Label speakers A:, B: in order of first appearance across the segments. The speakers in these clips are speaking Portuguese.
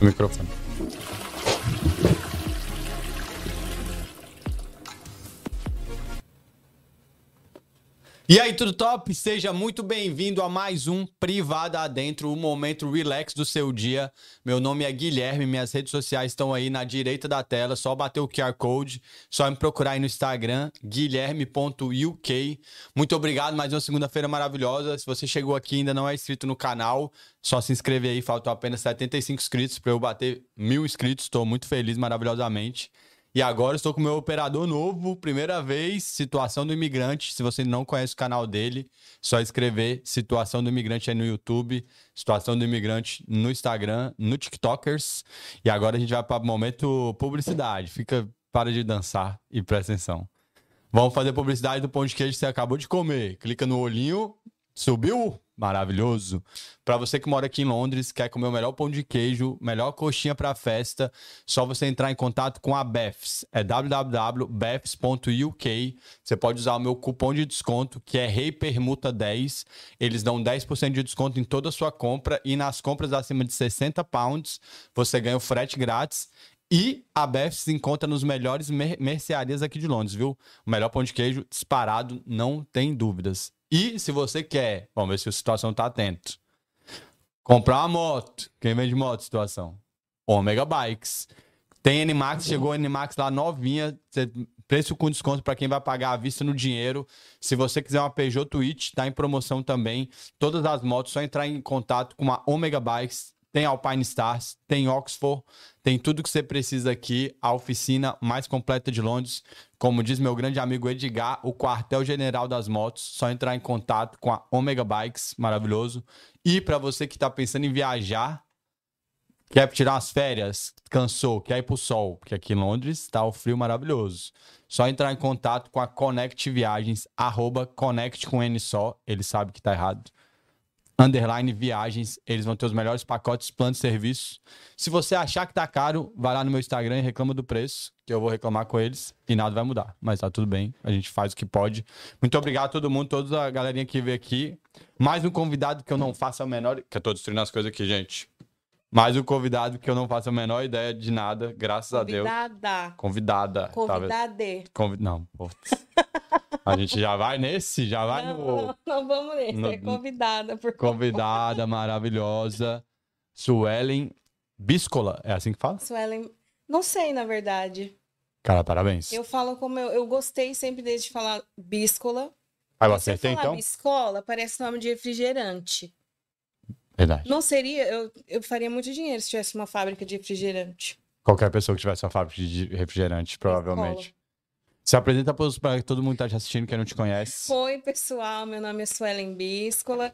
A: Mikrofon. E aí, tudo top? Seja muito bem-vindo a mais um Privada Adentro, o momento relax do seu dia. Meu nome é Guilherme, minhas redes sociais estão aí na direita da tela, só bater o QR Code, só me procurar aí no Instagram, guilherme.uk. Muito obrigado, mais uma segunda-feira maravilhosa. Se você chegou aqui e ainda não é inscrito no canal, só se inscrever aí, faltam apenas 75 inscritos para eu bater mil inscritos. Estou muito feliz, maravilhosamente. E agora estou com o meu operador novo, primeira vez, Situação do Imigrante. Se você não conhece o canal dele, só escrever Situação do Imigrante aí no YouTube, Situação do Imigrante no Instagram, no TikTokers. E agora a gente vai para o momento publicidade. Fica, para de dançar e presta atenção. Vamos fazer publicidade do pão de queijo que você acabou de comer. Clica no olhinho, subiu? Maravilhoso. Para você que mora aqui em Londres, quer comer o melhor pão de queijo, melhor coxinha para festa, só você entrar em contato com a Beths. É www.beths.uk. Você pode usar o meu cupom de desconto, que é REIPERMUTA10. Eles dão 10% de desconto em toda a sua compra e nas compras acima de 60 pounds, você ganha o frete grátis. E a Beth se encontra nos melhores mer mercearias aqui de Londres, viu? O melhor pão de queijo disparado, não tem dúvidas. E se você quer, vamos ver se a situação tá atento. Comprar uma moto. Quem vende moto, situação? Omega Bikes. Tem N-Max, chegou a N-Max lá novinha. cê- Preço com desconto para quem vai pagar à vista no dinheiro. Se você quiser uma Peugeot Twitch, tá em promoção também. Todas as motos, só entrar em contato com a Omega Bikes. Tem Alpine Stars, tem Oxford, tem tudo que você precisa aqui. A oficina mais completa de Londres. Como diz meu grande amigo Edgar, o quartel-general das motos. Só entrar em contato com a Omega Bikes, maravilhoso. E para você que está pensando em viajar, Quer tirar as férias? Cansou? Quer ir pro sol? Porque aqui em Londres tá o frio maravilhoso. Só entrar em contato com a Connect Viagens, arroba Connect com N só, ele sabe que tá errado. Underline Viagens, eles vão ter os melhores pacotes, plano de serviço. Se você achar que tá caro, vai lá no meu Instagram e reclama do preço, que eu vou reclamar com eles e nada vai mudar. Mas tá tudo bem, a gente faz o que pode. Muito obrigado a todo mundo, toda a galerinha que veio aqui. Mais um convidado que eu não faço a menor. Que eu tô destruindo as coisas aqui, gente. Mais um convidado que eu não faço a menor ideia de nada, graças a Deus.
B: Convidada.
A: Convidada. talvez.
B: Convidade.
A: Convi- Não, putz. A gente já vai nesse, já vai
B: Não,
A: no.
B: não, não vamos nesse.
A: no-
B: É convidada, por favor.
A: Convidada maravilhosa, Suelen Biscola. É assim que fala?
B: Suelen. Não sei, na verdade.
A: Cara, parabéns.
B: Eu falo como eu, eu gostei sempre desde de falar bíscola.
A: Aí eu
B: Se eu
A: acertei,
B: falar
A: então?
B: biscola, parece nome de refrigerante.
A: Verdade.
B: Não seria, eu, eu faria muito dinheiro se tivesse uma fábrica de refrigerante.
A: Qualquer pessoa que tivesse uma fábrica de refrigerante, provavelmente. Se apresenta pros- pra todo mundo que tá te assistindo, que não te conhece.
B: Oi, pessoal, meu nome é Suelen Bíscola.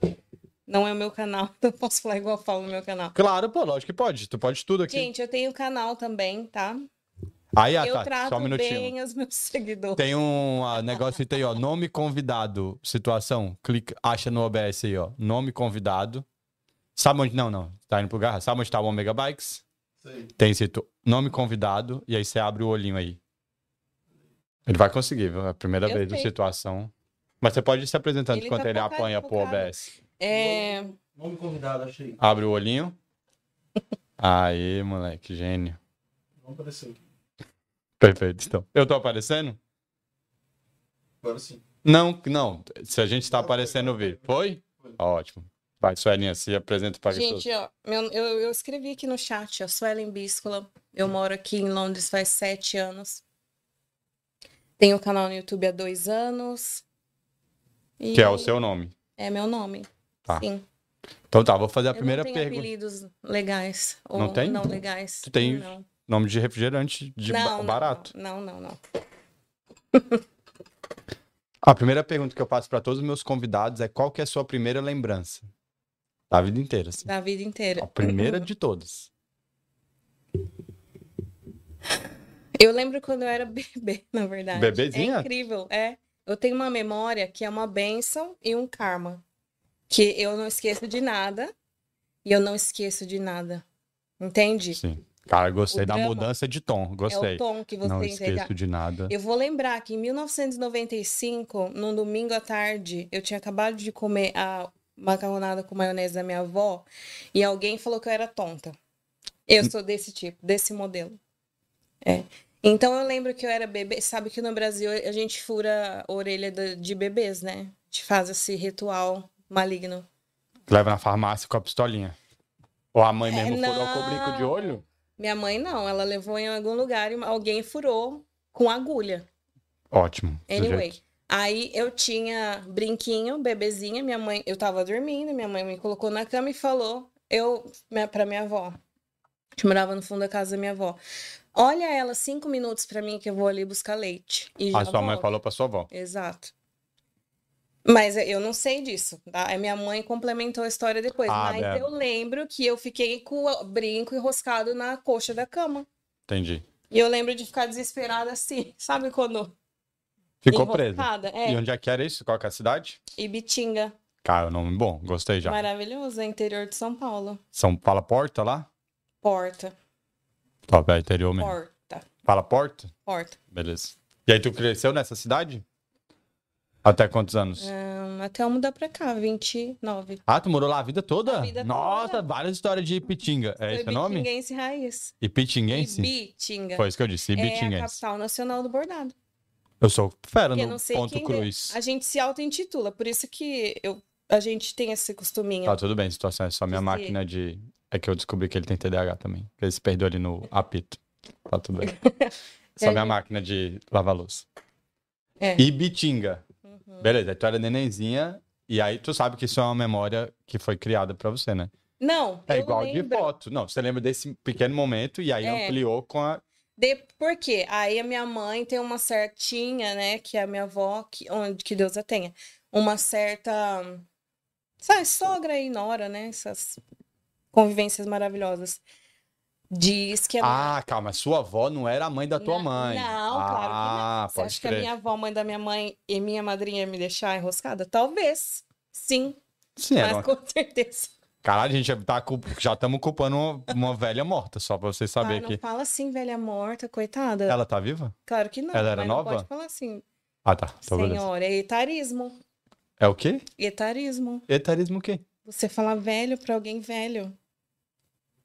B: Não é o meu canal, não posso falar igual eu falo no meu canal.
A: Claro, pô, lógico que pode. Tu pode tudo aqui.
B: Gente, eu tenho um canal também, tá?
A: Aí, ah,
B: eu
A: tá.
B: trato
A: Só um minutinho.
B: bem os meus seguidores.
A: Tem um ah, negócio aí, ó. Nome convidado, situação. Clica, acha no OBS aí, ó. Nome convidado. Sabe onde. Não, não. Tá indo pro garra. Sabe onde tá o Omega Bikes? Tem escrito nome convidado. E aí você abre o olhinho aí. Ele vai conseguir, viu? É a primeira
B: Eu
A: vez do
B: sei.
A: situação. Mas você pode ir se apresentando
B: Ele
A: enquanto
B: tá
A: ele
B: focado,
A: apanha pro
B: focado.
A: OBS.
B: É,
C: Nome convidado, achei.
A: Abre o olhinho. Aí, moleque, gênio.
C: Não apareceu.
A: Perfeito, então. Eu tô aparecendo?
C: Agora sim.
A: Não, não. Se a gente tá aparecendo o vídeo. Foi? Tá Ótimo. Vai, Suelinha, se apresenta para pessoas.
B: gente, ó, meu- eu, eu escrevi aqui no chat, ó, Suelen Bíscola.
A: Hum.
B: Eu moro aqui em Londres faz sete anos. Tenho o canal no YouTube há dois anos. E
A: Que é o seu nome.
B: É meu nome.
A: Tá.
B: Sim.
A: Então tá, vou fazer a
B: Eu
A: primeira
B: não tenho
A: pergunta.
B: apelidos legais. Ou
A: Não
B: não
A: tem?
B: legais.
A: Tu tem
B: Não,
A: Nome de refrigerante de ba-
B: não, não,
A: barato.
B: Não, não, não.
A: A primeira pergunta que eu faço para todos os meus convidados é qual que é a sua primeira lembrança? Da vida inteira, assim.
B: Da vida inteira.
A: A primeira de todas.
B: Eu lembro quando eu era bebê, na verdade.
A: Bebezinha?
B: É incrível, é. Eu tenho uma memória que é uma bênção e um karma. Que eu não esqueço de nada e eu não esqueço de nada. Entende?
A: Sim. Cara, gostei
B: O
A: da
B: drama.
A: mudança de tom.
B: É
A: Gostei.
B: o tom que você
A: não
B: entregar.
A: esqueço de nada.
B: Eu vou lembrar que em 1995, num domingo à tarde, eu tinha acabado de comer a macarronada com maionese da minha avó e alguém falou que eu era tonta. Eu sou desse tipo, desse modelo. É. Então eu lembro que eu era bebê. Sabe que no Brasil a gente fura a orelha da- de bebês, né? A gente faz esse ritual maligno.
A: Leva na farmácia com a pistolinha. Ou a mãe
B: É,
A: mesmo furou
B: não.
A: com o brinco de olho?
B: Minha mãe não, ela levou em algum lugar e alguém furou com agulha.
A: Ótimo. do
B: Anyway.
A: jeito.
B: Aí eu tinha brinquinho, bebezinha, minha mãe, eu tava dormindo, minha mãe me colocou na cama e falou, eu, minha- pra minha avó. que morava no fundo da casa da minha avó. Olha ela cinco minutos pra mim que eu vou ali buscar leite. E já
A: A Ah, sua mãe
B: volto."
A: falou pra sua avó.
B: Exato. Mas eu não sei disso, tá? A minha mãe complementou a história depois.
A: Ah,
B: mas
A: Débora.
B: eu lembro que eu fiquei com o brinco enroscado na coxa da cama.
A: Entendi.
B: E eu lembro de ficar desesperada assim, sabe quando?
A: Ficou preso.
B: enroscada? É.
A: E onde é que era isso? Qual que é a cidade?
B: Ibitinga.
A: Cara, o nome bom. Gostei já.
B: Maravilhoso, é interior de São Paulo.
A: São Fala Porta lá?
B: Porta,
A: Top, é interior mesmo.
B: porta,
A: Fala Porta?
B: porta.
A: Beleza. E aí tu cresceu nessa cidade? Até quantos anos?
B: Hum, até eu mudar pra cá, 29.
A: Ah, tu morou lá a vida toda?
B: A vida
A: Nossa,
B: toda.
A: várias histórias de Ipitinga. É esse o nome?
B: Ibitinguense raiz.
A: Ipitinguense?
B: Ibitinga.
A: Foi isso que eu disse,
B: É a
A: Ibitinguense.
B: capital nacional do bordado.
A: Eu sou fera
B: Porque eu
A: no
B: não sei
A: ponto
B: quem deu.
A: cruz.
B: A gente se auto-intitula, por isso que eu, a gente tem esse costuminho.
A: Tá tudo bem, situação é só minha
B: Dizer.
A: máquina de. É que eu descobri que ele tem TDAH também. Ele se perdeu ali no apito. Tá tudo bem. Só
B: É,
A: minha
B: gente.
A: máquina de lavar louça.
B: É.
A: Ibitinga.
B: Uhum.
A: Beleza, aí tu era nenenzinha. E aí tu sabe que isso é uma memória que foi criada pra você, né?
B: Não,
A: É
B: eu
A: igual de
B: lembro.
A: foto. Não, você lembra desse pequeno momento e aí
B: É.
A: ampliou com a.
B: De... Por quê? Aí a minha mãe tem uma certinha, né? Que a minha avó, que, onde, que Deus a tenha, uma certa. Sabe, sogra e nora, né? Essas convivências maravilhosas. Diz que a minha.
A: Ah, calma, sua avó não era a mãe da tua
B: Não,
A: mãe.
B: não, claro que não.
A: Ah,
B: Você
A: pode
B: acha que a
A: crer.
B: minha avó, mãe da minha mãe e minha madrinha ia me deixar enroscada? Talvez. Sim,
A: Sim, era
B: mas
A: uma...
B: com certeza.
A: Caralho, a gente já tá culp- já estamos culpando uma, uma velha morta, só pra vocês
B: ah,
A: saberem
B: não
A: que.
B: fala assim, velha morta, coitada.
A: Ela tá viva?
B: Claro que não.
A: Ela era
B: mas
A: nova?
B: Não pode falar assim,
A: Ah, tá. Então, beleza.
B: senhora. É etarismo.
A: É o quê?
B: Etarismo.
A: Etarismo o quê?
B: Você falar velho pra alguém velho.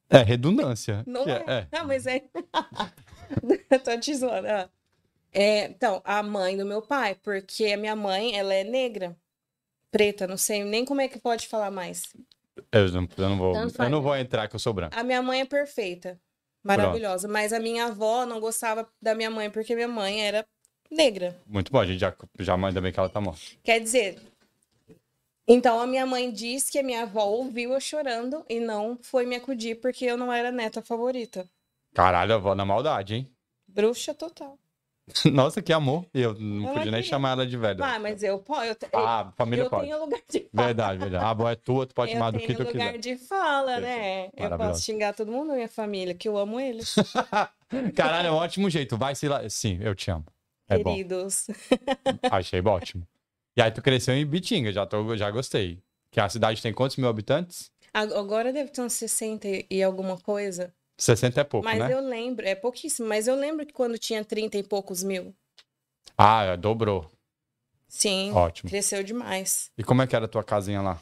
A: É redundância.
B: Não
A: que
B: é. Ah, mas é. Tô te zoando. ó. É, então, a mãe do meu pai, porque a minha mãe, ela é negra. Preta, não sei nem como é que pode falar mais.
A: é, Eu, não, eu não vou,
B: Tanto
A: eu
B: Então faz.
A: não vou entrar que eu sou branco.
B: A minha mãe é perfeita, maravilhosa, mas a minha avó não gostava da minha mãe porque minha mãe era negra.
A: Muito bom, a gente já, já ainda bem que ela tá morta.
B: Quer dizer, então a minha mãe diz que a minha avó ouviu eu chorando e não foi me acudir porque eu não era a neta favorita.
A: Caralho, a avó na maldade, hein?
B: Bruxa total.
A: Nossa, que amor. E Eu não
B: Ela
A: podia nem
B: queria.
A: chamar ela de velha.
B: é Ah, mas eu, po- eu, te-
A: Ah, família
B: eu
A: pode.
B: tenho lugar de fala.
A: Verdade, verdade. A avó é tua, tu pode
B: eu
A: chamar do
B: tenho
A: que tu
B: lugar
A: quiser.
B: de fala, né? Eu
A: Maravilhosa.
B: posso xingar todo mundo na minha família, que eu amo eles,
A: Caralho, é um ótimo jeito. Vai se lá. Sim, eu te amo. É bom.
B: queridos.
A: Achei ótimo. E aí tu cresceu em Bitinga, já, tô, já gostei. Que a cidade tem quantos mil habitantes?
B: Ag- Agora deve ter uns 60 e alguma coisa.
A: 60 é pouco,
B: Mas
A: né?
B: eu lembro, é pouquíssimo, mas eu lembro que quando tinha 30 e poucos mil,
A: Ah, dobrou.
B: sim,
A: Ótimo.
B: cresceu demais.
A: E como é que era a tua casinha lá?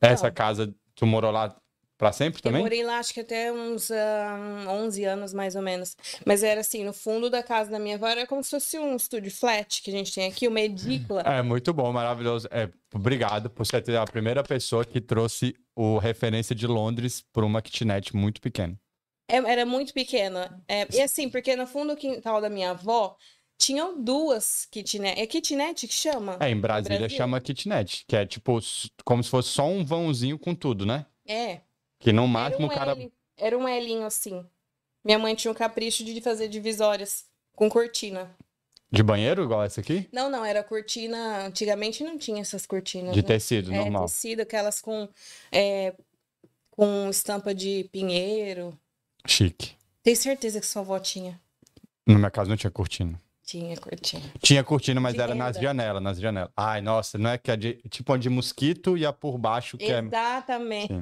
A: Essa
B: Então.
A: casa, tu morou lá pra sempre também?
B: Eu morei lá acho que até uns ah, 11 anos mais ou menos. Mas era assim, no fundo da casa da minha avó era como se fosse um estúdio flat que a gente tem aqui, uma edícula.
A: É muito bom, maravilhoso. É, obrigado por ser a primeira pessoa que trouxe o referência de Londres pra uma kitnet muito pequena.
B: É- era muito pequena. É, e assim, porque no fundo do quintal da minha avó tinham duas kitnet. É kitnet que chama?
A: É, em Brasília
B: Brasil.
A: chama kitnet, que é tipo s- como se fosse só um vãozinho com tudo, né?
B: É.
A: Que no
B: Era
A: máximo
B: um,
A: o cara.
B: L, era um Linho assim. Minha mãe tinha um capricho de fazer divisórias com cortina.
A: De banheiro, igual essa aqui?
B: Não, não, era cortina. Antigamente não tinha essas cortinas.
A: De
B: né?
A: tecido,
B: É,
A: normal.
B: tecido, aquelas com, é, com estampa de pinheiro.
A: Chique.
B: Tenho certeza que sua avó tinha.
A: Na minha casa não tinha cortina.
B: Tinha cortina.
A: Tinha cortina, mas
B: De
A: era nas
B: renda.
A: janelas, nas janelas. Ai, nossa, não é que é de, tipo a de mosquito e a por baixo que é
B: Exatamente.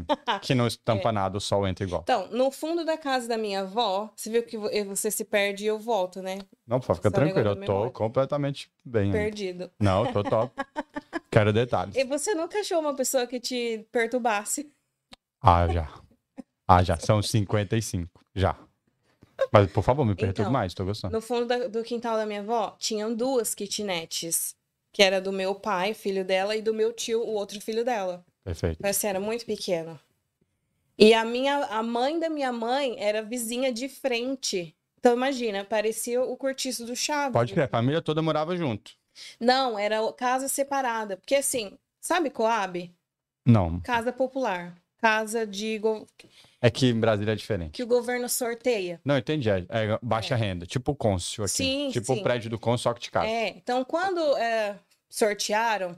A: que não
B: É.
A: estampa nada, o sol entra igual.
B: Então, no fundo da casa da minha avó, você viu que vo- eh, você se perde e eu volto, né?
A: Não, pô, fica
B: Só negócio
A: tranquilo,
B: da
A: eu tô
B: memória.
A: completamente bem. ainda.
B: Perdido.
A: Não, tô top. Quero detalhes.
B: E você nunca achou uma pessoa que te perturbasse?
A: Ah, já. Ah, já são 55. Já. Mas, por favor, me perturbe
B: Então,
A: mais, tô gostando.
B: No fundo da- do quintal da minha avó, tinham duas kitnetes. Que era do meu pai, filho dela, e do meu tio, o outro filho dela.
A: Perfeito.
B: Então, assim, era muito pequeno. E a minha, a mãe da minha mãe era vizinha de frente. Então, imagina, parecia o cortiço do Chaves.
A: Pode crer, a família toda morava junto.
B: Não, era o- casa separada. Porque, assim, sabe Coab?
A: Não,
B: Casa popular. Casa de go-
A: é que em Brasília é diferente.
B: que o governo sorteia.
A: Não, entendi. É, é baixa renda, tipo o Côncio aqui.
B: Sim,
A: tipo
B: sim.
A: o prédio do Côncio, só que de casa.
B: É, então quando é, sortearam,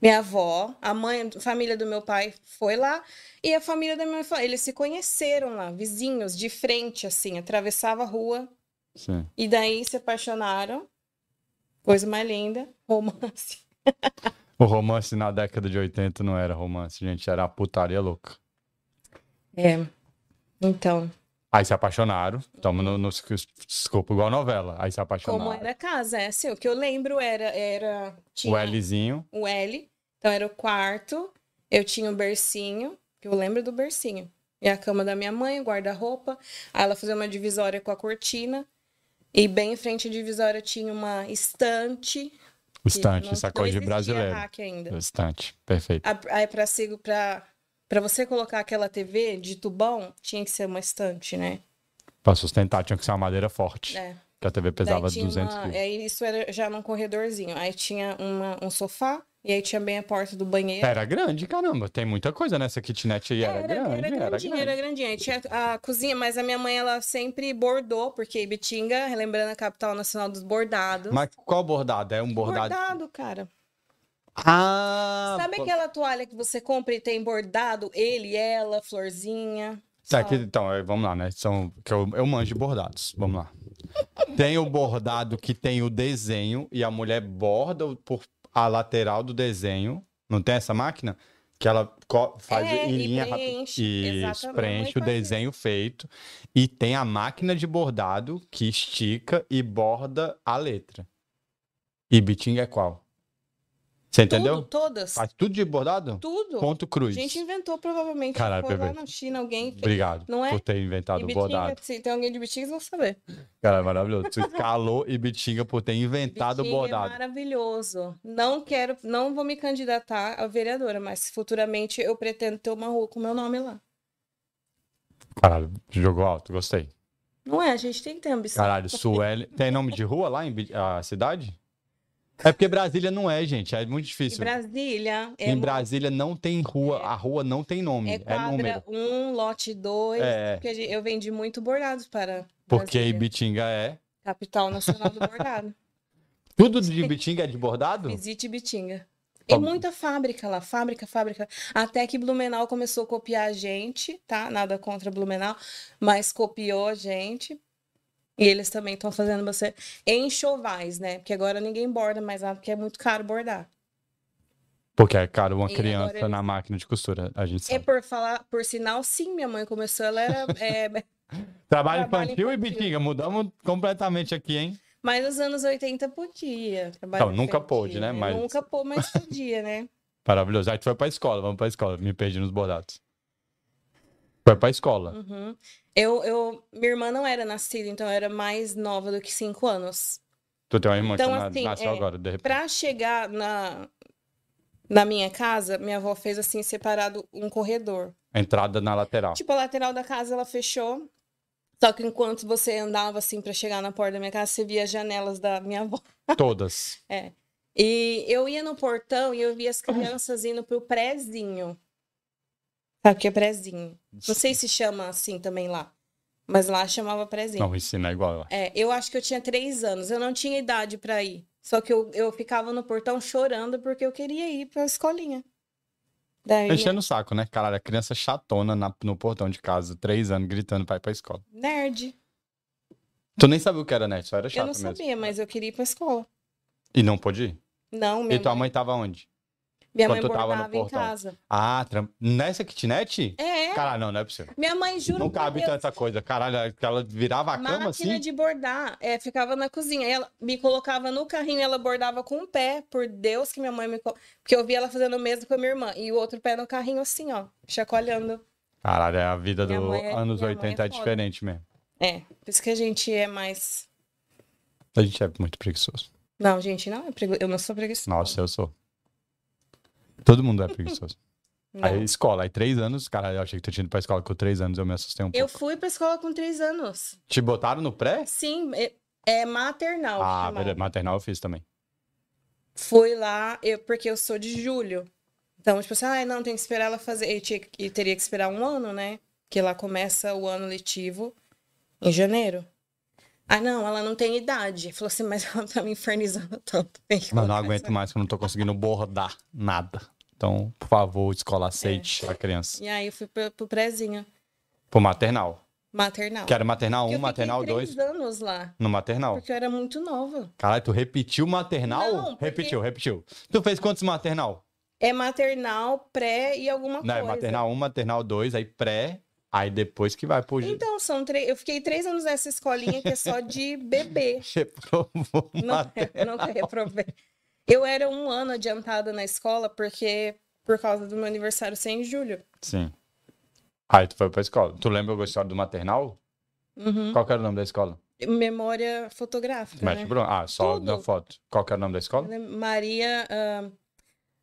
B: minha avó, a mãe, a família do meu pai foi lá e a família da minha família, eles se conheceram lá, vizinhos, de frente, assim, atravessava a rua
A: Sim.
B: e daí se apaixonaram. Coisa mais linda, romance.
A: O romance na década de 80 não era romance, gente. Era a putaria louca.
B: É, então,
A: Aí se apaixonaram. Tamo no, no- desculpa, igual novela. Aí se apaixonaram.
B: como era a casa, é assim, o que eu lembro era, era tinha
A: O Lzinho.
B: o L, então era o quarto, eu tinha o bercinho, que eu lembro do bercinho. E a cama da minha mãe, o guarda-roupa. Aí ela fazia uma divisória com a cortina. E bem em frente à divisória tinha uma estante.
A: O
B: que
A: estante,
B: não-
A: essa
B: não
A: coisa de
B: existia
A: brasileiro.
B: rack ainda.
A: O estante, perfeito.
B: A- Aí pra, sigo- pra, pra você colocar aquela TV de tubão, tinha que ser uma estante, né?
A: Pra sustentar, tinha que ser uma madeira forte.
B: É.
A: Que a TV
B: Daí
A: pesava
B: tinha
A: 200
B: uma- é,
A: quilos.
B: aí isso era já num corredorzinho. Aí tinha uma- um sofá, e aí tinha bem a porta do banheiro.
A: Era grande, caramba. Tem muita coisa nessa kitnet aí. Era, grande, era grande.
B: grandinha, era grandinha. Aí Tinha a cozinha, mas a minha mãe, ela sempre bordou, porque Ibitinga, lembrando a capital nacional dos bordados.
A: Mas qual bordado? É um bordado.
B: Bordado, cara.
A: Ah!
B: Sabe
A: bo-
B: aquela toalha que você compra e tem bordado? Ele, ela, florzinha.
A: Tá,
B: só.
A: que- então, é, vamos lá, né? São, que eu, eu manjo de bordados. Vamos lá. Tem o bordado que tem o desenho e a mulher borda o- por a lateral do desenho. Não tem essa máquina? Que ela co- faz
B: É,
A: em
B: e
A: linha rápida.
B: preenche,
A: Isso,
B: exatamente, é
A: preenche o
B: faz isso.
A: desenho feito. E tem a máquina de bordado que estica e borda a letra. E bitinga é qual? Você entendeu?
B: Tudo, todas.
A: Faz tudo de bordado?
B: Tudo.
A: Ponto
B: A
A: cruz.
B: gente inventou, provavelmente.
A: Caralho,
B: Foi lá
A: perfeito.
B: na China, alguém fez.
A: Obrigado
B: Não é?
A: por ter inventado o bordado.
B: Ibitinga, se tem alguém de Ibitinga, vocês vão saber.
A: Cara, é maravilhoso. Tu escalou e Bitinga por ter inventado o
B: Ibitinga é
A: bordado.
B: maravilhoso. Não quero, não vou me candidatar a vereadora, mas futuramente eu pretendo ter uma rua com meu nome lá.
A: Caralho, jogou alto, gostei.
B: Não é, a gente tem que ter ambição.
A: Caralho, Sueli. Tem nome de rua lá em Bi- a cidade? É porque Brasília não é, gente. É muito
B: E
A: difícil.
B: Brasília é,
A: em
B: mu-
A: Brasília não tem rua. A rua não tem nome.
B: é
A: É, número.
B: quadra 1, um, lote 2.
A: É.
B: Porque a gente- eu vendi muito bordados para
A: Porque
B: Brasília,
A: Ibitinga é.
B: capital nacional do bordado.
A: Tudo de Ibitinga é de bordado?
B: Visite Bitinga. E
A: Tá bom.
B: muita fábrica lá, fábrica, fábrica. Até que Blumenau começou a copiar a gente, tá? Nada contra Blumenau, mas copiou a gente. E eles também estão fazendo você enxovais, né? Porque agora ninguém borda mais nada, porque é muito caro bordar.
A: Porque é caro uma
B: E
A: criança
B: agora eles-
A: na máquina de costura. A gente
B: É
A: sabe.
B: por falar, por sinal, sim, minha mãe começou, ela era. é,
A: Trabalho,
B: trabalho
A: infantil, e
B: infantil.
A: Bitinga. Mudamos completamente aqui, hein?
B: mas nos anos 80 podia. trabalhar
A: Então, nunca
B: infantil,
A: pôde, né? Mas-
B: Nunca pôde, mas podia, né?
A: Maravilhoso. Aí tu foi pra escola. Vamos pra escola. Me perdi nos bordados. Foi pra escola.
B: Uhum. Eu, eu, minha irmã não era nascida, então eu era mais nova do que cinco anos.
A: Tu tem uma irmã
B: Então,
A: que na-
B: assim,
A: nasceu
B: é,
A: agora, de repente.
B: Pra chegar na, na minha casa, minha avó fez assim, separado um corredor.
A: Entrada na lateral.
B: Tipo, a lateral da casa ela fechou. Só que enquanto você andava assim pra chegar na porta da minha casa, você via as janelas da minha avó.
A: Todas.
B: E eu ia no portão e eu via as crianças indo pro prézinho. Sabe o que é prézinho? Não sei se chama assim também lá. Mas lá chamava prézinho.
A: Não, isso não é igual. eu acho.
B: É, eu acho que eu tinha três anos. Eu não tinha idade pra ir. Só que eu, eu ficava no portão chorando porque eu queria ir pra escolinha. Daí,
A: Enchendo o saco, né? Caralho, a criança chatona na- no portão de casa, três anos, gritando pra ir pra escola.
B: nerd.
A: Tu nem sabia o que era net, só era
B: Eu
A: chato
B: não
A: mesmo. né?
B: sabia, mas eu queria ir pra escola.
A: E não pôde ir?
B: Não,
A: E
B: minha
A: tua
B: mãe,
A: mãe tava onde?
B: minha mãe
A: Então, quando tu tava no
B: bordava em
A: portão?
B: casa.
A: Ah, tram- nessa kitnet?
B: É,
A: Caralho, não, não é possível.
B: minha mãe, juro
A: Não
B: por
A: cabe
B: Deus,
A: tanta coisa. Caralho, que ela virava a cama
B: máquina
A: assim?
B: de bordar. É, ficava na cozinha. Ela me colocava no carrinho, ela bordava com o pé. Por Deus que minha mãe me... co- Porque eu via ela fazendo o mesmo com a minha irmã. E o outro pé no carrinho assim, ó, chacoalhando.
A: Caralho, é a vida
B: Minha
A: dos
B: mãe é-
A: anos
B: minha mãe
A: 80 é,
B: é foda.
A: diferente mesmo.
B: É, por isso que a gente é mais.
A: A gente é muito preguiçoso.
B: Não, gente, não, é pregui- eu não sou preguiçosa.
A: Nossa, eu sou. Todo mundo é preguiçoso.
B: Não.
A: aí escola, aí três anos, caralho, eu achei que tu tinha ido pra escola com três anos, eu me assustei um pouco.
B: Eu fui pra escola com três anos.
A: Te botaram no pré?
B: Sim, é, é maternal.
A: Ah,
B: chamava.
A: verdade, maternal eu fiz também.
B: Fui lá, eu, porque eu sou de julho. Então, tipo assim, ah, não, tem que esperar ela fazer. E, tinha, que- e teria que esperar um ano, né? Porque lá começa o ano letivo em janeiro. Ah, não, ela não tem idade. Falou assim, mas ela tá me infernizando tanto. Tem que
A: Mas não
B: colocar
A: aguento
B: essa-
A: mais, que eu não tô conseguindo bordar nada. Então, por favor, escola, aceite a criança.
B: É. E aí eu fui pro, pro prézinho,
A: Pro maternal.
B: maternal.
A: Que era maternal 1,
B: Porque eu
A: um, maternal
B: fiquei
A: 2.
B: três anos lá,
A: No maternal.
B: porque eu era muito nova.
A: Caralho, tu repetiu maternal?
B: Não, porque-
A: Repetiu, repetiu. Tu fez quantos maternal?
B: É maternal, pré e alguma
A: Não, é
B: coisa.
A: maternal 1, um, maternal 2, aí pré, aí depois que vai pro...
B: Então, são três. Eu fiquei três anos nessa escolinha que é só de bebê.
A: Reprovou
B: Não, é. eu nunca reprovei. Eu era um ano adiantada na escola porque por causa do meu aniversário ser em julho.
A: Sim. Aí tu foi pra escola. Tu lembra a história do maternal?
B: Uhum.
A: Qual que era o nome da escola?
B: Memória fotográfica,
A: Mestre
B: né?
A: Bruno. Ah, só
B: Tudo.
A: na foto. Qual que era o nome da escola?
B: Ela é Maria. ah,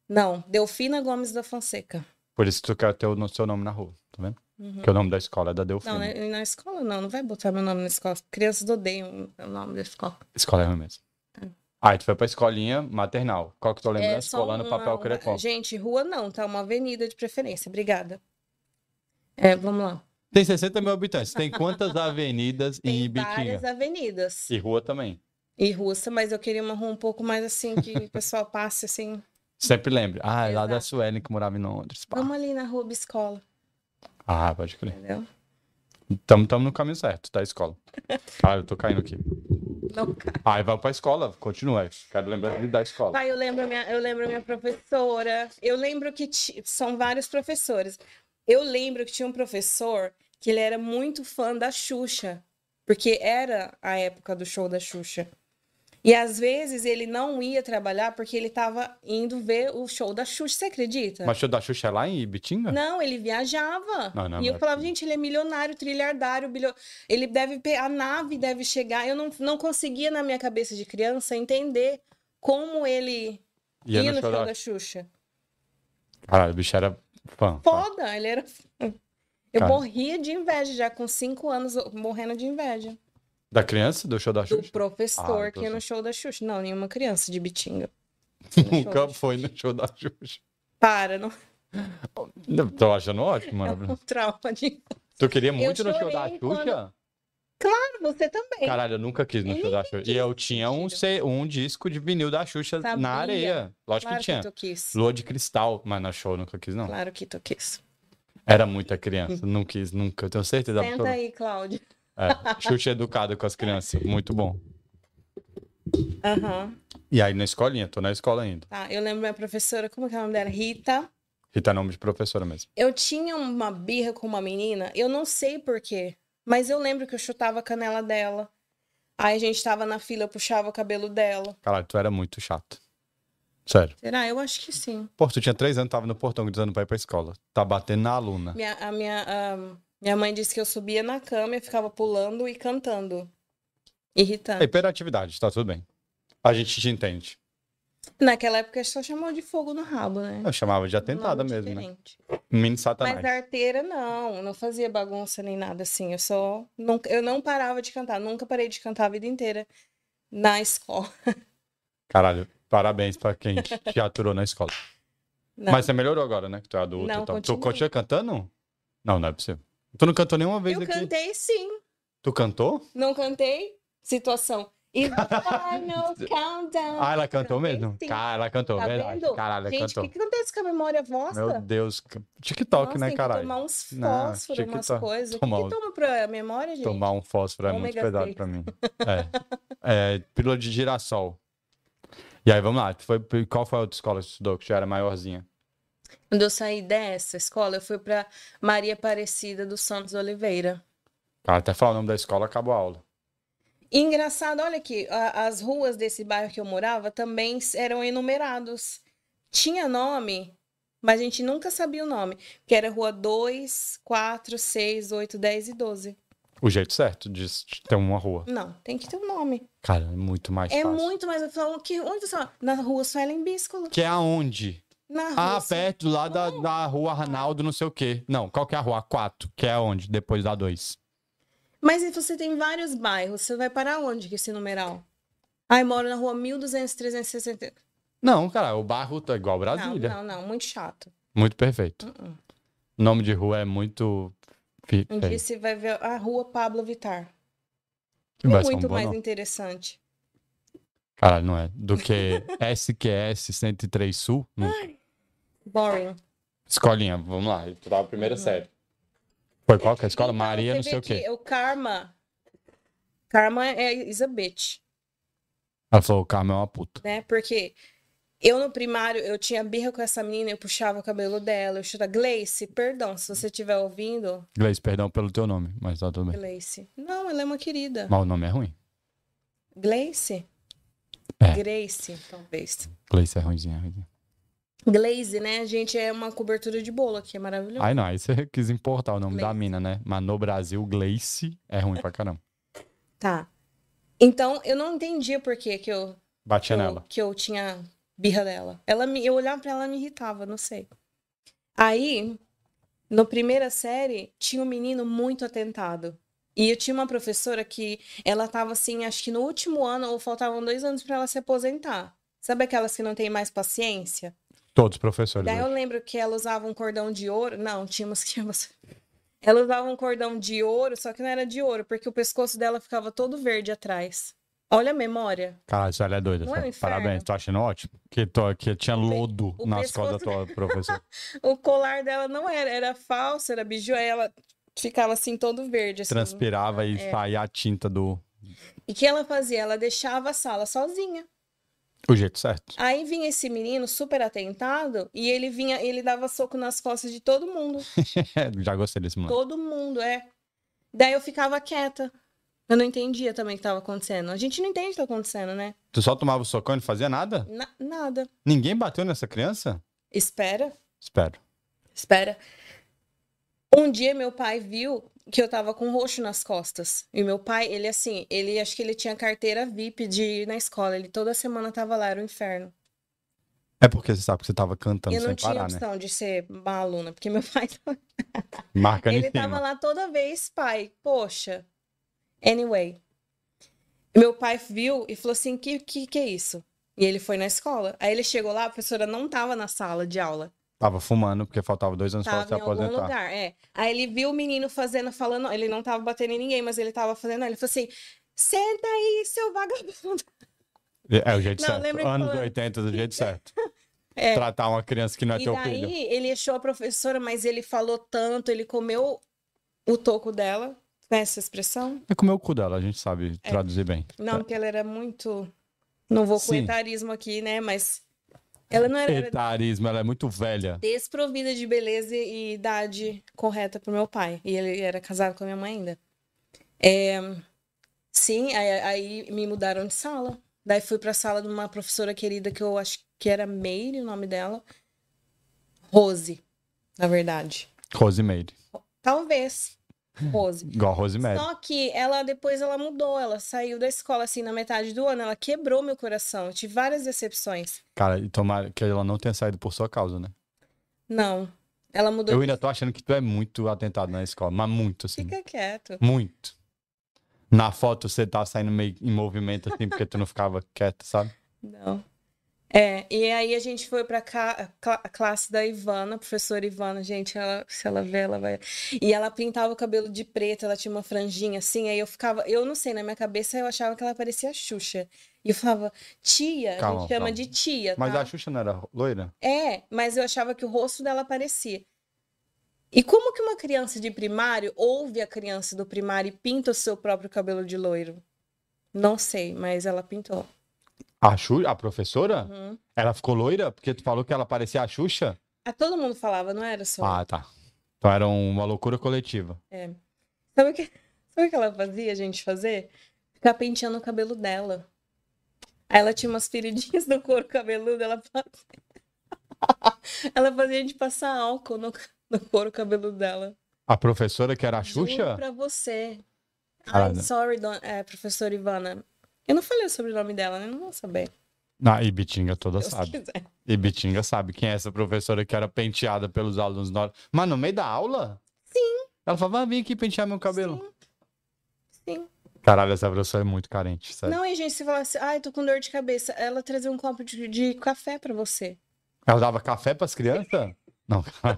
B: Não, Delfina Gomes da Fonseca.
A: Por isso tu quer ter o no- seu nome na rua, tá vendo?
B: Uhum.
A: Porque o nome da escola é da Delfina.
B: Não, né, na escola não, não vai botar meu nome na escola. Crianças odeiam o nome da escola.
A: Escola é ruim mesmo. Aí tu foi pra escolinha maternal. Qual que tu lembra da
B: Ah. É, só
A: escola no
B: uma-
A: papel
B: uma-
A: crepom?
B: Gente, rua não, tá? Uma avenida de preferência. Obrigada. É, vamos lá.
A: Tem 60 mil habitantes. Tem quantas avenidas em
B: Tem
A: Ibitinga?
B: várias avenidas.
A: E rua também.
B: e russa, mas eu queria uma rua um pouco mais assim, que o pessoal passe assim.
A: Sempre lembra. Ah, é lá da
B: Exato.
A: Suelen que morava em Londres. pá.
B: Vamos ali na rua Biscola,
A: Ah, pode crer.
B: entendeu?
A: Tamo, tamo no caminho certo, tá? Escola. Ah, eu tô caindo aqui.
B: Não, cara.
A: Aí vai pra escola, continua. aí. Quero lembrar de- da escola.
B: Pai, eu lembro a minha, eu lembro a minha professora. Eu lembro que ti- são vários professores. Eu lembro que tinha um professor que ele era muito fã da Xuxa, porque era a época do show da Xuxa. E às vezes ele não ia trabalhar porque ele tava indo ver o show da Xuxa, você acredita?
A: Mas o show da Xuxa é lá em Ibitinga?
B: Não, ele viajava.
A: Não, não,
B: e eu
A: mas-
B: falava, gente, ele é milionário, trilhardário, bilho... ele deve pe- a nave deve chegar. Eu não, não conseguia na minha cabeça de criança entender como ele
A: Ia
B: ia
A: no show da-
B: da Xuxa.
A: Tá. Caralho, o bicho era fã. fã.
B: Foda, ele era. fã. Eu
A: Cara.
B: morria de inveja já com cinco anos, eu- morrendo de inveja
A: Da criança, do show da
B: do
A: Xuxa? Ah,
B: professor
A: do
B: que ia no show da Xuxa. Não, nenhuma criança de Bitinga.
A: Nunca foi Tá no show da Xuxa.
B: Para, não
A: Eu Tô achando ótimo,
B: é
A: maravilhoso.
B: um trauma de.
A: Tu queria muito no show
B: chorei
A: da Xuxa?
B: quando- Você também.
A: Caralho, eu nunca quis no
B: Eu
A: show da Xuxa. E eu tinha um, C- um disco de vinil da Xuxa
B: Sabia.
A: na areia. Lógico
B: claro
A: que
B: que,
A: tinha.
B: tu quis.
A: Lua de cristal, mas na show eu nunca quis, não.
B: Claro que tu quis.
A: Era muita criança, não quis, nunca. Eu tenho certeza
B: Senta
A: absoluta.
B: aí, Cláudia.
A: É, Xuxa educada com as crianças, muito bom.
B: Aham.
A: E aí na escolinha, tô na escola ainda.
B: Tá, eu lembro minha professora, como que é o nome dela? Rita.
A: Rita é nome de professora mesmo.
B: Eu tinha uma birra com uma menina, eu não sei por quê, mas eu lembro que eu chutava a canela dela. Aí a gente tava na fila, eu puxava o cabelo dela.
A: Caralho, tu era muito chato. Sério.
B: Será? Eu acho que sim.
A: Pô, tu tinha três anos, tava no portão gritando pra ir pra escola. Tá batendo na aluna.
B: Minha, a minha, a- minha mãe disse que eu subia na cama e ficava pulando e cantando.
A: É
B: Irritante.
A: hiperatividade, tá tudo bem. A gente te entende. É.
B: Naquela época só chamou de fogo no rabo, né?
A: Eu chamava de atentada
B: Nome
A: É, mesmo, né?
B: diferente.
A: Menino satanás.
B: Mas é- arteira não, não fazia bagunça nem nada assim. Eu só nunca, eu não parava de cantar, nunca parei de cantar a vida inteira na escola.
A: Caralho, parabéns pra quem te aturou na escola.
B: Não.
A: Mas você melhorou agora, né? Que tu é adulto
B: Não,
A: e tal. Tu
B: continuo.
A: continua cantando? Não, não é possível. Tu não cantou nenhuma vez
B: Eu
A: aqui.
B: cantei sim,
A: Tu cantou?
B: não cantei. Situação. E final countdown.
A: Ah, ela cantou
B: Cantei
A: mesmo?
B: sim.
A: Cara, ela cantou,
B: Tá
A: verdade.
B: vendo?
A: Caralho, ela
B: Gente, o
A: cantou.
B: que que acontece com a memória vossa?
A: Meu Deus. ca- TikTok,
B: Nossa,
A: né,
B: tem
A: caralho?
B: que tomar uns
A: Não,
B: fósforos,
A: tinha que
B: umas
A: to-
B: coisas. O que,
A: tomar
B: que
A: um-
B: toma pra memória, gente?
A: Tomar um fósforo é muito
B: Ômega
A: pesado
B: seis.
A: pra mim. É. é. Pílula de girassol. E aí, vamos lá. Tu foi, qual foi a outra escola que tu estudou que já era maiorzinha?
B: Quando eu saí dessa escola, eu fui pra Maria Aparecida dos Santos Oliveira.
A: Cara, até falar o nome da escola, acabou a aula.
B: E Engraçado, olha aqui, a- as ruas desse bairro que eu morava também s- eram enumerados. Tinha nome, Mas a gente nunca sabia o nome. Que era rua 2, 4, 6, 8, 10 e 12.
A: O jeito certo de s- de ter uma rua.
B: Não, tem que ter um nome.
A: Cara, é muito mais
B: é
A: fácil.
B: muito mais. Eu falo, que, onde você fala? Na rua Suelen Bíscolo.
A: Que é aonde?
B: Na rua.
A: Ah, perto lá da, da rua Arnaldo, não sei o quê. Não, qual que é a rua? A 4, que é aonde? Depois da 2.
B: Mas e você tem vários bairros. Você vai para onde com esse numeral? Ai, moro na rua 1200, 360.
A: Não, cara, o bairro tá igual
B: Não,
A: Brasília.
B: não, não. Muito chato.
A: Muito perfeito.
B: Uh-uh.
A: O nome de rua é muito. fi- é,
B: Um
A: feio.
B: dia você vai ver a rua Pablo Vittar. É
A: Vai ser um
B: muito
A: bom
B: mais
A: nome.
B: interessante.
A: Caralho, não é. Do que SQS 103 Sul? Não.
B: Boring.
A: Escolinha, vamos lá. Eu tava a primeira série. Foi qual que é a escola?
B: Então,
A: Maria,
B: você
A: não
B: vê
A: sei o
B: que
A: quê.
B: O karma. Karma é is a bitch,
A: Ela falou, o Carmo é uma puta.
B: né? Porque eu no primário, eu tinha birra com essa menina, eu puxava o cabelo dela, eu chutava. Gleice, perdão, se você estiver ouvindo,
A: Gleice, perdão pelo teu nome, mas tá tudo bem.
B: Gleice. Não, ela é uma querida.
A: Mas o nome é ruim.
B: Gleice?
A: É.
B: Grace, talvez.
A: Gleice é ruimzinho, é ruimzinho.
B: Glaze, né, gente, é uma cobertura de bolo aqui, é maravilhoso.
A: Aí não, aí você quis importar o nome da
B: Gleice.
A: mina, né? Mas no Brasil, Gleice é ruim pra caramba.
B: Tá. Então, eu não entendia por que que eu
A: Batia
B: eu-
A: nela.
B: que eu tinha birra dela. Ela me, eu olhava pra ela ela me irritava, não sei. Aí, na primeira série, tinha um menino muito atentado. E eu tinha uma professora que ela tava assim, acho que no último ano, ou faltavam dois anos pra ela se aposentar. Sabe aquelas que não tem mais paciência?
A: Todos os professores.
B: Daí eu
A: hoje.
B: lembro que ela usava um cordão de ouro. Não, tinha umas que tinha umas- Ela usava um cordão de ouro, só que não era de ouro, porque o pescoço dela ficava todo verde atrás. Olha a memória.
A: Caralho, isso ela é doida.
B: Não é
A: sabe?
B: um inferno?
A: Parabéns, tô achando ótimo. Que, tô, que tinha lodo
B: o
A: nas costas da
B: pescoço-
A: tua professora.
B: O colar dela não era, era falso, era biju, aí ela ficava assim todo verde, assim.
A: Transpirava e saía a tinta do.
B: E o que ela fazia? Ela deixava a sala sozinha.
A: O jeito certo.
B: Aí vinha esse menino super atentado e ele vinha, ele dava soco nas costas de todo mundo.
A: Já gostei desse moleque.
B: Todo mundo, é. Daí eu ficava quieta. Eu não entendia também o que estava acontecendo. A gente não entende o que tá acontecendo, né?
A: Tu só tomava o socão e não fazia nada?
B: Na- nada.
A: Ninguém bateu nessa criança?
B: Espera.
A: Espero.
B: Espera. Um dia meu pai viu que eu tava com roxo nas costas. E meu pai, ele assim, ele acho que ele tinha carteira VIP de ir na escola. Ele toda semana tava lá, era o inferno.
A: É porque você sabe que você tava cantando
B: eu não
A: sem
B: tinha
A: parar, né?
B: opção de ser uma aluna, porque meu pai tava...
A: Marcando
B: ele
A: em cima.
B: tava lá toda vez, pai. Poxa. Anyway. Meu pai viu e falou assim: que, que que é isso? E ele foi na escola. Aí ele chegou lá, a professora não tava na sala de aula.
A: Tava fumando, porque faltava dois anos pra
B: Tava
A: se
B: em algum
A: aposentar.
B: lugar, é. Aí ele viu o menino fazendo, falando, ele não tava batendo em ninguém, mas ele tava fazendo, ele falou assim: senta aí, seu vagabundo.
A: É o jeito
B: Não,
A: certo.
B: lembra que
A: Anos
B: falando-
A: 80 do jeito certo.
B: É.
A: Tratar uma criança que não é
B: E
A: teu
B: daí
A: filho.
B: ele achou a professora, mas ele falou tanto, ele comeu o toco dela. Conhece essa expressão?
A: É comer o cu dela, a gente sabe
B: É.
A: traduzir bem.
B: Não, porque ela era muito. Não vou com
A: Tá. Sim.
B: etarismo aqui, né? Mas ela não era, era
A: Etarismo, ela é muito velha.
B: desprovida de beleza e idade correta pro meu pai. E ele era casado com a minha mãe ainda. É, sim, aí, aí me mudaram de sala. Daí fui pra sala de uma professora querida que eu acho que era Meire, o nome dela. Rose, na verdade.
A: Rosemary.
B: Talvez. Rose.
A: Igual a Rosemary.
B: Só que ela depois ela mudou, ela saiu da escola assim na metade do ano, ela quebrou meu coração, eu tive várias decepções.
A: Cara, e tomara que ela não tenha saído por sua causa, né?
B: Não, ela mudou.
A: Eu ainda tô achando que tu é muito atentado na escola, mas muito, assim.
B: Fica quieto.
A: Muito. Na foto você tá saindo meio em movimento, assim, porque tu não ficava quieto, sabe?
B: Não. É, e aí a gente foi pra ca- cla- classe da Ivana, professora Ivana, gente, ela, se ela vê, ela vai. E ela pintava o cabelo de preto, ela tinha uma franjinha assim, aí eu ficava, eu não sei, na minha cabeça eu achava que ela parecia a Xuxa. E eu falava, tia, a
A: Calma,
B: gente chama
A: calma.
B: de tia,
A: Mas
B: tá?
A: a Xuxa não era loira?
B: É, mas eu achava que o rosto dela parecia. E como que uma criança de primário ouve a criança do primário e pinta o seu próprio cabelo de loiro? Não sei, mas ela pintou.
A: A Xuxa, a professora?
B: Uhum.
A: Ela ficou loira? Porque tu falou que ela parecia a Xuxa?
B: Ah, todo mundo falava, não era só.
A: Ah, tá. Então era uma loucura coletiva.
B: Sabe o que, sabe o que ela fazia a gente fazer? Ficar penteando o cabelo dela. Aí ela tinha umas feridinhas no couro cabeludo, ela fazia. Ela fazia a gente passar álcool no, no couro cabeludo dela.
A: A professora que era a
B: Juro
A: Xuxa?
B: pra você.
A: Caralho.
B: Ai, sorry, don... é, professora Ivana. Eu não falei sobre o sobrenome dela, né? Não vou saber.
A: Na Ibitinga Ah, toda
B: Deus
A: sabe.
B: quiser.
A: Ibitinga sabe quem é essa professora que era penteada pelos alunos na hora. Mas no meio da aula? Sim. Ela falava, ah, vem aqui pentear meu cabelo.
B: Sim, sim.
A: Caralho, essa professora é muito carente, sério.
B: Não, e gente, se falasse, ai, tô com dor de cabeça, ela trazia um copo de, de café pra você.
A: Ela dava café pras crianças? Não, cara.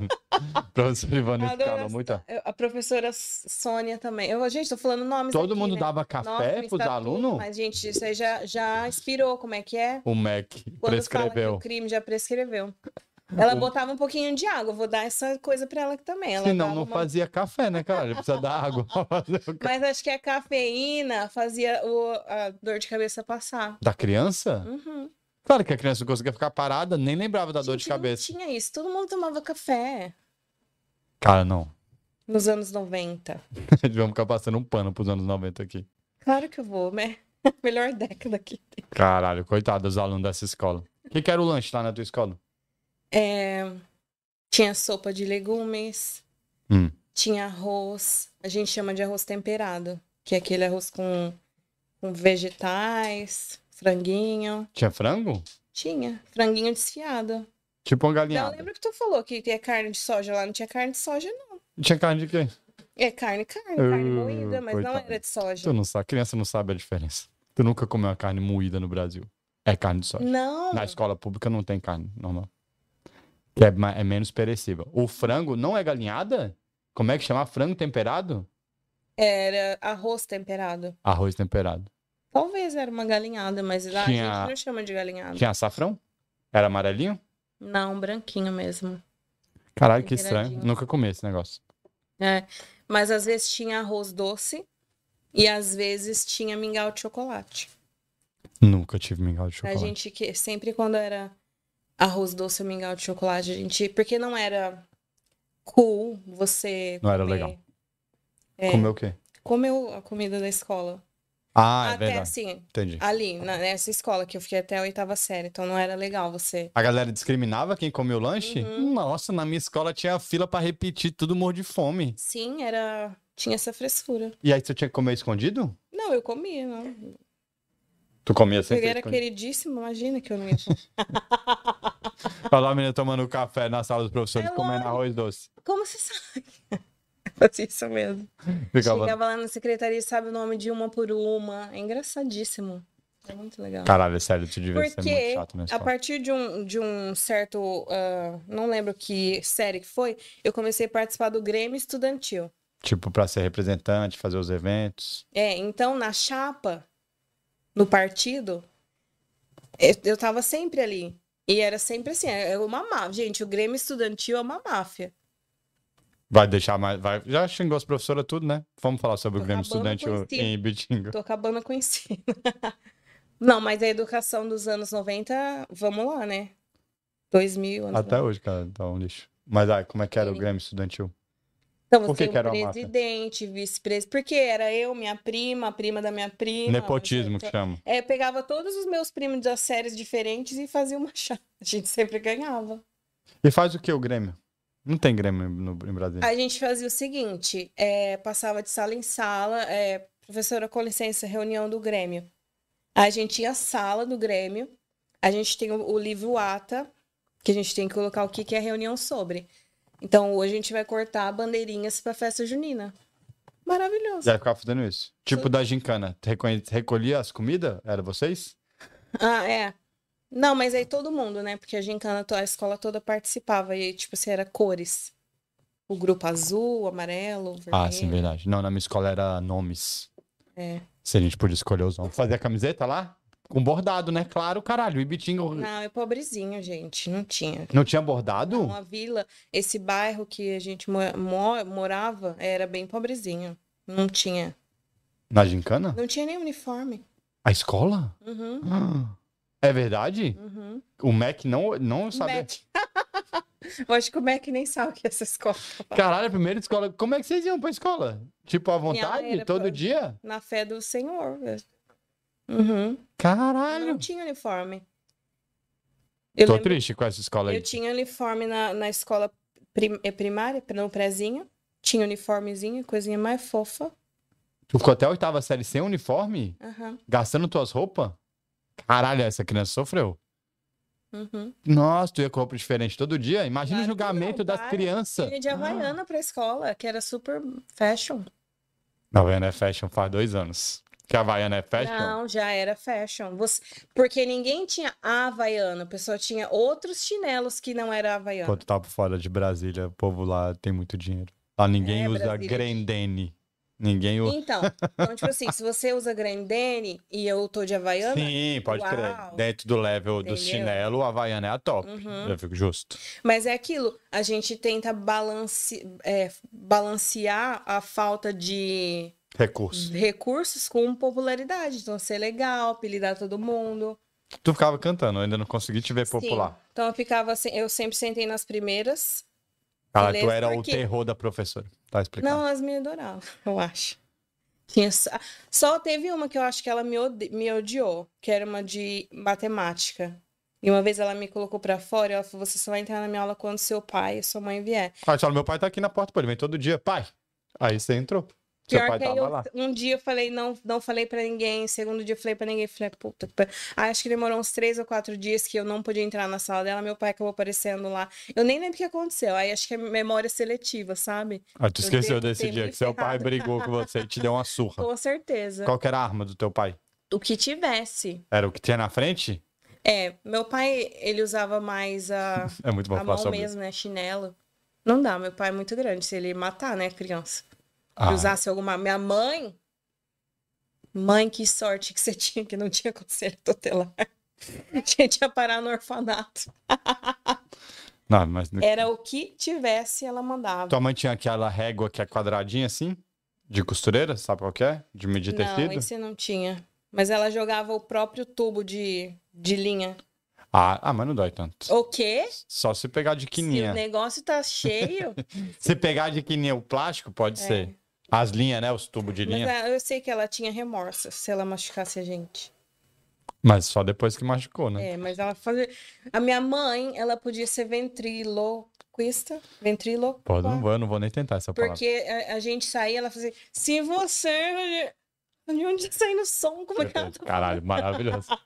A: professora Ivana
B: Adoro
A: ficava
B: essa-
A: muito...
B: Eu- a professora S- Sônia também. Eu, gente, tô falando nomes
A: Todo
B: aqui,
A: mundo
B: né?
A: dava café
B: Nossa,
A: pros
B: estatuto,
A: alunos?
B: Mas, gente, isso aí já, já inspirou, como é que é?
A: O Mac
B: Quando fala que
A: prescreveu.
B: o crime já prescreveu. Ela
A: O-
B: botava um pouquinho de água, vou dar essa coisa pra ela também. Ela
A: Senão
B: dava
A: não
B: uma-
A: fazia café, né, cara? Ele Precisa dar água pra fazer o café.
B: Mas acho que a cafeína fazia o, a dor de cabeça passar.
A: Da criança?
B: Uhum.
A: Claro que a criança não conseguia ficar parada, nem lembrava da dor de
B: Gente, não
A: cabeça.
B: tinha isso, todo mundo tomava café
A: Cara, não.
B: nos anos 90.
A: Vamos ficar passando um pano pros anos 90 aqui.
B: Claro que eu vou, né? Melhor década que tem.
A: Caralho, coitado dos alunos dessa escola. O que, que era o lanche lá na tua escola?
B: É, Tinha sopa de legumes,
A: Hum.
B: tinha arroz, a gente chama de arroz temperado, que é aquele arroz com, com vegetais, franguinho.
A: Tinha frango?
B: Tinha, franguinho desfiado.
A: Tipo uma
B: Não,
A: galinhada.
B: lembra que tu falou que tinha carne de soja lá? Não tinha carne de soja, não.
A: Tinha carne de quê?
B: É carne, carne,
A: Uh,
B: carne moída, mas não
A: coitado.
B: era de soja.
A: Tu não sabe, criança não sabe a diferença. Tu nunca comeu uma carne moída no Brasil. É carne de soja.
B: Não,
A: Na escola pública não tem carne normal. Que é, ma- é menos perecível. O frango não é galinhada? Como é que chama? Frango temperado?
B: era arroz temperado.
A: Arroz temperado.
B: Talvez era uma galinhada, mas lá a
A: Tinha-
B: gente não chama de galinhada.
A: Tinha açafrão? Era amarelinho?
B: Não, branquinho mesmo.
A: Caralho, que estranho.
B: Temperadinho.
A: Nunca comi esse negócio.
B: É, mas às vezes tinha arroz doce e às vezes tinha mingau de chocolate.
A: Nunca tive mingau de
B: A
A: chocolate.
B: gente que sempre quando era arroz doce ou mingau de chocolate, a gente, porque não era cool você
A: Não era
B: comer-
A: legal.
B: é,
A: Comeu o quê?
B: comeu a comida da escola.
A: Ah, é
B: até
A: verdade.
B: assim,
A: Entendi.
B: ali na- nessa escola que eu fiquei até a oitava série, então não era legal você.
A: A galera discriminava quem comia o lanche?
B: Uhum.
A: Nossa, na minha escola tinha fila pra repetir, tudo morro de fome.
B: Sim, era tinha essa frescura.
A: E aí você tinha que comer escondido?
B: Não, eu comia, não.
A: Tu comia
B: Eu
A: sempre
B: era
A: escondido?
B: queridíssima, imagina que eu não ia
A: Olha lá a menina tomando café na sala dos professores,
B: É
A: comendo
B: lógico.
A: arroz doce.
B: Como você sabe? Fazia isso mesmo.
A: Ficava...
B: Chegava lá na secretaria e sabe o nome de uma por uma. É engraçadíssimo. É muito legal.
A: Caralho, sério, tu devia ser muito
B: Porque
A: chato na
B: a
A: escola.
B: partir de um, de um certo. ah, não lembro que série que foi, eu comecei a participar do Grêmio Estudantil.
A: Tipo, pra ser representante, fazer os eventos.
B: É, então na chapa, no partido, eu, eu tava sempre ali. E era sempre assim, é uma máfia. Gente, o Grêmio Estudantil é uma máfia.
A: Vai deixar mais... Vai... Já xingou as professoras tudo, né? Vamos falar sobre o
B: Tô
A: Grêmio
B: acabando
A: Estudante
B: com esse
A: em Ibitinga.
B: Tô acabando com o ensino. Não, mas a educação dos anos 90, vamos lá, né? 2000, anos
A: Até
B: 90.
A: hoje, cara, tá um lixo. Mas aí, como é que era o
B: Sim.
A: Grêmio Estudantil?
B: Então
A: por que
B: você
A: que era
B: um
A: uma máfia?
B: presidente, vice-presidente, porque era eu, minha prima, a prima da minha prima.
A: Nepotismo que
B: você-
A: chama.
B: É, eu pegava todos os meus primos das séries diferentes e fazia uma chapa. A gente sempre ganhava.
A: E faz o que o Grêmio? Não tem Grêmio no, em Brasília.
B: A gente fazia o seguinte, é, passava de sala em sala, é, professora, com licença, reunião do Grêmio. A gente ia à sala do Grêmio, a gente tem o, o livro ATA, que a gente tem que colocar o que, que é a reunião sobre. Então, hoje a gente vai cortar bandeirinhas para festa junina. Maravilhoso.
A: Já ficava fazendo isso. Tipo da gincana. Tu reconhe- Recolhia as comidas? Era vocês?
B: Ah, é. Não, mas aí todo mundo, né? Porque a gincana, to- a escola toda participava. E, tipo, assim, era cores. O grupo azul, amarelo,
A: Ah, sim,
B: vermelho.
A: verdade. Não, na minha escola era nomes.
B: É.
A: Se a gente podia escolher os nomes. Fazer a camiseta lá? Com bordado, né? Claro, caralho. O Ibitinga
B: Não, é pobrezinho, gente. Não tinha.
A: não tinha bordado?
B: Então, a vila, esse bairro que a gente mo- mo- morava, era bem pobrezinho. Não tinha.
A: Na gincana?
B: Não tinha nem uniforme.
A: A escola?
B: Uhum,
A: Ah, É verdade?
B: uhum.
A: O Mac não, não sabe.
B: Mac. Eu acho que o Mac nem sabe o que é essa escola.
A: Caralho, a primeira escola. Como é que vocês iam pra escola? Tipo, à vontade?
B: era
A: Todo
B: pro-
A: dia?
B: Na fé do Senhor. velho. Uhum.
A: Caralho.
B: Não tinha uniforme. Eu,
A: Tô
B: lembro,
A: triste com essa escola aí.
B: eu tinha uniforme na, na escola prim- eh, primária, no prézinho. Tinha uniformezinho, coisinha mais fofa.
A: Tu ficou até a oitava série sem uniforme?
B: Aham,
A: Gastando tuas roupas? Caralho, essa criança sofreu.
B: uhum.
A: Nossa, tu ia com roupa diferente todo dia? Imagina o
B: Claro que não,
A: julgamento das
B: para.
A: crianças.
B: Eu ia de Havaiana pra escola, que era super fashion.
A: A Havaiana é fashion faz dois anos. Que a Havaiana é fashion?
B: Não, já era fashion. Você... Porque ninguém tinha a Havaiana, o pessoal tinha outros chinelos que não era Havaiana.
A: Quando tá por fora de Brasília, o povo lá tem muito dinheiro. Lá ninguém
B: É,
A: usa
B: Brasília.
A: grendene. Ninguém usa.
B: Então, então, tipo assim, se você usa Grendene e eu tô de Havaiana,
A: Sim, pode crer.
B: Uau.
A: Dentro do level do
B: Entendeu?
A: chinelo, a Havaiana é a top.
B: Uhum.
A: Eu fico justo.
B: mas é aquilo, a gente tenta balance, é, balancear a falta de
A: Recurso.
B: recursos com popularidade. Então, ser legal, apelidar todo mundo.
A: Tu ficava cantando, eu ainda não consegui te ver
B: Uhum. Sim.
A: popular.
B: Então, eu ficava assim, eu sempre sentei nas primeiras.
A: Cara, tu
B: Beleza,
A: era o
B: porque-
A: terror da professora. Tá explicando.
B: Não, elas me adoravam, eu acho. Tinha só... só teve uma que eu acho que ela me, ode- me odiou, que era uma de matemática. E uma vez ela me colocou pra fora, e ela falou: você só vai entrar na minha aula quando seu pai e sua mãe vier.
A: Aí tu fala, meu pai tá aqui na porta, pô, ele vem todo dia. Pai! Aí você entrou. Seu
B: Pior
A: pai
B: que aí
A: tava
B: eu,
A: lá.
B: um dia eu falei, não, não falei pra ninguém, segundo dia eu falei pra ninguém, falei, "Ah, puta, que pa-". Aí acho que demorou uns três ou quatro dias que eu não podia entrar na sala dela, meu pai acabou aparecendo lá. Eu nem lembro o que aconteceu, aí acho que é memória seletiva, sabe?
A: Aí Ah, tu
B: Eu
A: esqueceu
B: tentei
A: desse
B: me
A: dia que seu pai
B: ferrar.
A: brigou com você e te deu uma surra.
B: Com certeza.
A: Qual que era a arma do teu pai?
B: O que tivesse.
A: Era o que tinha na frente?
B: É, meu pai, ele usava mais a,
A: É muito bom
B: a
A: falar
B: mão
A: sobre isso.
B: mesmo, né? Chinelo. Não dá, meu pai é muito grande. Se ele matar, né, criança. Se
A: Ah,
B: usasse alguma. Minha mãe. Mãe, que sorte que você tinha, que não tinha conselho tutelar. A gente ia parar no orfanato.
A: Ah, não, mas
B: Era o que tivesse, ela mandava.
A: Tua mãe tinha aquela régua que é quadradinha assim? De costureira, sabe qual que é? De medir
B: Não,
A: tecido?
B: esse não tinha. Mas ela jogava o próprio tubo de, de linha.
A: Ah, ah, mas não dói tanto.
B: O quê?
A: Só se pegar de
B: Se
A: quininha.
B: o negócio tá cheio.
A: Se pegar de quininha o plástico, pode
B: É.
A: ser. As linhas, né? Os tubos de
B: mas
A: linha.
B: ah, eu sei que ela tinha remorso se ela machucasse a gente.
A: Mas só depois que machucou, né?
B: É, mas ela fazia. A minha mãe, ela podia ser ventriloquista. Ventriloquista.
A: Pô, não vou, eu não vou nem tentar essa palavra.
B: Porque a, a gente saía, ela fazia. Se você. De onde tá saindo som? Como é que ela tá
A: Caralho, maravilhoso.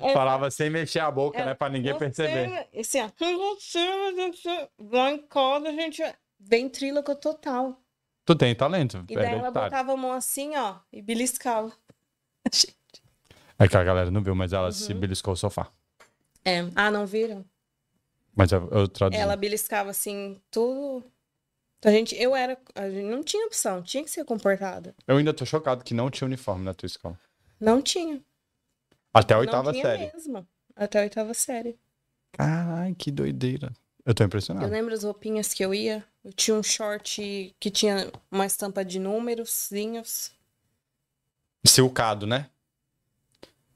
B: É.
A: Falava sem mexer a boca, né? Pra ninguém
B: falando?
A: perceber.
B: Você- Assim, ó. Se você- você- Lá em casa, a gente. Ventríloco total.
A: Tu tem talento, É
B: E daí ela
A: hereditário.
B: botava a mão assim, ó, e beliscava.
A: É que a galera não viu, mas ela se
B: Uhum.
A: beliscou o sofá.
B: É. Ah, não viram?
A: Uhum. Mas eu, eu traduzi.
B: Ela beliscava assim, tudo. A gente, eu era. A gente não tinha opção, tinha que ser comportada.
A: Eu ainda tô chocado que não tinha uniforme na tua escola.
B: Não tinha.
A: Até a oitava
B: não tinha
A: série.
B: mesmo. Até a oitava série.
A: Caralho, que doideira. Eu tô impressionado.
B: Eu lembro as roupinhas que eu ia. Eu tinha um short que tinha uma estampa de númerozinhos.
A: Silcado, né?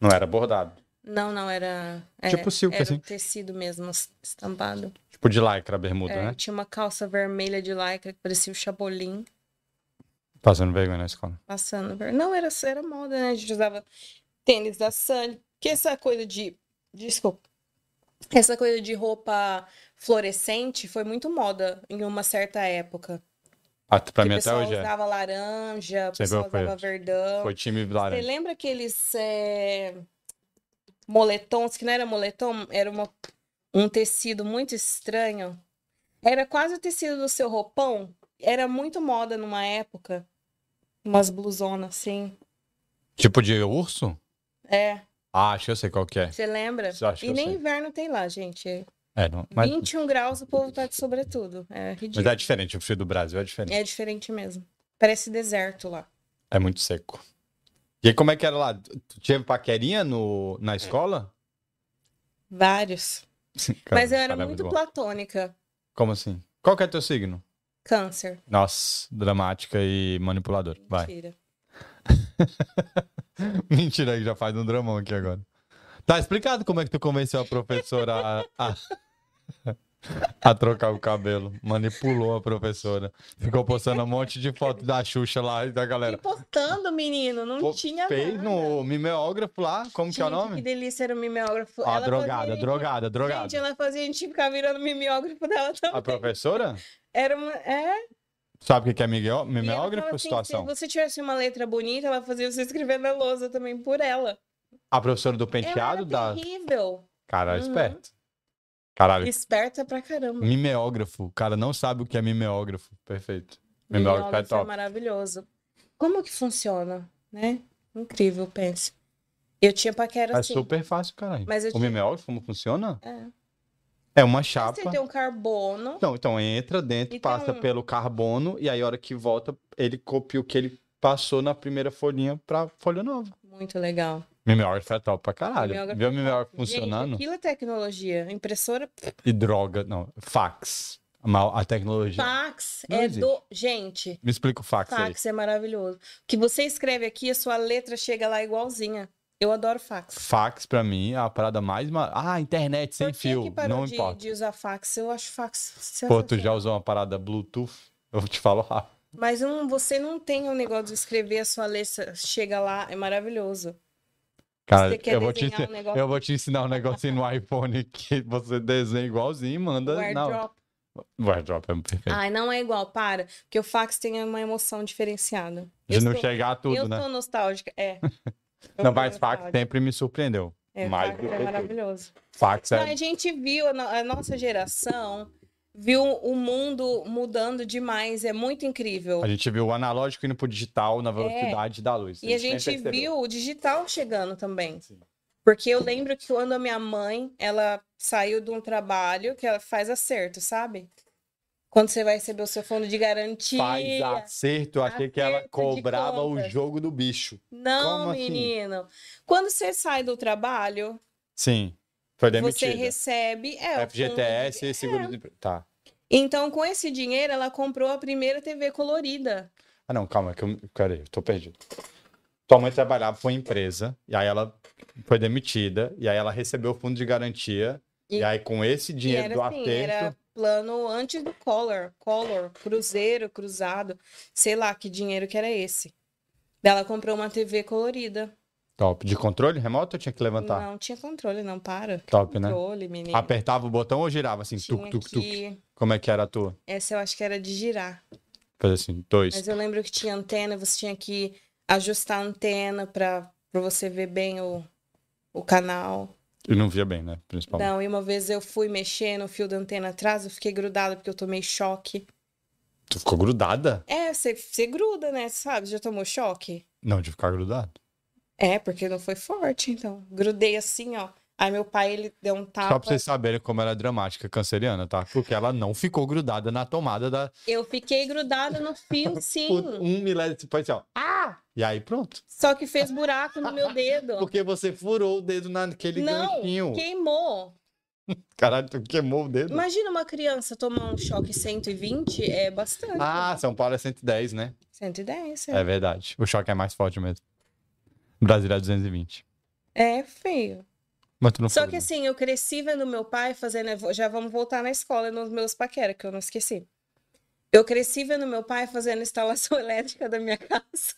A: Não era bordado.
B: Não, não, era. é,
A: Tipo silk,
B: era
A: assim.
B: o tecido mesmo, as- estampado.
A: Tipo de lycra bermuda,
B: É,
A: né?
B: Tinha uma calça vermelha de lycra que parecia o chabolim.
A: Passando vergonha na escola.
B: Passando. ver- Não, era, era moda, né? A gente usava tênis da Sunny. Que essa coisa de. Desculpa. Essa coisa de roupa fluorescente foi muito moda em uma certa época.
A: Ah, pra
B: Que
A: mim
B: o
A: até
B: pessoal
A: hoje é.
B: usava laranja, o
A: Sempre
B: pessoal
A: foi-
B: usava verdão.
A: Foi time né?
B: Você
A: laranja.
B: lembra aqueles é, moletons, que não era moletom, era uma- um tecido muito estranho. Era quase o tecido do seu roupão. Era muito moda numa época. Umas blusonas, assim.
A: Tipo de urso?
B: É,
A: Ah, acho que eu sei qual que é.
B: você lembra?
A: Acho que
B: E
A: eu
B: nem
A: sei.
B: inverno tem lá, gente.
A: É, não, mas,
B: 21 graus, o povo tá de sobretudo. É
A: mas
B: ridículo.
A: é diferente. O frio do Brasil é diferente.
B: É diferente mesmo. Parece deserto lá.
A: É, muito seco. E aí, como é que era lá? Tu tinha paquerinha no, na escola?
B: Vários.
A: Cara,
B: Mas eu era
A: cara, é
B: muito
A: bom.
B: platônica.
A: Como assim? Qual que é teu signo?
B: Câncer.
A: Nossa, dramática e manipuladora. Vai.
B: Mentira.
A: Mentira, aí já faz um dramão aqui agora. Tá explicado como é que tu convenceu a professora a. a- a trocar o cabelo. Manipulou a professora. Ficou postando um monte de foto da Xuxa lá e da galera.
B: Pipotando, menino. Não
A: Pô,
B: tinha
A: Fez
B: nada.
A: no mimeógrafo lá, como que é o
B: Gente, Que
A: nome?
B: delícia era o mimeógrafo.
A: Ó,
B: Ela
A: drogada,
B: fazia a gente-
A: drogada, drogada.
B: Gente, ela fazia a gente ficar virando mimeógrafo dela também.
A: A professora?
B: Era uma... É.
A: Sabe o que que é miguel-
B: e ela falava
A: mimeógrafo?
B: assim,
A: Situação.
B: Se você tivesse uma letra bonita, ela fazia você escrever na lousa também por ela.
A: A professora do
B: ela
A: penteado
B: era
A: da.
B: terrível.
A: Caralho,
B: Uhum.
A: esperto. Caralho,
B: Esperta pra caramba.
A: mimeógrafo. O cara não sabe o que é mimeógrafo. Perfeito. Mimeógrafo é
B: Mimeógrafo é
A: top.
B: maravilhoso. Como que funciona, né? Incrível, pense. Eu tinha paquera
A: É
B: assim.
A: super fácil, caralho.
B: Mas eu
A: O
B: tinha-
A: mimeógrafo, como funciona?
B: É.
A: É uma
B: Você
A: chapa.
B: tem um carbono.
A: Não, então entra dentro,
B: E tem
A: passa
B: um-
A: pelo carbono e aí a hora que volta, ele copia o que ele passou na primeira folhinha pra folha nova.
B: Muito legal.
A: Mimeógrafo é top pra caralho.
B: Mimeógrafo
A: Viu o mimeógrafo
B: Gente,
A: funcionando?
B: aquilo é tecnologia. Impressora
A: E droga, não, fax. A mal- A tecnologia.
B: fax
A: Não
B: é
A: existe.
B: do. Gente,
A: Me explica o fax, aí.
B: fax é maravilhoso. O que você escreve aqui, a sua letra chega lá igualzinha. Eu adoro fax.
A: Fax pra mim é a parada mais. ma- Ah, internet sem
B: Por que
A: fio,
B: que parou
A: não
B: de,
A: importa.
B: de usar fax? Eu acho fax
A: Pô, tu já usou uma parada Bluetooth? Eu te falo rápido.
B: Mas não- você não tem o negócio de escrever a sua letra, chega lá, é maravilhoso.
A: Cara,
B: você quer
A: Ah, eu vou, te
B: desenhar
A: ensinar,
B: um negócio,
A: eu vou te ensinar um negocinho no iPhone que você desenha igualzinho e manda.
B: o
A: Não,
B: airdrop.
A: o airdrop é perfeito.
B: Ai, não é igual, para. Porque o fax tem uma emoção diferenciada.
A: De
B: Eu
A: não
B: sou-
A: chegar a
B: eu
A: tudo, né?
B: sou nostálgica, é. Eu
A: Não,
B: sou
A: mas fax
B: nostálgica.
A: sempre me surpreendeu.
B: É,
A: mais do
B: fax
A: que
B: é
A: tudo.
B: maravilhoso.
A: Fax
B: Não,
A: é.
B: a gente viu, a no- a nossa geração viu o mundo mudando demais, é muito incrível.
A: A gente viu o analógico indo pro digital na velocidade da luz.
B: É. E a
A: nem
B: gente
A: percebeu.
B: viu o digital chegando também.
A: Sim.
B: Porque eu lembro que quando a minha mãe, ela saiu de um trabalho que ela faz acerto, sabe? Quando você vai receber o seu fundo de garantia.
A: Faz acerto, eu achei que ela
B: Acerto de
A: cobrava o
B: contas.
A: jogo do bicho.
B: Não,
A: Como assim?
B: menino. Quando você sai do trabalho,
A: Sim. Foi
B: você
A: demitida.
B: recebe. É, o fundo de- É.
A: FGTS, seguro de... Tá.
B: Então, com esse dinheiro, ela comprou a primeira TV colorida.
A: Ah, não, calma, que eu. Peraí, eu tô perdido. Tua mãe trabalhava pra uma empresa, e aí ela foi demitida, e aí ela recebeu o fundo de garantia, e,
B: E-
A: aí com esse
B: E
A: dinheiro
B: era
A: do
B: assim,
A: acerto.
B: era plano antes do Collor, Collor, Cruzeiro, Cruzado, sei lá que dinheiro que era esse. Daí Ela comprou uma TV colorida.
A: Top. De controle remoto eu tinha que levantar?
B: Não tinha controle, não, para.
A: Top, Ah, tá. né?
B: Controle, menino.
A: Apertava o botão ou girava assim,
B: tinha
A: tuk, tuk, tuk.
B: que...
A: Como é que era a tua?
B: Essa eu acho que era de girar.
A: Fazer assim, dois.
B: Mas eu lembro que tinha antena, você tinha que ajustar a antena pra, pra você ver bem o, o canal.
A: Eu não via bem, né? Principalmente.
B: Não, e uma vez eu fui mexer no fio da antena atrás, eu fiquei grudada porque eu tomei choque.
A: Tu ficou grudada?
B: É, você, você gruda, né? Sabe? Já tomou choque?
A: Não, de ficar grudado.
B: É, porque não foi forte, então. Grudei assim, ó. Aí meu pai, ele deu um tapa.
A: Só pra vocês saberem como ela é dramática canceriana, tá? Porque ela não ficou grudada na tomada da.
B: Eu fiquei grudada no fio, sim.
A: Um milésimo. Foi assim, ó. Ah! E aí, pronto.
B: Só que fez buraco no meu dedo.
A: Porque um você furou o dedo naquele
B: Não,
A: ganchinho.
B: queimou.
A: Caralho, tu queimou o dedo.
B: Imagina uma criança tomar um choque 120, é bastante.
A: Ah, São Paulo é 110, né?
B: 110,
A: É
B: é.
A: verdade. O choque é mais forte mesmo. Brasília é 220.
B: É feio.
A: Mas tu não
B: Só
A: foi,
B: que
A: né?
B: assim, eu cresci vendo meu pai fazendo. Já vamos voltar na escola nos meus paquera, que eu não esqueci. Eu cresci vendo meu pai fazendo instalação elétrica da minha casa.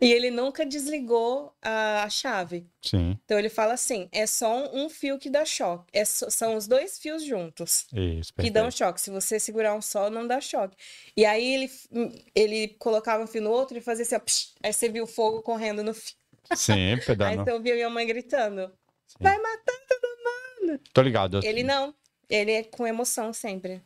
B: E ele nunca desligou a chave.
A: Sim.
B: Então ele fala assim: é só um, um fio que dá choque. É só- são os dois fios juntos
A: Isso,
B: que
A: perfeito.
B: dão choque. Se você segurar um só, não dá choque. E aí ele, hum, ele colocava um fio no outro e fazia assim: ó, psh, aí você viu o fogo correndo no fio.
A: Sempre
B: aí
A: dando.
B: você ouvia minha mãe gritando.
A: Sim.
B: Vai matar!
A: Tô ligado. eu-
B: Ele não. Ele é com emoção sempre.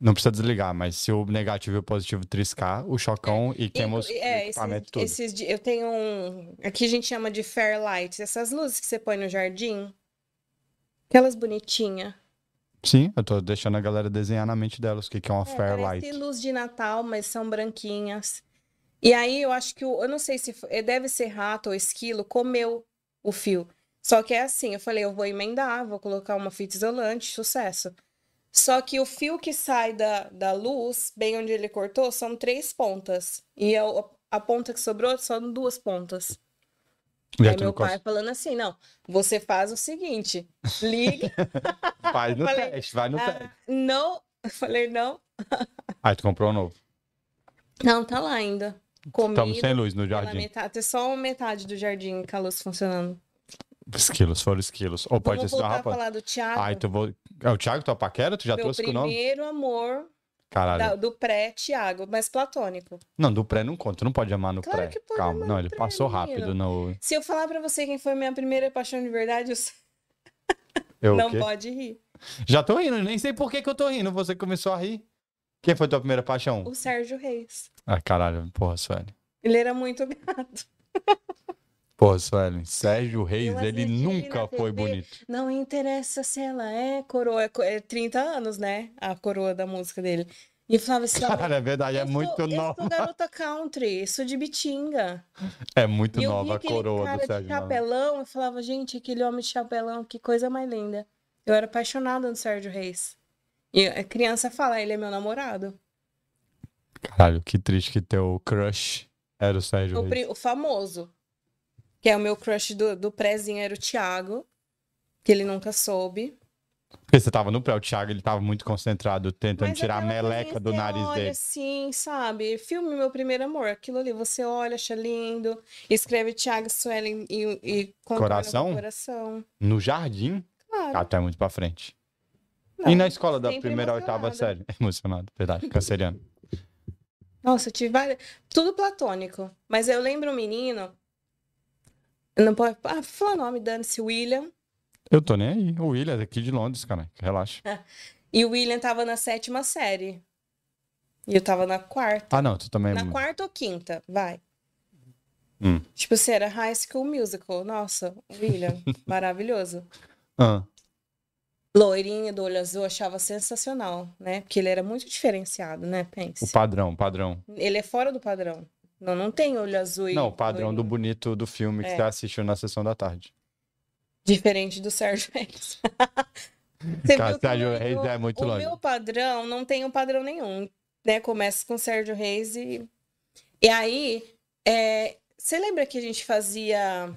A: Não precisa desligar, mas se o negativo e o positivo triscar, o chocão e queima os
B: Inclu- é, esses,
A: equipamentos tudo.
B: esses di- eu tenho um. Aqui a gente chama de fair light. Essas luzes que você põe no jardim. Aquelas bonitinhas.
A: Sim, eu tô deixando a galera desenhar na mente delas o que, que é uma
B: É,
A: fair
B: parece
A: light.
B: luz de Natal, mas são branquinhas. E aí eu acho que o, eu não sei se fo- eh, deve ser rato ou esquilo comeu o fio. Só que é assim, eu falei, eu vou emendar, vou colocar uma fita isolante, sucesso. Só que o fio que sai da, da luz, bem onde ele cortou, é são três pontas. E a, a ponta que sobrou são duas pontas. Aí meu pai falando assim, não, você faz o seguinte, ligue,
A: Faz no
B: Falei,
A: teste, vai no teste.
B: ah, não, eu falei, não,
A: Aí tu comprou um novo.
B: não, tá lá ainda,
A: Estamos
B: comida,
A: sem luz no
B: pela
A: jardim.
B: metade, tem só uma metade do jardim com a luz funcionando.
A: Esquilos, foram esquilos. Ou pode ter
B: Vamos
A: sido
B: voltar
A: uma
B: a
A: rapadura.
B: falar do Thiago,
A: Ai, tu vou... É o Thiago, tua paquera? Tu já
B: meu
A: trouxe com o nome?
B: primeiro amor
A: Caralho.
B: da- do pré-Thiago, mas platônico.
A: Não, do pré não conta. Tu não pode amar no
B: Claro
A: pré.
B: que pode
A: Calma.
B: amar
A: Não,
B: no
A: ele
B: pré,
A: passou rápido
B: menino.
A: no...
B: Se eu falar pra você quem foi minha primeira paixão de verdade, você
A: Eu, o
B: não
A: quê?
B: pode rir.
A: Já tô rindo, nem sei por que, que eu tô rindo. Você começou a rir. Quem foi tua primeira paixão?
B: O Sérgio Reis.
A: Ah, caralho. Porra, Sueli.
B: Ele era muito gato.
A: Porra, Sueli. Sérgio Reis, ele
B: assisti
A: nunca
B: na
A: foi
B: TV.
A: bonito.
B: Não interessa se ela é coroa. É 30 anos, né? A coroa da música dele. E falava assim: ó,
A: Cara, é verdade, é
B: eu
A: muito
B: sou, Eu
A: nova.
B: sou garota country, sou de bitinga.
A: É muito
B: e eu
A: nova
B: vi
A: a
B: aquele
A: coroa do
B: cara de
A: Sérgio Malandro.
B: chapelão e falava: gente, aquele homem de chapelão, que coisa mais linda. Eu era apaixonada no Sérgio Reis. E a criança fala: ele é meu namorado.
A: Caralho, que triste que teu crush era o Sérgio
B: O,
A: Reis.
B: pri- o famoso. Que é o meu crush do, do prézinho, era o Thiago. Que ele nunca soube.
A: Porque você tava no pré, o Thiago, ele tava muito concentrado tentando
B: Mas
A: tirar a
B: aquela coisinha
A: meleca
B: que
A: do
B: você
A: nariz
B: olha
A: dele.
B: assim, sabe? Filme Meu Primeiro Amor. Aquilo ali, você olha, acha lindo. Escreve Thiago Suelen e, e contorna
A: Coração?
B: com coração.
A: No jardim,
B: Claro.
A: até muito pra frente.
B: Não.
A: e na escola da
B: sempre
A: primeira à oitava
B: emocionada.
A: série? Emocionado, verdade, canceriano.
B: Nossa, eu tive várias... Tudo platônico. Mas eu lembro um menino... eu Não pode... Ah, fala o nome, dane-se, William.
A: Eu tô nem aí. O William é aqui de Londres, cara. Relaxa.
B: E o William tava na sétima série. E eu tava na quarta.
A: Ah, não, tu também.
B: Na quarta ou quinta, vai.
A: Hum.
B: Tipo, você era High School Musical. Nossa, William, maravilhoso.
A: Ah,
B: Loirinho do olho azul, achava sensacional, né? Porque ele era muito diferenciado, né? Pense.
A: o padrão, o padrão.
B: Ele é fora do padrão. Não, não tem olho azul e
A: Não, o padrão do
B: loirinho.
A: bonito do filme que
B: É.
A: você assistiu na sessão da tarde.
B: Diferente do Sérgio Reis. Você
A: Cara,
B: viu que o
A: Sérgio
B: meu-
A: Reis é muito
B: o
A: longe.
B: meu padrão não tem um padrão nenhum, né? Começa com Sérgio Reis e... E aí, é, você lembra que a gente fazia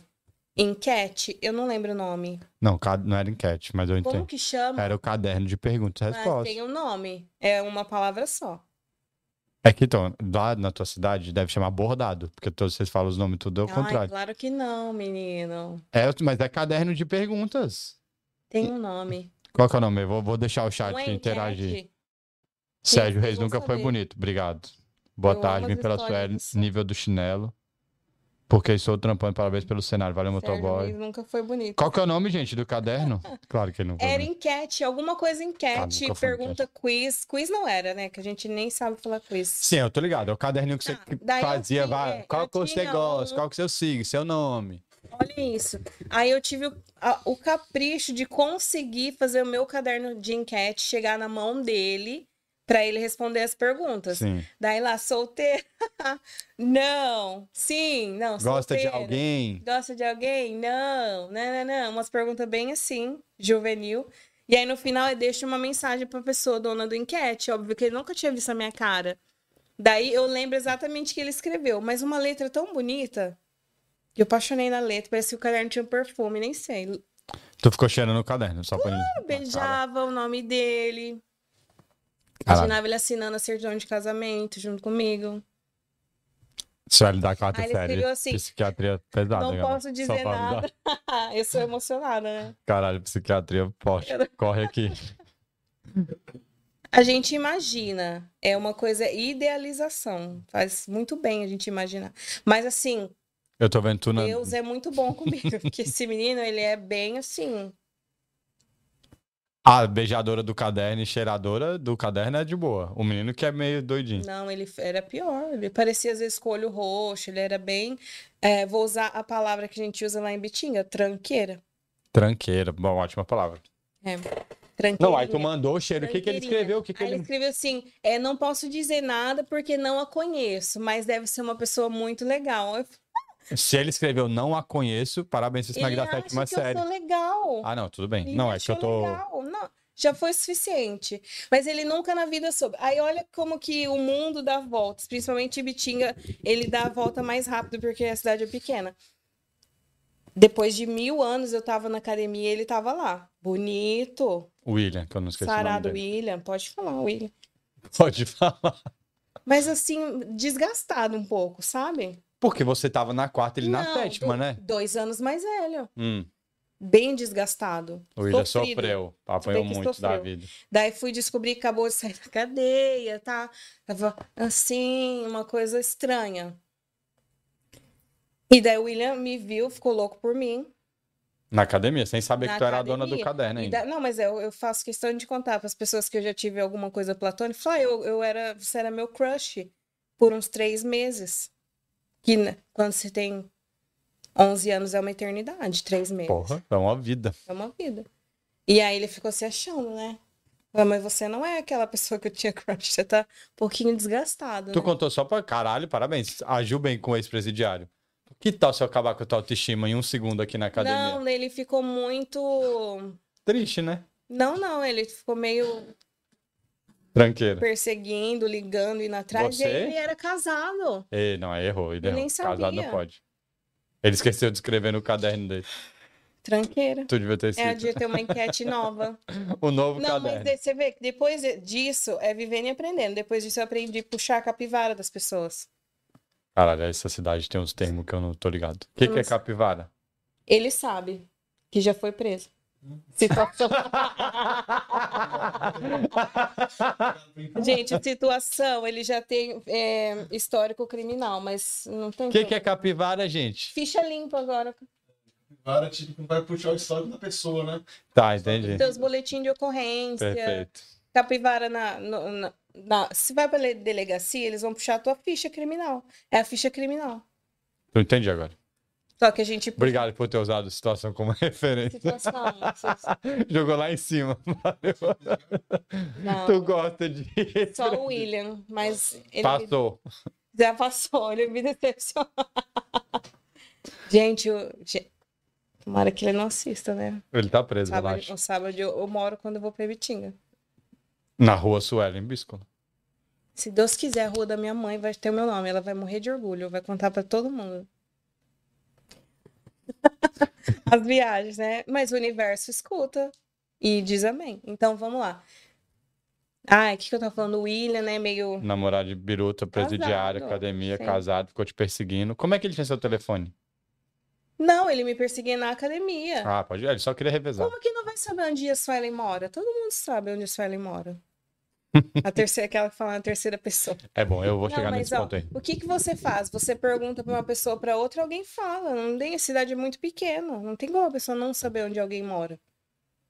B: enquete? Eu não lembro o nome.
A: Não, ca- não era enquete, mas eu
B: Como
A: entendo.
B: que chama?
A: Era o caderno de perguntas e
B: Mas
A: respostas.
B: tem um nome. É uma palavra só.
A: É que então, lá na tua cidade deve chamar bordado, porque todos vocês falam os nomes tudo ao
B: Ai,
A: contrário.
B: claro que não, menino.
A: É, mas é caderno de perguntas.
B: Tem um nome.
A: Qual que é o nome? Eu Vou, vou deixar o chat
B: Uma
A: interagir.
B: enquete.
A: Sérgio
B: vocês
A: Reis
B: vão
A: nunca foi
B: saber.
A: bonito, obrigado. Boa
B: Eu
A: tarde,
B: amo
A: vim
B: as
A: pela
B: histórias
A: Sueli,
B: disso.
A: nível do chinelo. Porque estou trampando, parabéns pelo cenário, valeu,
B: Sérgio
A: motoboy.
B: Reis nunca foi bonito.
A: Qual que é o nome, gente, do caderno? Claro que não. né? foi
B: Era
A: bonito.
B: enquete, alguma coisa enquete,
A: Uhum. Ah, nunca foi
B: pergunta quiz. Quiz não era, né? Que a gente nem sabe falar quiz.
A: Sim, eu tô ligado. É o caderninho que você
B: Ah, daí eu
A: fazia,
B: tinha- é,
A: vai. Qual
B: eu
A: que você
B: tinha
A: gosta?
B: um-
A: Qual que você siga? Seu nome.
B: Olha isso. Aí eu tive o, a- o capricho de conseguir fazer o meu caderno de enquete chegar na mão dele pra ele responder as perguntas.
A: Sim.
B: Daí lá, solteira? não. Sim, não.
A: Gosta de
B: solteira.
A: alguém?
B: Gosta de alguém? Não, não, não, não. Umas perguntas bem assim, juvenil. E aí no final eu deixo uma mensagem pra pessoa, dona do enquete. Óbvio que ele nunca tinha visto a minha cara. Daí eu lembro exatamente o que ele escreveu, mas uma letra tão bonita. Eu apaixonei na letra, parecia que o caderno tinha um perfume, nem sei. Eu
A: Tu ficou cheirando o caderno, só pra ele.
B: beijava o nome dele,
A: Caralho.
B: imaginava ele assinando a certidão de casamento junto comigo.
A: Sueli da quarta
B: Aí ele
A: série.
B: escreveu assim,
A: psiquiatria pesada.
B: não
A: galera.
B: posso
A: Só
B: dizer
A: pra avisar.
B: nada. eu sou emocionada, né?
A: Caralho, psiquiatria, poste. Corre aqui.
B: A gente imagina, é uma coisa idealização, faz muito bem a gente imaginar. Mas assim,
A: Eu tô vendo tu na.
B: Deus é muito bom comigo, porque esse menino, ele é bem assim.
A: A beijadora do caderno e cheiradora do caderno é de boa. O menino que é meio doidinho.
B: Não, ele era pior, ele parecia às vezes com o olho roxo, ele era bem, é, vou usar a palavra que a gente usa lá em Bitinga, tranqueira.
A: Tranqueira, uma ótima palavra.
B: É,
A: Não, aí tu
B: tranqueirinha.
A: mandou o cheiro. O que, que ele
B: Tranqueirinha.
A: escreveu? O que, que
B: Aí ele
A: ele.
B: escreveu assim: é, não posso dizer nada porque não a conheço, mas deve ser uma pessoa muito legal. Eu-
A: Se ele escreveu não a conheço, parabéns, é você
B: Ele
A: da
B: acha
A: sétima
B: que eu
A: série.
B: sou legal.
A: Ah, não, tudo bem.
B: Ele
A: não, é que eu
B: achou
A: tô.
B: legal. Não, já foi suficiente. Mas ele nunca na vida soube. Aí olha como que o mundo dá voltas, principalmente Ibitinga, ele dá a volta mais rápido porque a cidade é pequena. Depois de mil anos eu tava na academia e ele tava lá. Bonito.
A: William, que eu não esqueci
B: sarado
A: o nome dele.
B: William. Pode falar, William.
A: Pode falar.
B: Mas assim, desgastado um pouco, sabe?
A: Porque você tava na quarta, ele na
B: Não,
A: sétima, né?
B: Dois anos mais velho.
A: Hum,
B: Bem desgastado.
A: o William
B: Sofrido.
A: sofreu, apanhou
B: Bem que
A: muito da
B: sofreu.
A: vida.
B: Daí fui descobrir que acabou de sair da cadeia, tá? Tava assim, uma coisa estranha. E daí o William me viu, ficou louco por mim.
A: Na academia, sem saber
B: Na
A: que tu era a dona do
B: academia.
A: caderno
B: E
A: ainda.
B: da- Não, mas eu, eu faço questão de contar para as pessoas que eu já tive alguma coisa platônica. Falar, eu, eu era, você era meu crush por uns três meses. Que né, quando você tem 11 anos é uma eternidade, três meses.
A: Porra, é uma vida.
B: É uma vida. E aí ele ficou se achando, né? Falei, Mas você não é aquela pessoa que eu tinha crush, você tá um pouquinho desgastado,
A: Tu
B: né?
A: contou só pra caralho, parabéns. Agiu bem com o ex-presidiário. Que tal se eu acabar com a tua autoestima em um segundo aqui na academia?
B: Não, ele ficou muito.
A: Triste, né?
B: Não, não, ele ficou meio
A: Tranqueira.
B: perseguindo, ligando, indo atrás.
A: Você?
B: E ele era casado.
A: Ei, não, aí errou, ele
B: Eu
A: errou.
B: nem
A: Casado não
B: sabia.
A: pode. Ele esqueceu de escrever no caderno dele.
B: Tranqueira.
A: Tu devia ter
B: É,
A: escrito
B: devia ter uma enquete nova.
A: o novo
B: Não, mas
A: Um caderno.
B: de- você vê que depois de- disso é vivendo e aprendendo. Depois disso eu aprendi a puxar a capivara das pessoas.
A: Caralho, essa cidade tem uns termos que eu não tô ligado. O que, que é
B: Nossa.
A: capivara?
B: Ele sabe que já foi preso.
A: Hum.
B: Situação. Gente, situação, ele já tem é, histórico criminal, mas não tem.
A: O que,
B: como.
A: que é capivara, gente?
B: Ficha limpa agora.
C: Vara, tipo, vai puxar o histórico da pessoa, né?
A: Tá, entendi.
B: Teus boletins de ocorrência.
A: Perfeito.
B: Capivara na. no- na- na- se vai pra delegacia, eles vão puxar a tua ficha criminal. É a ficha criminal. é.
A: Tu entendi agora.
B: Só que a gente.
A: Obrigado por ter usado a situação como referência.
B: Situação.
A: Jogou lá em cima. Valeu.
B: Não. é
A: Tu gosta de.
B: Só o William, mas ele
A: Passou.
B: me- já passou, ele me decepcionou. Gente, eu... ge- tomara que ele não assista, né?
A: Ele tá preso,
B: Sábado,
A: relaxa.
B: no sábado eu, eu moro quando eu vou pra Ibitinga.
A: Na rua Suelen Biscola.
B: Se Deus quiser, a rua da minha mãe vai ter o meu nome. Ela vai morrer de orgulho, vai contar pra todo mundo. As viagens, né? Mas o universo escuta e diz amém. Então vamos lá. Ah, o que, que eu tava falando? O William, né? Meio.
A: Namorado de biruta, presidiário,
B: Casado,
A: academia,
B: sim.
A: casado, ficou te perseguindo. Como é que ele tinha seu telefone?
B: Não, ele me perseguia na academia.
A: Ah, pode. Ele só queria revezar.
B: É. Como que não vai saber onde a Suelen mora? Todo mundo sabe onde a Suelen mora. A terceira, aquela que fala na terceira pessoa.
A: É bom, eu vou
B: Não,
A: chegar
B: mas,
A: nesse
B: ó,
A: ponto aí.
B: O que que você faz? Você pergunta pra uma pessoa pra outra, alguém fala. Não tem a cidade é muito pequena. Não tem como a pessoa não saber onde alguém mora.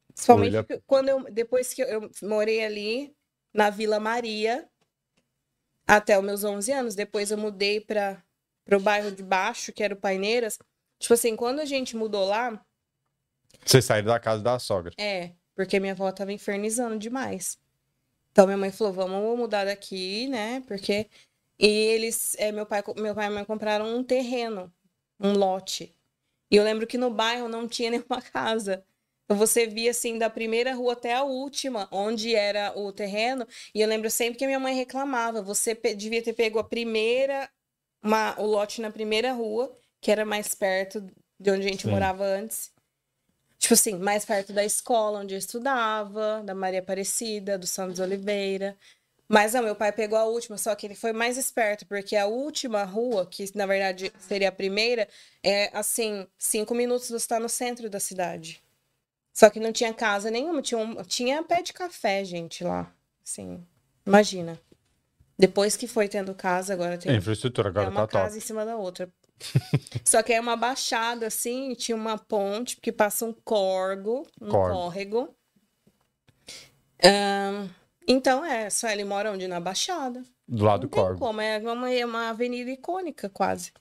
B: Principalmente
A: Olha-
B: que- quando eu, depois que eu morei ali na Vila Maria até os meus 11 anos. Depois eu mudei para o bairro de baixo, que era o Paineiras. Tipo assim, quando a gente mudou lá,
A: Vocês saíram da casa da sogra.
B: É, porque minha avó tava infernizando demais. Então minha mãe falou, vamos mudar daqui, né? Porque e eles, é, meu pai, co- meu pai e minha mãe compraram um terreno, um lote. E eu lembro que no bairro não tinha nenhuma casa. Então Você via assim da primeira rua até a última, onde era o terreno. E eu lembro sempre que minha mãe reclamava, você pe- devia ter pego a primeira, uma- o lote na primeira rua, que era mais perto de onde a gente
A: Sim.
B: morava antes. Tipo assim, mais perto da escola onde eu estudava, da Maria Aparecida, do Santos Oliveira. Mas não, meu pai pegou a última, só que ele foi mais esperto, porque a última rua, que na verdade seria a primeira, é assim, cinco minutos você está no centro da cidade. Só que não tinha casa nenhuma, tinha, um- tinha pé de café, gente, lá. Assim, imagina. Depois que foi tendo casa, agora tem
A: Infraestrutura,
B: é
A: agora
B: uma
A: tá
B: casa
A: top.
B: em cima da outra. Só que é uma baixada, assim, e tinha uma ponte que passa um corgo, um
A: Corgo.
B: córrego. Ahn, então, é, só ele mora onde? Na Baixada.
A: Do lado
B: Não
A: do
B: tem
A: Corgo.
B: como, é uma, é uma avenida icônica, quase.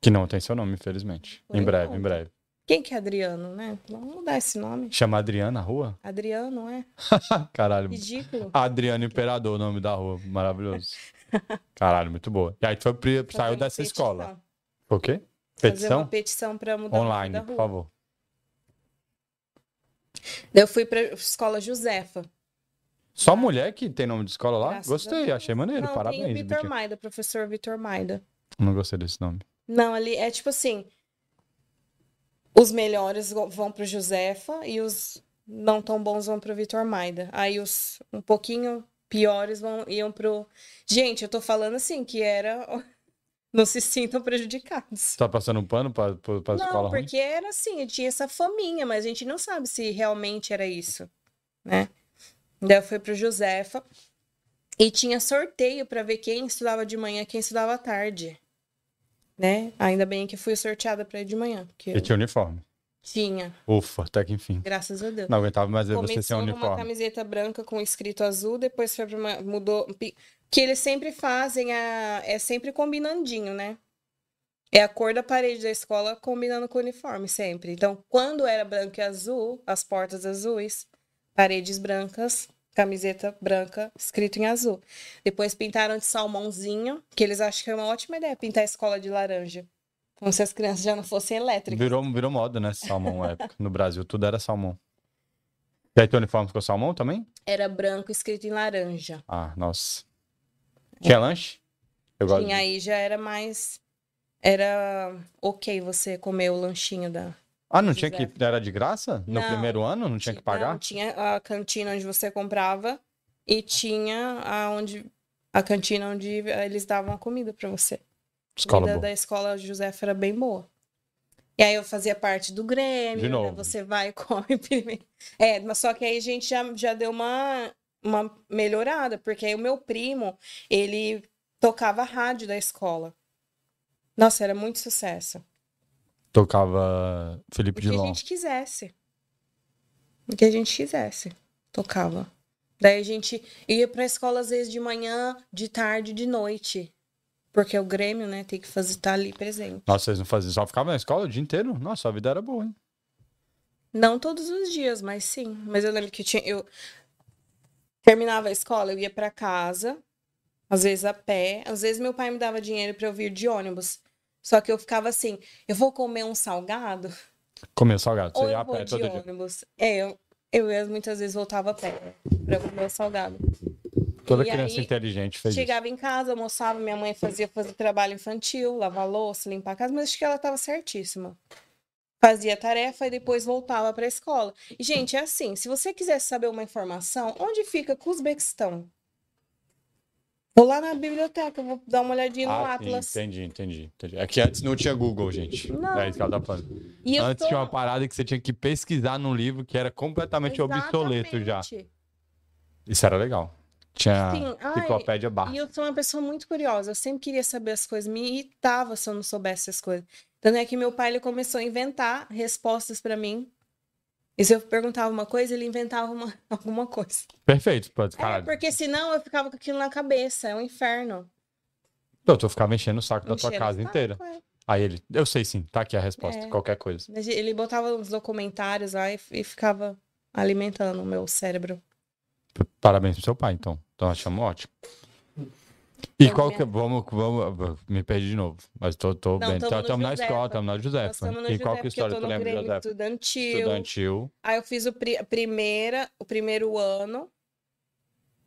A: Que não tem seu nome, infelizmente.
B: Por
A: em breve,
B: enquanto.
A: em breve.
B: Quem que é Adriano, né? Vamos mudar esse nome.
A: Chama Adriana a rua?
B: Adriano, é?
A: Caralho.
B: Ridículo.
A: Adriano Imperador, o nome da rua. Maravilhoso. Caralho, muito boa. E aí tu foi, pri-
B: Fazer
A: saiu
B: uma
A: dessa
B: petição.
A: escola. O quê?
B: Fazer uma
A: Petição?
B: petição pra mudar o nome da
A: Online,
B: rua.
A: por favor.
B: Daí Eu fui pra escola Josefa.
A: Só mulher que tem nome de escola lá?
B: Tá. Graças a
A: gostei,
B: Deus.
A: achei maneiro.
B: Não,
A: Parabéns,
B: tem o Vitor
A: Vitinho.
B: Maida, professor Vitor Maida.
A: Não gostei desse nome.
B: Não, ali é tipo assim. Os melhores go- vão pro Josefa e os não tão bons vão pro Vitor Maida. Aí os um pouquinho piores vão iam pro. Gente, eu tô falando assim que era. Não se sintam prejudicados.
A: Você tá passando um pano pra, pra, pra escola
B: Não,
A: ruim?
B: porque era assim, tinha essa faminha, mas a gente não sabe se realmente era isso, né? Daí eu fui pro Josefa e tinha sorteio pra ver quem estudava de manhã, quem estudava à tarde, né? Ainda bem que eu fui sorteada pra ir de manhã, porque
A: E
B: eu
A: tinha uniforme.
B: tinha,
A: Ufa, até que enfim.
B: graças a Deus.
A: Não aguentava mais ver você sem
B: Começou com uma
A: uniforme.
B: camiseta branca com escrito azul, depois foi pra uma, mudou. pi- Que eles sempre fazem a. É sempre combinandinho, né? É a cor da parede da escola combinando com o uniforme, sempre. Então, quando era branco e azul, as portas azuis, paredes brancas, camiseta branca, escrito em azul. Depois pintaram de salmãozinho, que eles acham que é uma ótima ideia pintar a escola de laranja. Como se as crianças já não fossem elétricas.
A: Virou, virou moda, né? Salmão na época. No Brasil, tudo era salmão. E aí teu uniforme ficou salmão também?
B: Era branco escrito em laranja.
A: Ah, nossa. Tinha lanche? Eu gosto.
B: Sim,
A: de-
B: aí já era mais. Era ok você comer o lanchinho da.
A: Ah, não tinha que. Era de graça? No
B: Não.
A: primeiro ano? Não tinha que pagar?
B: Não, tinha a cantina onde você comprava e tinha a, onde, a cantina onde eles davam a comida pra você.
A: Escola
B: comida
A: boa.
B: da escola Josefa era bem boa. E aí eu fazia parte do Grêmio,
A: De
B: né?
A: novo.
B: Você vai e come primeiro. É, mas só que aí a gente já, já deu uma, uma melhorada, porque aí o meu primo, ele tocava a rádio da escola. Nossa, era muito sucesso.
A: Tocava
B: O
A: Felipe
B: que a
A: Dilon.
B: gente quisesse. O que a gente quisesse. Tocava. Daí a gente ia pra escola às vezes de manhã, de tarde, de noite. Porque o Grêmio, né, tem que fazer, tá ali presente.
A: Nossa, vocês não faziam. Só ficavam na escola o dia inteiro? Nossa, a vida era boa, hein?
B: Não todos os dias, mas sim. Mas eu lembro que eu tinha, eu terminava a escola, eu ia pra casa, às vezes a pé, às vezes meu pai me dava dinheiro pra eu vir de ônibus. Só que eu ficava assim, eu vou comer um salgado
A: Comia salgado.
B: ou
A: Você ia
B: eu
A: a
B: vou
A: pé
B: de
A: todo dia.
B: ônibus? É, eu, eu ia- muitas vezes voltava a pé pra comer o salgado.
A: Toda
B: E
A: criança
B: aí,
A: inteligente fez isso.
B: Chegava em casa, almoçava, minha mãe fazia, fazia trabalho infantil, lavar louça, limpar a casa, mas acho que ela estava certíssima. Fazia a tarefa e depois voltava para a escola. E, gente, é assim: se você quiser saber uma informação, onde fica Cusbequistão? Vou lá na biblioteca, vou dar uma olhadinha no
A: Ah,
B: Atlas.
A: sim, entendi, entendi, entendi. É que antes não tinha Google, gente.
B: Não.
A: É isso que ela tá falando.
B: E eu
A: Antes
B: tô-
A: tinha um uma parada que você tinha que pesquisar num livro que era completamente obsoleto já. Ah,
B: Exatamente.
A: Isso era legal. Tinha
B: Sim, ai,
A: enciclopédia barra.
B: E eu sou uma pessoa muito curiosa, eu sempre queria saber as coisas, me irritava se eu não soubesse as coisas. Tanto é que meu pai ele começou a inventar respostas pra mim. E se eu perguntava uma coisa, ele inventava uma- alguma coisa.
A: Perfeito. pô,
B: É,
A: Caralho.
B: porque senão eu ficava com aquilo na cabeça, é um inferno.
A: Eu tô ficando enchendo o saco da tua
B: Enchendo
A: casa
B: o saco,
A: inteira.
B: é.
A: Aí ele, eu sei sim, tá aqui a resposta,
B: É.
A: qualquer coisa.
B: Mas Ele botava uns documentários lá e, e ficava alimentando o meu cérebro.
A: P- Parabéns pro seu pai, então. Então achamos ótimo. E
B: Então,
A: qual
B: minha-
A: que. é? Vamos, vamos. Me perdi de novo. Mas tô, tô
B: Não,
A: bem.
B: tamo
A: Então,
B: no
A: Tamo na
B: Josefa.
A: escola, tamo na
B: Nós
A: Josefa.
B: estamos no
A: E qual que é
B: Josefa,
A: a
B: porque eu
A: história
B: tô
A: que tu
B: no
A: lembra,
B: Grêmio
A: Josefa?
B: Estudantil.
A: Estudantil.
B: Aí eu fiz o pri- a primeira, o primeiro ano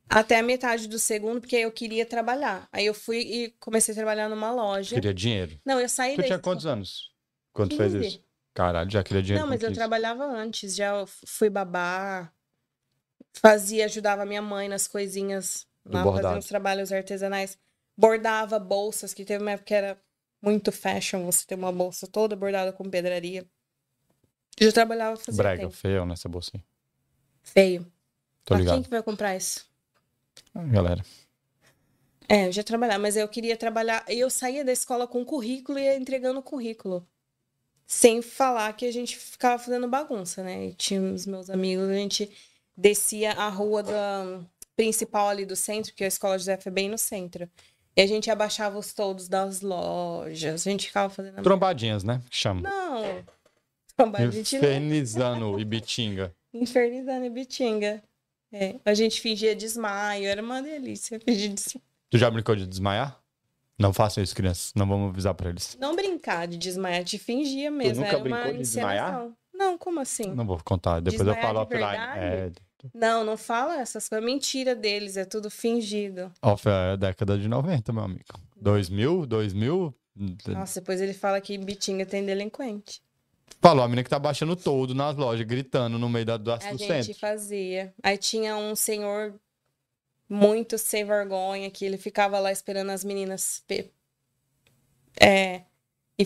B: até a metade do segundo, porque eu queria trabalhar. Aí eu fui e comecei a trabalhar numa loja.
A: Queria dinheiro.
B: Não, eu saí
A: Tu
B: da
A: tinha
B: escola-
A: quantos anos? Quando tu fez
B: 15.
A: isso? Caralho, já queria dinheiro.
B: Não,
A: com
B: mas eu
A: 15.
B: trabalhava antes, já eu fui babá, fazia, ajudava minha mãe nas coisinhas,
A: Do
B: lá
A: bordado.
B: fazendo os trabalhos artesanais, bordava bolsas, que teve uma época que era muito fashion você ter uma bolsa toda bordada com pedraria. Eu trabalhava fazendo
A: Brega, feio nessa bolsinha.
B: feio.
A: Tô
B: Mas quem
A: ligado. Ah,
B: que vai comprar isso?
A: Galera.
B: É, eu já trabalhava, mas eu queria trabalhar. Eu saía da escola com currículo e ia entregando currículo. Sem falar que a gente ficava fazendo bagunça, né? E tinha os meus amigos, a gente descia a rua da principal ali do centro, que a escola José é bem no centro. E a gente abaixava os toldos das lojas, a gente ficava fazendo.
A: Trombadinhas, né? Que chama.
B: Não! Tromba, a gente não.
A: Infernizando Ibitinga.
B: Infernizando Ibitinga. É, a gente fingia desmaio, era uma delícia fingir desmaio.
A: Tu já brincou de desmaiar? Não façam isso, crianças. Não vamos avisar pra eles.
B: Não brincar de desmaiar, te fingia mesmo.
A: nunca
B: era uma
A: brincou de desmaiar?
B: encenação. Não, como assim? Não.
A: Não vou contar. Depois eu
B: Desmaiar
A: falo
B: de
A: offline. É,
B: verdade? não, fala essas coisas. Mentira deles, é tudo fingido.
A: off é década de 90, meu amigo. 2000, 2000.
B: Nossa, depois ele fala que Bitinga tem delinquente.
A: Falou, a menina que tá baixando todo nas lojas, gritando no meio da, da,
B: A
A: do
B: É, gente
A: centro.
B: fazia. Aí tinha um senhor muito sem vergonha que ele ficava lá esperando as meninas. pe- É. E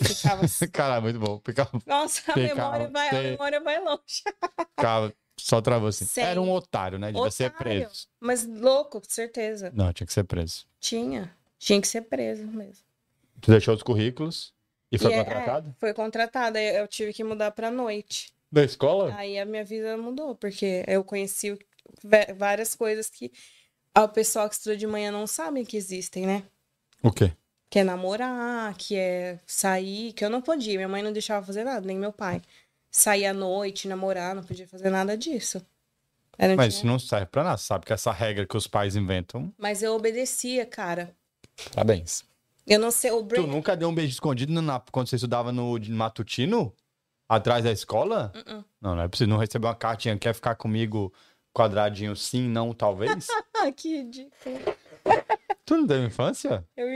B: ficava. assim.
A: Cara, é muito bom. Ficava,
B: Nossa, a
A: Ficava-
B: memória, vai, a
A: Sei.
B: memória vai longe.
A: ficava- só travou assim.
B: Sei.
A: Era um otário, né? Devia ser
B: Otário.
A: preso.
B: Mas louco, com certeza.
A: Não, tinha que ser preso.
B: Tinha. Tinha que ser preso mesmo.
A: Tu deixou os currículos e foi
B: E é- é,
A: contratado?
B: foi contratada. Eu eu tive que mudar pra noite.
A: Da escola?
B: Aí a minha vida mudou, porque eu conheci o- va- várias coisas que o pessoal que estuda de manhã não sabe que existem, né?
A: O quê?
B: Que é namorar, que é sair, que eu não podia, minha mãe não deixava fazer nada, nem meu pai. Sair à noite, namorar, não podia fazer nada disso. Eu não
A: Mas
B: tinha-
A: isso não serve pra nada, sabe? Que essa regra que os pais inventam.
B: Mas eu obedecia, cara.
A: Parabéns.
B: Eu não sei, o
A: Tu
B: break...
A: nunca deu um beijo escondido na- quando você estudava no de matutino? Atrás da escola?
B: Uh-uh.
A: Não, não é preciso. Não receber uma cartinha. Quer ficar comigo quadradinho sim, não, talvez?
B: Ah, que ridículo.
A: tu não teve infância?
B: Eu...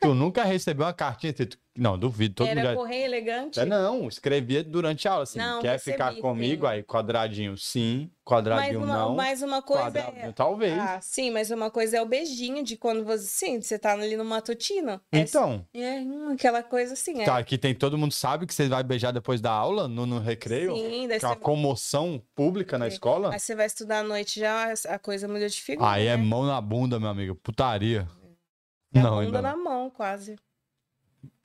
A: Tu nunca recebeu uma cartinha escrito... Não, duvido. Todo
B: Era
A: mundo já...
B: correr elegante.
A: É, não, escrevia durante a aula, assim,
B: Não,
A: quer
B: recebi,
A: ficar
B: sim.
A: comigo? Aí, quadradinho sim,
B: Mas
A: quadradinho
B: uma,
A: não,
B: mas uma coisa é...
A: quadradinho talvez.
B: Ah, sim, mas uma coisa é o beijinho de quando você. Sim, você tá ali no matutino. É-
A: então,
B: É, hum, aquela coisa assim. É.
A: tá, aqui tem todo mundo sabe que você vai beijar depois da aula, no, no recreio,
B: Sim, daí
A: que é uma
B: você,
A: comoção pública na
B: É.
A: escola.
B: aí você vai estudar à noite já, a coisa muda de figura.
A: Aí é
B: né?
A: mão na bunda, meu amigo, putaria.
B: É a
A: Não,
B: bunda
A: ainda não.
B: na mão, quase.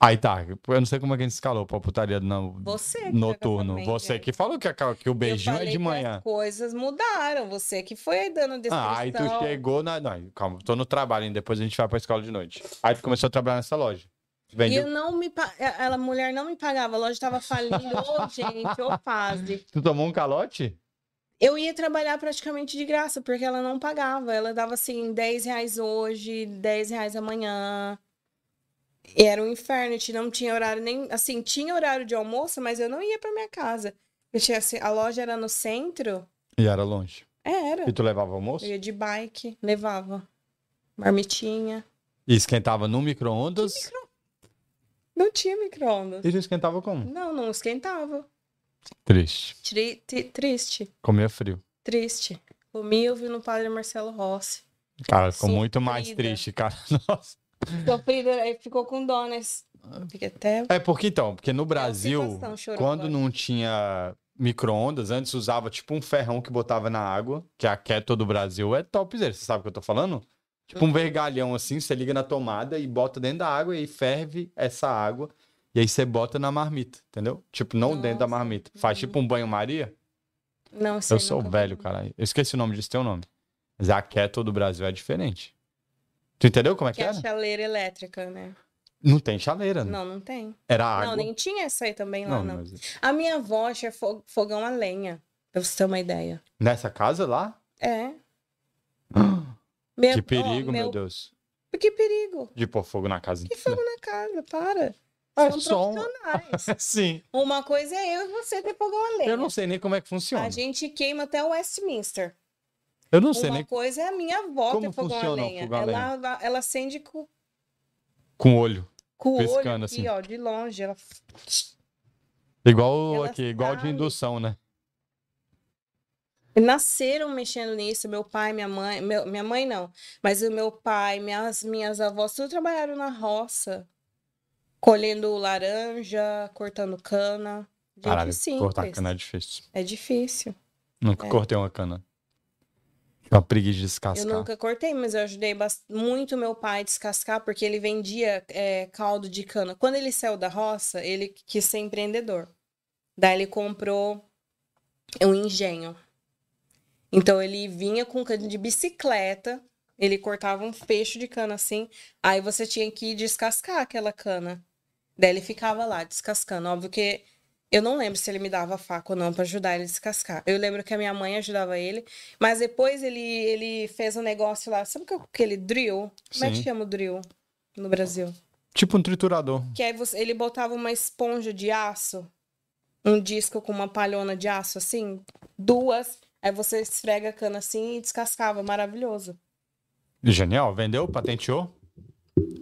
A: Aí tá, eu não sei como é que a gente escalou pra putaria no...
B: Você. que foi
A: noturno.
B: casamento,
A: Você
B: né?
A: que falou que, a- que o
B: Eu
A: beijinho é
B: falei
A: de
B: que
A: manhã.
B: As coisas mudaram. Você que foi aí dando descrição.
A: Ah, aí tu chegou na. Não, calma, tô no trabalho, hein? depois a gente vai pra escola de noite. Aí tu começou a trabalhar nessa loja.
B: E
A: Vendeu.
B: eu não me pa- ela, a mulher não me pagava, a loja tava falindo, ô gente, ô fase.
A: Tu tomou um calote?
B: Eu ia trabalhar praticamente de graça, porque ela não pagava. Ela dava assim, 10 reais hoje, 10 reais amanhã. E era um inferno, a gente não tinha horário nem. Assim, tinha horário de almoço, mas eu não ia pra minha casa. Eu tinha, assim, a loja era no centro?
A: E era longe.
B: É, Era.
A: E tu levava almoço?
B: Eu ia de bike, levava. Marmitinha.
A: E esquentava no micro-ondas?
B: Não tinha micro-ondas.
A: E tu esquentava como?
B: Não, não esquentava.
A: Triste.
B: Tri- tri- triste,
A: Comia frio.
B: triste. Comi e ouvi no padre Marcelo Rossi.
A: Cara, ficou muito mais
B: Sofrida.
A: triste, cara. Nossa.
B: Sofrida, aí ficou com dó, né? Fiquei até
A: É porque então, porque no Brasil,
B: situação, chorou
A: quando
B: agora.
A: não tinha micro-ondas, antes usava tipo um ferrão que botava na água, que é a Keto do Brasil é topzera, você sabe o que eu tô falando? Tipo
B: Uhum.
A: um vergalhão assim, você liga na tomada e bota dentro da água e aí ferve essa água e aí você bota na marmita, entendeu? Tipo, não dentro da
B: Nossa.
A: marmita. Faz tipo um banho-maria.
B: Não sei.
A: Eu sou
B: nunca
A: velho,
B: vi.
A: cara. Eu esqueci o nome disso, teu nome. Mas a Keto do Brasil é diferente. Tu entendeu como é que
B: Que é a
A: era?
B: chaleira elétrica, né?
A: Não tem chaleira, né?
B: Não, não tem.
A: Era água.
B: Não, nem tinha essa aí também lá,
A: Não,
B: não.
A: mas-
B: A minha avó tinha fo- fogão a lenha, pra você ter uma ideia.
A: Nessa casa lá,
B: É.
A: Que perigo, meu Deus.
B: Deus. Que perigo.
A: De pôr fogo na casa.
B: Que fogo na casa, para.
A: É
B: São
A: só um-
B: profissionais.
A: Sim.
B: Uma coisa é eu e você ter fogão a lenha.
A: Eu não sei nem como é que funciona.
B: A gente queima até o Westminster.
A: Eu não sei
B: Uma
A: nem
B: coisa é a minha avó
A: Como
B: ter fogão a
A: funciona o
B: lenha.
A: fogão a
B: ela, ela acende com,
A: com o olho.
B: com o olho
A: Piscando,
B: aqui,
A: assim.
B: ó, de longe. Ela
A: Igual
B: Ela
A: aqui, igual de
B: sabe.
A: indução, né?
B: Nasceram mexendo nisso, meu pai, minha mãe, meu- minha mãe não, mas o meu pai, minhas, minhas avós, tudo trabalharam na roça, colhendo laranja, cortando cana. Gente
A: Caralho,
B: simples.
A: cortar cana é difícil.
B: É difícil.
A: Nunca
B: É.
A: cortei uma cana. Tinha Uma preguiça de descascar.
B: Eu nunca cortei, mas eu ajudei bas- muito meu pai a descascar, porque ele vendia é, caldo de cana. Quando ele saiu da roça, ele quis ser empreendedor. Daí ele comprou um engenho. Então ele vinha com cana de bicicleta, ele cortava um fecho de cana assim, aí você tinha que descascar aquela cana. Daí ele ficava lá descascando. Óbvio que eu não lembro se ele me dava faca ou não pra ajudar ele a descascar. Eu lembro que a minha mãe ajudava ele. Mas depois ele, ele fez um negócio lá, sabe que- aquele drill? Como é que
A: Sim.
B: chama o drill no Brasil?
A: Tipo um triturador.
B: Que aí você- ele botava uma esponja de aço, um disco com uma palhona de aço assim, duas, aí você esfrega a cana assim e descascava, maravilhoso.
A: Genial. Vendeu, patenteou.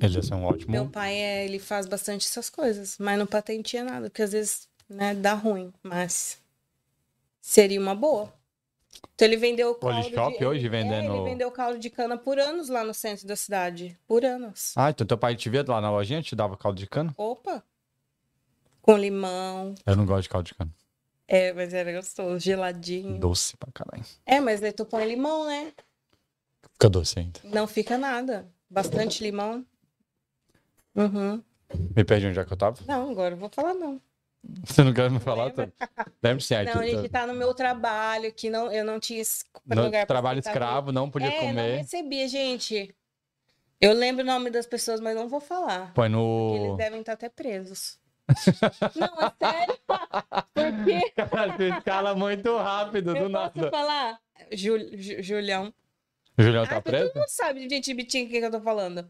A: Ele ia ser um ótimo.
B: é, Meu pai, é, ele faz bastante essas coisas, mas não patentia nada, porque às vezes né? Dá ruim, mas seria uma boa. Então ele vendeu o caldo
A: Polishop
B: de...
A: hoje
B: É,
A: vendendo.
B: ele vendeu caldo de cana por anos lá no centro da cidade. Por anos.
A: Ah, então teu pai te via lá na lojinha, te dava caldo de cana?
B: Opa! Com limão.
A: Eu não gosto de caldo de cana.
B: É, mas era gostoso, geladinho.
A: Doce pra caralho.
B: É, mas daí tu põe limão, né?
A: Fica doce ainda.
B: Não fica nada. Bastante limão. Uhum.
A: Me perdi onde é que eu tava?
B: Não, agora eu vou falar não.
A: Você não quer me falar? Lembra, Lembra sim. Aí
B: não,
A: tu-
B: a gente tá no meu trabalho, que não, eu não tinha es-
A: no
B: lugar pra
A: trabalho
B: sentar.
A: escravo, não podia
B: é, não
A: comer.
B: recebia, gente. Eu lembro o nome das pessoas, mas não vou falar.
A: Põe
B: porque Eles
A: no.
B: devem estar até presos. não, é sério. Por quê?
A: Cara, tu escala muito rápido, do
B: Eu posso
A: nada.
B: falar? Jul- Ju- Julião.
A: O Julião
B: Ah,
A: tá
B: mas todo
A: preso?
B: mundo sabe, gente, bitinho, o que que eu tô falando.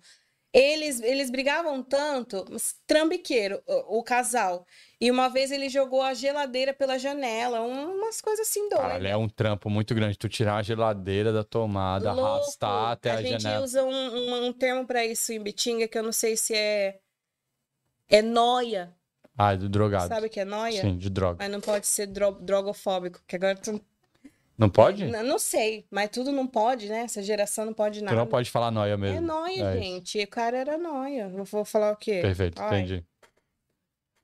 B: Eles, eles brigavam tanto, mas trambiqueiro, o, o casal. E uma vez ele jogou a geladeira pela janela, um- umas coisas assim
A: Caralho,
B: doidas.
A: é um trampo muito grande. Tu tirar a geladeira da tomada,
B: Louco.
A: arrastar até a,
B: gente
A: janela.
B: usa um, um- um termo pra isso em Bitinga que eu não sei se é. É noia.
A: Ah, do drogado.
B: Sabe o que é noia?
A: Sim, de droga.
B: Mas não pode ser dro- drogofóbico, que agora tu.
A: Não pode?
B: N- Não sei, mas tudo não pode, né? Essa geração não pode
A: Tu
B: nada.
A: não pode falar nóia mesmo.
B: É noia,
A: É isso.
B: gente. O cara era noia. Eu vou falar o quê?
A: Perfeito,
B: Ai.
A: entendi.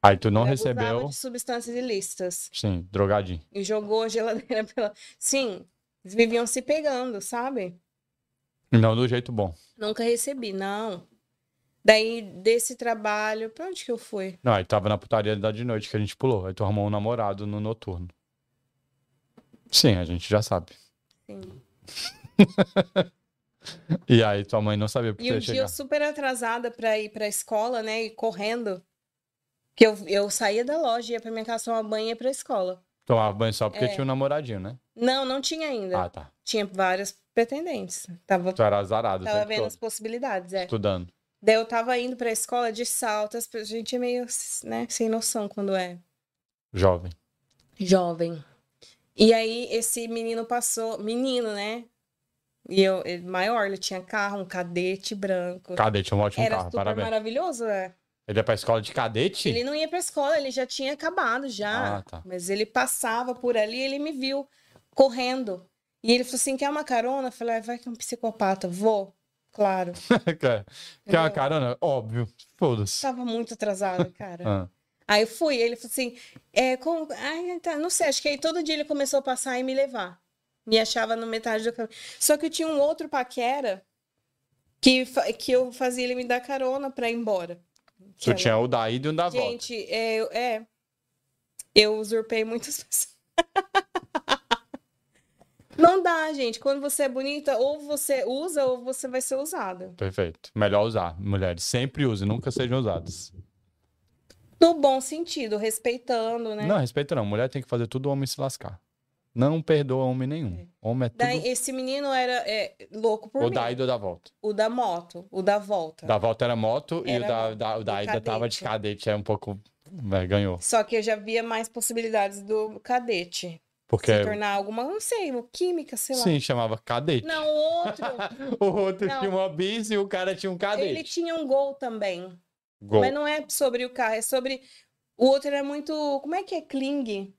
A: Aí tu não
B: Ele
A: recebeu.
B: abusava de substâncias ilícitas
A: Sim, drogadinho.
B: e jogou a geladeira pela. Sim, eles viviam se pegando, sabe?
A: Não do jeito bom.
B: Nunca recebi, não. Daí, desse trabalho, pra onde que eu fui?
A: Não, aí tava na putaria da de noite que a gente pulou. Aí tu arrumou um namorado no noturno. Sim, a gente já sabe.
B: Sim.
A: E aí tua mãe não sabia porque
B: E
A: tu
B: um
A: ia
B: dia eu
A: chegar.
B: super atrasada pra ir pra escola, né? E correndo. Que eu, eu saía da loja, ia pra minha casa tomar banho e ia pra escola.
A: Tomava banho só porque
B: É.
A: tinha um namoradinho, né?
B: Não, não tinha ainda.
A: Ah, tá.
B: Tinha vários pretendentes. Tava,
A: Tu era azarado, o
B: tava
A: tempo
B: vendo
A: todo,
B: as possibilidades, é.
A: estudando.
B: Daí eu tava indo pra escola de salto, as pe- a gente é meio, né, sem noção quando é
A: Jovem.
B: jovem. E aí esse menino passou, menino, né? E eu, ele maior, ele tinha carro, um cadete branco.
A: Cadete, um ótimo
B: Era
A: carro,
B: super
A: parabéns.
B: maravilhoso, é.
A: Ele ia pra escola de cadete?
B: Ele não ia pra escola, ele já tinha acabado já.
A: Ah, tá.
B: Mas ele passava por ali, ele me viu correndo. E ele falou assim: quer uma carona? Eu falei, "Ah, vai que é um psicopata, vou. Claro.
A: quer, quer É. uma
B: Entendeu? Tá
A: carona? Óbvio. Foda-se.
B: Tava muito atrasado, cara.
A: Ah.
B: Aí eu fui, ele falou assim, é, como... Ai, tá, não sei, acho que aí todo dia ele começou a passar e me levar. Me achava no metade do caminho. Só que eu tinha um outro paquera que, fa- que eu fazia ele me dar carona pra ir embora. Que
A: Tu
B: era-
A: tinha o da ida e o da volta.
B: Gente, é, eu- é, eu usurpei muitas pessoas. Não dá, gente. Quando você é bonita, ou você usa ou você vai ser usada.
A: Perfeito. Melhor usar, mulheres. Sempre use, nunca sejam usadas.
B: No bom sentido, respeitando, né?
A: Não, respeito não. Mulher tem que fazer tudo o homem se lascar. Não perdoa homem nenhum. Homem é tudo.
B: Daí, esse menino era é, louco por
A: o
B: mim.
A: da ida ou da volta.
B: O da moto, o da volta.
A: Da volta era moto e
B: Tá. Era
A: o da,
B: moto.
A: da, o da
B: E
A: ida tava de cadete. É um pouco. Vai, ganhou.
B: Só que eu já via mais possibilidades do cadete.
A: Porque.
B: Se tornar alguma, não sei, o química, sei lá.
A: Sim, chamava cadete.
B: Não, o outro,
A: O outro
B: Não.
A: tinha uma bis e o cara tinha um
B: ele
A: cadete.
B: tinha um gol também.
A: Gol.
B: Mas não é sobre o carro, é sobre. O outro era muito. Como é que é? Cling?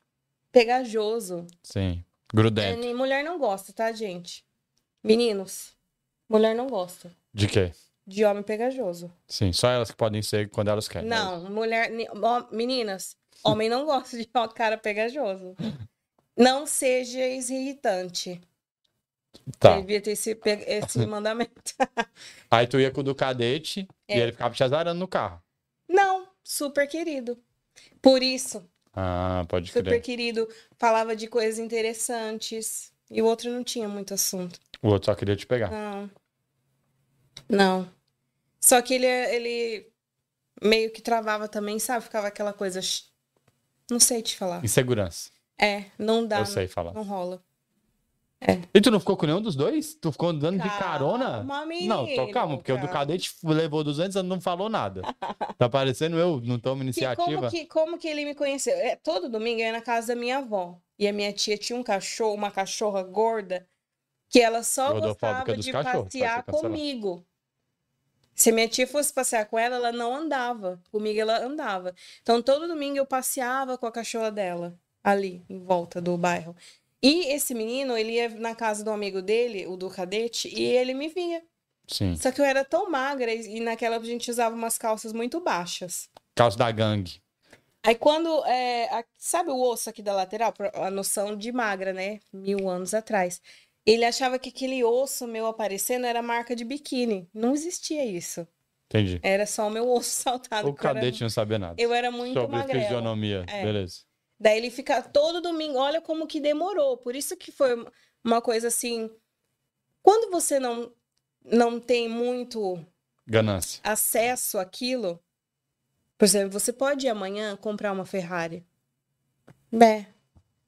B: Pegajoso.
A: Sim. Grudento.
B: É, mulher não gosta, tá, gente? Meninos, mulher não gosta
A: De quê?
B: de homem pegajoso.
A: Sim, só elas que podem ser quando elas querem.
B: Não, mulher. ni- ó, Meninas, homem não gosta de ó- cara pegajoso. Não seja irritante.
A: Tá.
B: Devia ter esse, pe- esse mandamento.
A: Aí tu ia com o do cadete
B: É.
A: e ele ficava te azarando no carro.
B: Não, super querido. Por isso,
A: Ah, pode
B: super
A: crer.
B: querido. Falava de coisas interessantes. E o outro não tinha muito assunto.
A: O outro só queria te pegar.
B: Não. Não. Só que ele, ele meio que travava também, sabe? Ficava aquela coisa. ch- Não sei te falar.
A: Insegurança.
B: É, não dá.
A: eu sei falar.
B: Não rola.
A: E tu não ficou com nenhum dos dois? Tu ficou andando de carona?
B: Calma,
A: Não, tô calma,
B: menino,
A: porque o do
B: calma.
A: cadete levou 200 anos e não falou nada. Tá parecendo eu, não tomo
B: Que, como,
A: iniciativa.
B: que, como que ele me conheceu? É, todo domingo eu ia na casa da minha avó. E a minha tia tinha um cachorro, uma cachorra gorda, que ela só
A: Gordofóbica
B: gostava
A: dos
B: de
A: cachorros, pode ser
B: passear
A: cancelado.
B: comigo. Se minha tia fosse passear com ela, ela não andava. Comigo ela andava. Então todo domingo eu passeava com a cachorra dela, ali, em volta do bairro. E esse menino, ele ia na casa do amigo dele, o do cadete, e ele me via.
A: Sim.
B: Só que eu era tão magra e e naquela a gente usava umas calças muito baixas.
A: Caos da gangue.
B: Aí quando, é, a- sabe o osso aqui da lateral, Pra- a noção de magra, né? Mil anos atrás. Ele achava que aquele osso meu aparecendo era marca de biquíni. Não existia isso.
A: Entendi.
B: Era só o meu osso saltado.
A: O
B: porque eu era-
A: cadete não sabia nada.
B: Eu era muito
A: Sobre
B: magrela.
A: fisionomia.
B: É.
A: Beleza.
B: Daí ele fica todo domingo. Olha como que demorou. Por isso que foi uma coisa assim. Quando você não, não tem muito
A: Ganância.
B: acesso àquilo, por exemplo, você pode ir amanhã comprar uma Ferrari. É.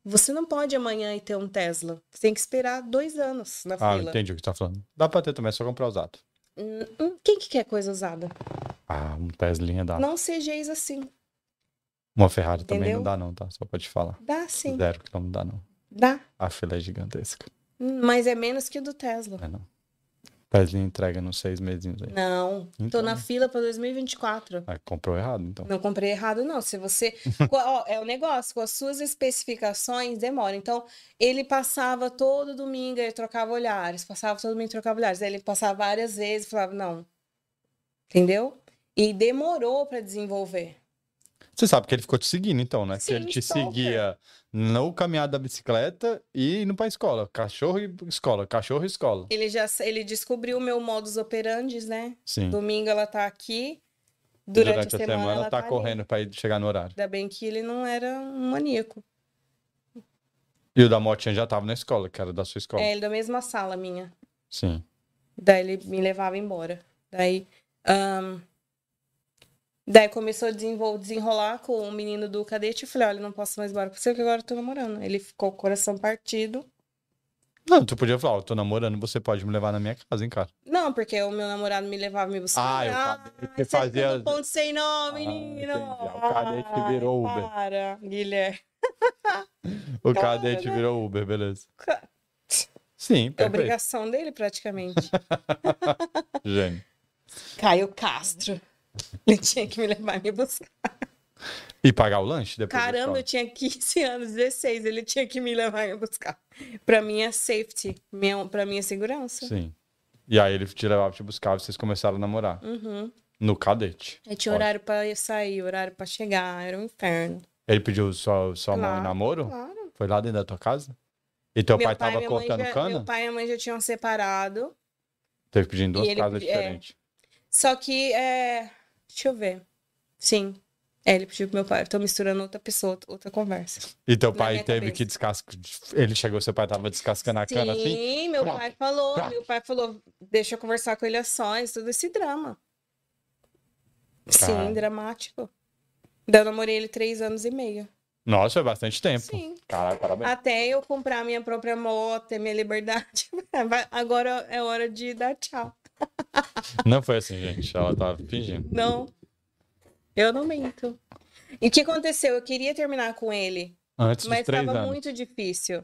B: Você não pode amanhã e ter um Tesla. Você tem que esperar dois anos na
A: Ah,
B: fila.
A: entendi o que você tá falando. Dá pra ter também, é só comprar usado.
B: Hum, hum, Quem que quer coisa usada?
A: Ah, um Teslinha dá.
B: Não sejeis assim.
A: Uma Ferrari também
B: Entendeu?
A: não dá não, tá? Só pra te falar.
B: Dá sim.
A: Zero que não dá não.
B: Dá.
A: A fila é gigantesca.
B: Hum, Mas é menos que o do Tesla.
A: É não. Teslinha entrega nos seis mesinhos aí.
B: Não. Tô
A: Então.
B: na fila pra 2024.
A: Ah, comprou errado, então.
B: Não comprei errado, não. Se você. Co- ó, é o negócio, com as suas especificações, demora. Então, ele passava todo domingo, ele trocava olhares, passava todo domingo, trocava olhares. Aí ele passava várias vezes, falava, não. Entendeu? E demorou pra desenvolver.
A: Você sabe que ele ficou te seguindo, então, né?
B: Sim,
A: que ele te
B: stalker.
A: seguia no caminhar da bicicleta e indo pra escola. Cachorro e escola, cachorro e escola.
B: Ele já ele descobriu o meu modus operandi, né?
A: Sim.
B: Domingo ela tá aqui, durante, a semana, ela
A: tá
B: ali.
A: correndo pra ir chegar no horário.
B: Ainda bem que ele não era um maníaco.
A: E o da Motinha já tava na escola, que era da sua escola.
B: É, ele da mesma sala minha.
A: Sim.
B: Daí ele me levava embora. Daí, ahn, daí começou a desenvol- desenrolar com o menino do cadete. Eu falei, olha, não posso mais ir embora com você, porque agora eu tô namorando. Ele ficou com o coração partido.
A: Não, tu podia falar, ó, eu tô namorando, você pode me levar na minha casa, hein, cara?
B: Não, porque o meu namorado me levava me buscar.
A: Ah, eu sabia que
B: você
A: fazia-
B: ficou no ponto sem
A: Ah,
B: nó, menino!
A: entendi. É o cadete que virou
B: Ai,
A: Uber.
B: Para, Guilherme.
A: O
B: Claro,
A: cadete
B: né?
A: virou Uber, beleza.
B: Ca-
A: Sim,
B: É
A: perfeito.
B: obrigação dele, praticamente.
A: Gênio.
B: Caio Castro. Ele tinha que me levar e me buscar.
A: E pagar o lanche depois? da
B: Caramba, eu
A: escola?
B: tinha 15 anos, 16, ele tinha que me levar e me buscar. Pra minha safety, minha, pra minha segurança.
A: Sim. E aí ele te levava, te buscava, vocês começaram a namorar.
B: Uhum.
A: No cadete.
B: Eu tinha
A: Ótimo.
B: horário pra eu sair, horário pra chegar, era um inferno.
A: Ele pediu sua, sua mão em
B: Claro,
A: namoro?
B: Claro.
A: Foi lá dentro da tua casa? E teu pai tava
B: minha mãe
A: cortando
B: já-
A: cana?
B: Meu pai e minha mãe já tinham separado.
A: Teve pedindo duas
B: E ele
A: casas
B: pedi- é.
A: diferentes.
B: Só que, é... deixa eu ver. Sim. É, ele pediu pro meu pai. Eu tô misturando outra pessoa, outra conversa.
A: E teu
B: Na
A: pai
B: minha
A: teve
B: cabeça.
A: que descascar. Ele chegou, seu pai tava descascando a cana assim?
B: Sim, meu
A: Prá,
B: pai falou.
A: prá.
B: Meu pai falou, deixa eu conversar com ele a sós, todo esse drama.
A: Cara. Ah.
B: Sim, dramático. Daí eu namorei ele três anos e meio.
A: Nossa, é bastante tempo.
B: Sim.
A: Caralho, parabéns.
B: Até eu comprar minha própria moto, ter minha liberdade. Vai- Agora é hora de dar tchau. Ah.
A: Não foi assim, gente. Ela tava fingindo.
B: Não. Eu não minto. E o que aconteceu? Eu queria terminar com ele,
A: Antes
B: mas
A: dos três
B: estava
A: anos. Tá.
B: muito difícil.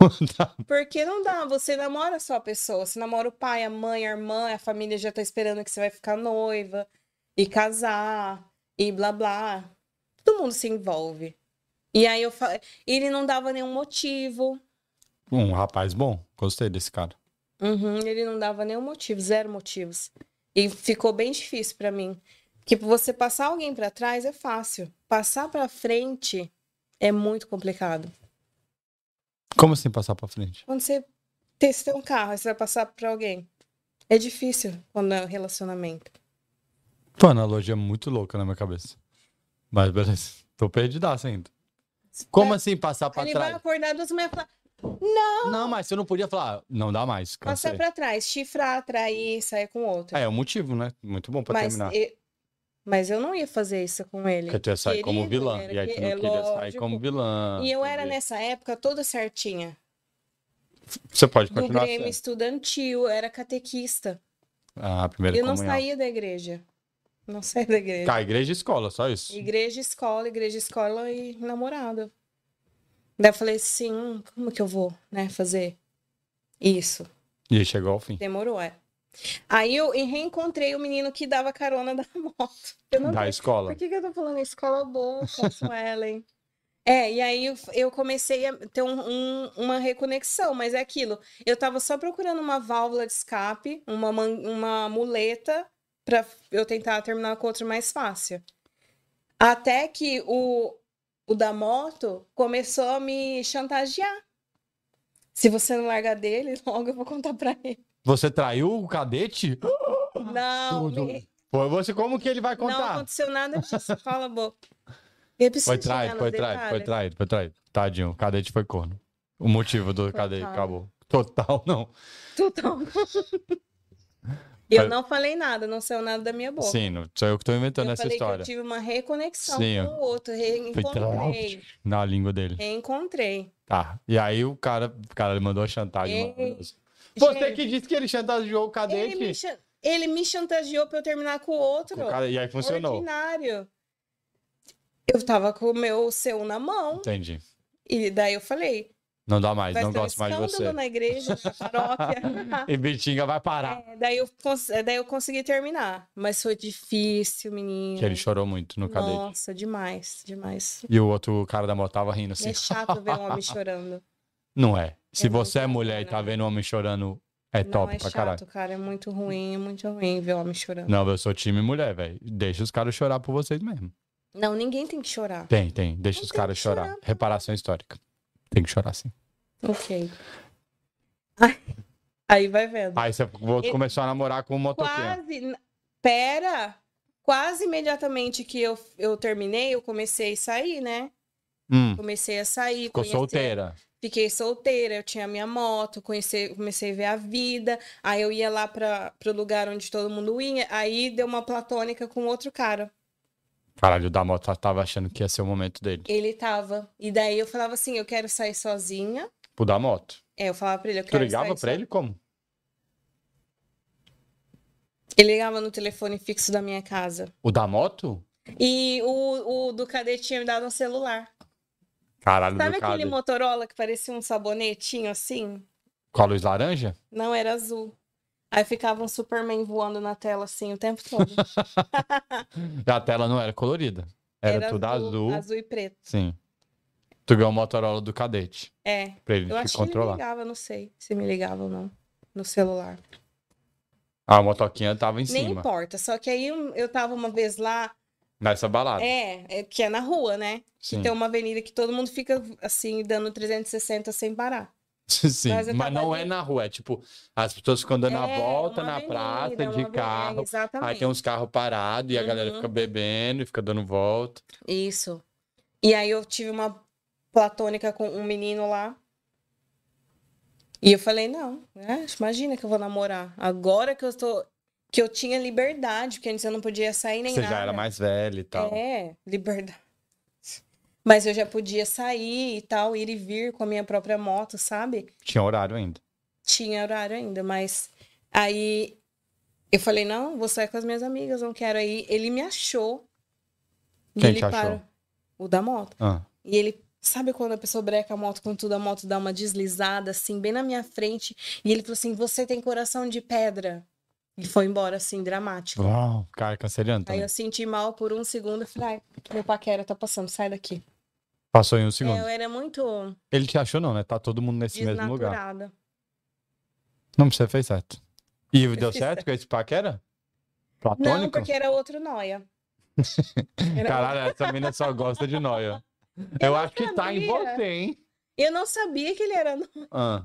B: Porque não dá, você namora só a pessoa, você namora o pai, a mãe, a irmã, a família já tá esperando que você vai ficar noiva e casar e blá blá. Todo mundo se envolve. E aí eu fa... ele não dava nenhum motivo.
A: Um rapaz bom. Gostei desse cara.
B: Uhum, ele não dava nenhum motivo, zero motivos. E ficou bem difícil pra mim. Porque você passar alguém pra trás é fácil, passar pra frente é muito complicado.
A: Como assim passar pra frente?
B: Quando você testa um carro, aí você vai passar pra alguém. É difícil quando é um relacionamento.
A: Foi uma analogia é muito louca na minha cabeça. Mas beleza. Tô perdidaço ainda. Como assim passar pra
B: É, Ele vai
A: trás?
B: acordar duas manhãs e falar,
A: Não, mas você não podia falar. "Ah, Não dá mais.
B: passar
A: Cansei.
B: pra trás, chifrar, trair, sair com outro.
A: É, é o motivo, né? Muito bom pra
B: mas,
A: terminar.
B: e- mas eu não ia fazer isso com ele.
A: Porque tu ia sair como
B: querido,
A: vilã.
B: era
A: E aí
B: que-
A: tu não
B: é
A: queria sair
B: lógico.
A: como vilã.
B: E eu era
A: entendi.
B: nessa época toda certinha.
A: Você pode
B: Do
A: continuar assim.
B: Grêmio
A: sendo.
B: estudantil, eu era catequista.
A: Ah, primeiro
B: Eu não
A: comunhão.
B: saía da igreja. Não saía da igreja.
A: Tá, igreja e escola, só isso.
B: Igreja, escola, igreja, escola e namorado. Daí eu falei assim, "Hum, como que eu vou, né, fazer isso?
A: E aí chegou ao fim.
B: Demorou, é. Aí eu e reencontrei o menino que dava carona da moto. Eu não
A: da
B: sei-
A: escola.
B: Por que, que eu tô falando escola boa, Suelen? É, e aí eu, eu comecei a ter um- um- uma reconexão, mas é aquilo. Eu tava só procurando uma válvula de escape, uma, man- uma muleta, pra eu tentar terminar com outro mais fácil. Até que o, o da moto começou a me chantagear. Se você não largar dele, logo eu vou contar pra ele.
A: Você traiu o cadete?
B: Não,
A: Ah, tudo.
B: me-
A: Foi você, como que ele vai
B: não
A: contar?
B: aconteceu nada disso. Fala, a boca. Eu preciso
A: foi
B: chegar
A: traído,
B: nos
A: foi traído, foi
B: detalhes.
A: traído, foi traído. Tadinho, o cadete foi corno. O motivo do cadete
B: Coitado.
A: acabou. Total, não.
B: Total. Eu
A: Mas-
B: tá não falei nada, não saiu nada da minha boca.
A: Sim, não, sou eu que tô inventando
B: eu
A: essa
B: falei
A: história.
B: que eu tive uma reconexão
A: Sim,
B: com o outro, reencontrei,
A: traído. Na língua dele.
B: reencontrei.
A: Tá. E aí o cara, cara ele mandou a chantagem.
B: Ei,
A: maravilhosa. Você
B: Gente,
A: que tá disse que ele chantageou o
B: ele me,
A: cadete.
B: chan- ele me chantageou pra eu terminar com o outro.
A: Com o cara- E aí funcionou.
B: Ordinário. Eu tava com o meu seu na mão,
A: Entendi.
B: e daí eu falei,
A: Não dá mais,
B: vai
A: não
B: ser um
A: gosto mais de
B: escândalo
A: você.
B: na igreja, na paróquia.
A: E Bitinga vai parar.
B: É, daí, eu cons- é, daí eu consegui terminar. Mas foi difícil, menino.
A: Que ele chorou muito no cadete.
B: Nossa, demais, demais.
A: E o outro cara da moto tava rindo assim.
B: É chato ver um homem chorando.
A: Não é. Se
B: É muito
A: você é mulher e
B: bacana.
A: tá vendo um homem chorando, é
B: Não,
A: top
B: é
A: pra
B: chato,
A: caralho.
B: cara. É muito ruim, é muito ruim ver homem chorando.
A: Não, eu sou time mulher, velho. Deixa os caras chorar por vocês mesmo.
B: Não, ninguém tem que chorar.
A: Tem, tem. Deixa
B: Não
A: os
B: tem
A: caras
B: que
A: chorar.
B: chorar,
A: Reparação histórica. Tem que chorar sim.
B: Ok. Ai, Aí vai vendo.
A: Aí você voltou-
B: E-
A: começou a namorar com um motoqueiro.
B: É. Quase. Pera! Quase imediatamente que eu, eu terminei, eu comecei a sair, né?
A: Hum,
B: Comecei a sair.
A: ficou
B: conhecer-
A: solteira.
B: Fiquei solteira, eu tinha minha moto, conheci, comecei a ver a vida. Aí eu ia lá para pro lugar onde todo mundo ia. Aí deu uma platônica com outro cara.
A: Caralho, o da moto tava achando que ia ser o momento dele.
B: Ele tava. E daí eu falava assim: eu quero sair sozinha.
A: Pro da moto.
B: É, eu falava pra ele: eu
A: Tu
B: quero é.
A: ligava
B: sair
A: pra ele como?
B: so- Ele ligava no telefone fixo da minha casa.
A: O da moto?
B: E o, o do cadete tinha me dado um celular.
A: Caralho,
B: Sabe
A: do
B: aquele
A: cara.
B: Motorola que parecia um sabonetinho assim?
A: Com a luz laranja?
B: Não era azul. Aí ficava um Superman voando na tela assim o tempo todo.
A: A tela não era colorida. Era, tudo azul.
B: Azul e preto.
A: Sim. Tu ganhou o Motorola do cadete.
B: É.
A: Pra ele te
B: Eu acho que ele me
A: controlar.
B: ligava, não sei se me ligava ou não. No celular.
A: Ah, a motoquinha tava em
B: Nem
A: cima.
B: importa. Só que aí eu eu tava uma vez lá,
A: Nessa balada.
B: é, é, que é na rua, né?
A: Sim.
B: Tem uma avenida que todo mundo fica assim, dando 360 sem parar.
A: Sim. Mas,
B: Mas eu tava
A: não
B: ali.
A: é na rua, é tipo, as pessoas ficam dando a
B: É,
A: volta
B: uma
A: na
B: avenida, é
A: praça
B: uma
A: de
B: avenida,
A: carro.
B: Exatamente.
A: Aí tem um uns carros parados e a galera
B: Uhum.
A: fica bebendo e fica dando volta.
B: Isso. E aí eu tive uma platônica com um menino lá. E eu falei, não, né? Imagina que eu vou namorar. Agora que eu tô. Que eu tinha liberdade, porque antes eu não podia sair nem
A: Você
B: nada.
A: já era mais velha e tal.
B: É, liberdade. Mas eu já podia sair e tal, ir e vir com a minha própria moto, sabe?
A: Tinha horário ainda.
B: Tinha horário ainda, mas aí eu falei, não, vou sair com as minhas amigas, não quero aí. Ele me achou. E
A: Quem
B: ele
A: te achou?
B: O da moto.
A: Ah,
B: E ele, sabe quando a pessoa breca a moto com tudo, a moto dá uma deslizada, assim, bem na minha frente. E ele falou assim: Você tem coração de pedra. E foi embora, assim, dramático.
A: uau, cara canceriano
B: Aí
A: também.
B: eu senti mal por um segundo e falei: Ai, meu paquera tá passando, sai daqui.
A: Passou em um
B: É,
A: segundo.
B: eu era muito
A: Ele te achou não, né? Tá todo mundo nesse mesmo lugar.
B: desnaturada.
A: Não, você fez certo. E deu
B: fiz
A: certo com esse paquera? Platônico?
B: Não, porque era outro noia. Era
A: Caralho, essa mina só gosta de nóia. Eu, acho que tá em
B: sabia.
A: você, hein?
B: Eu não sabia que ele era. no-
A: Ah,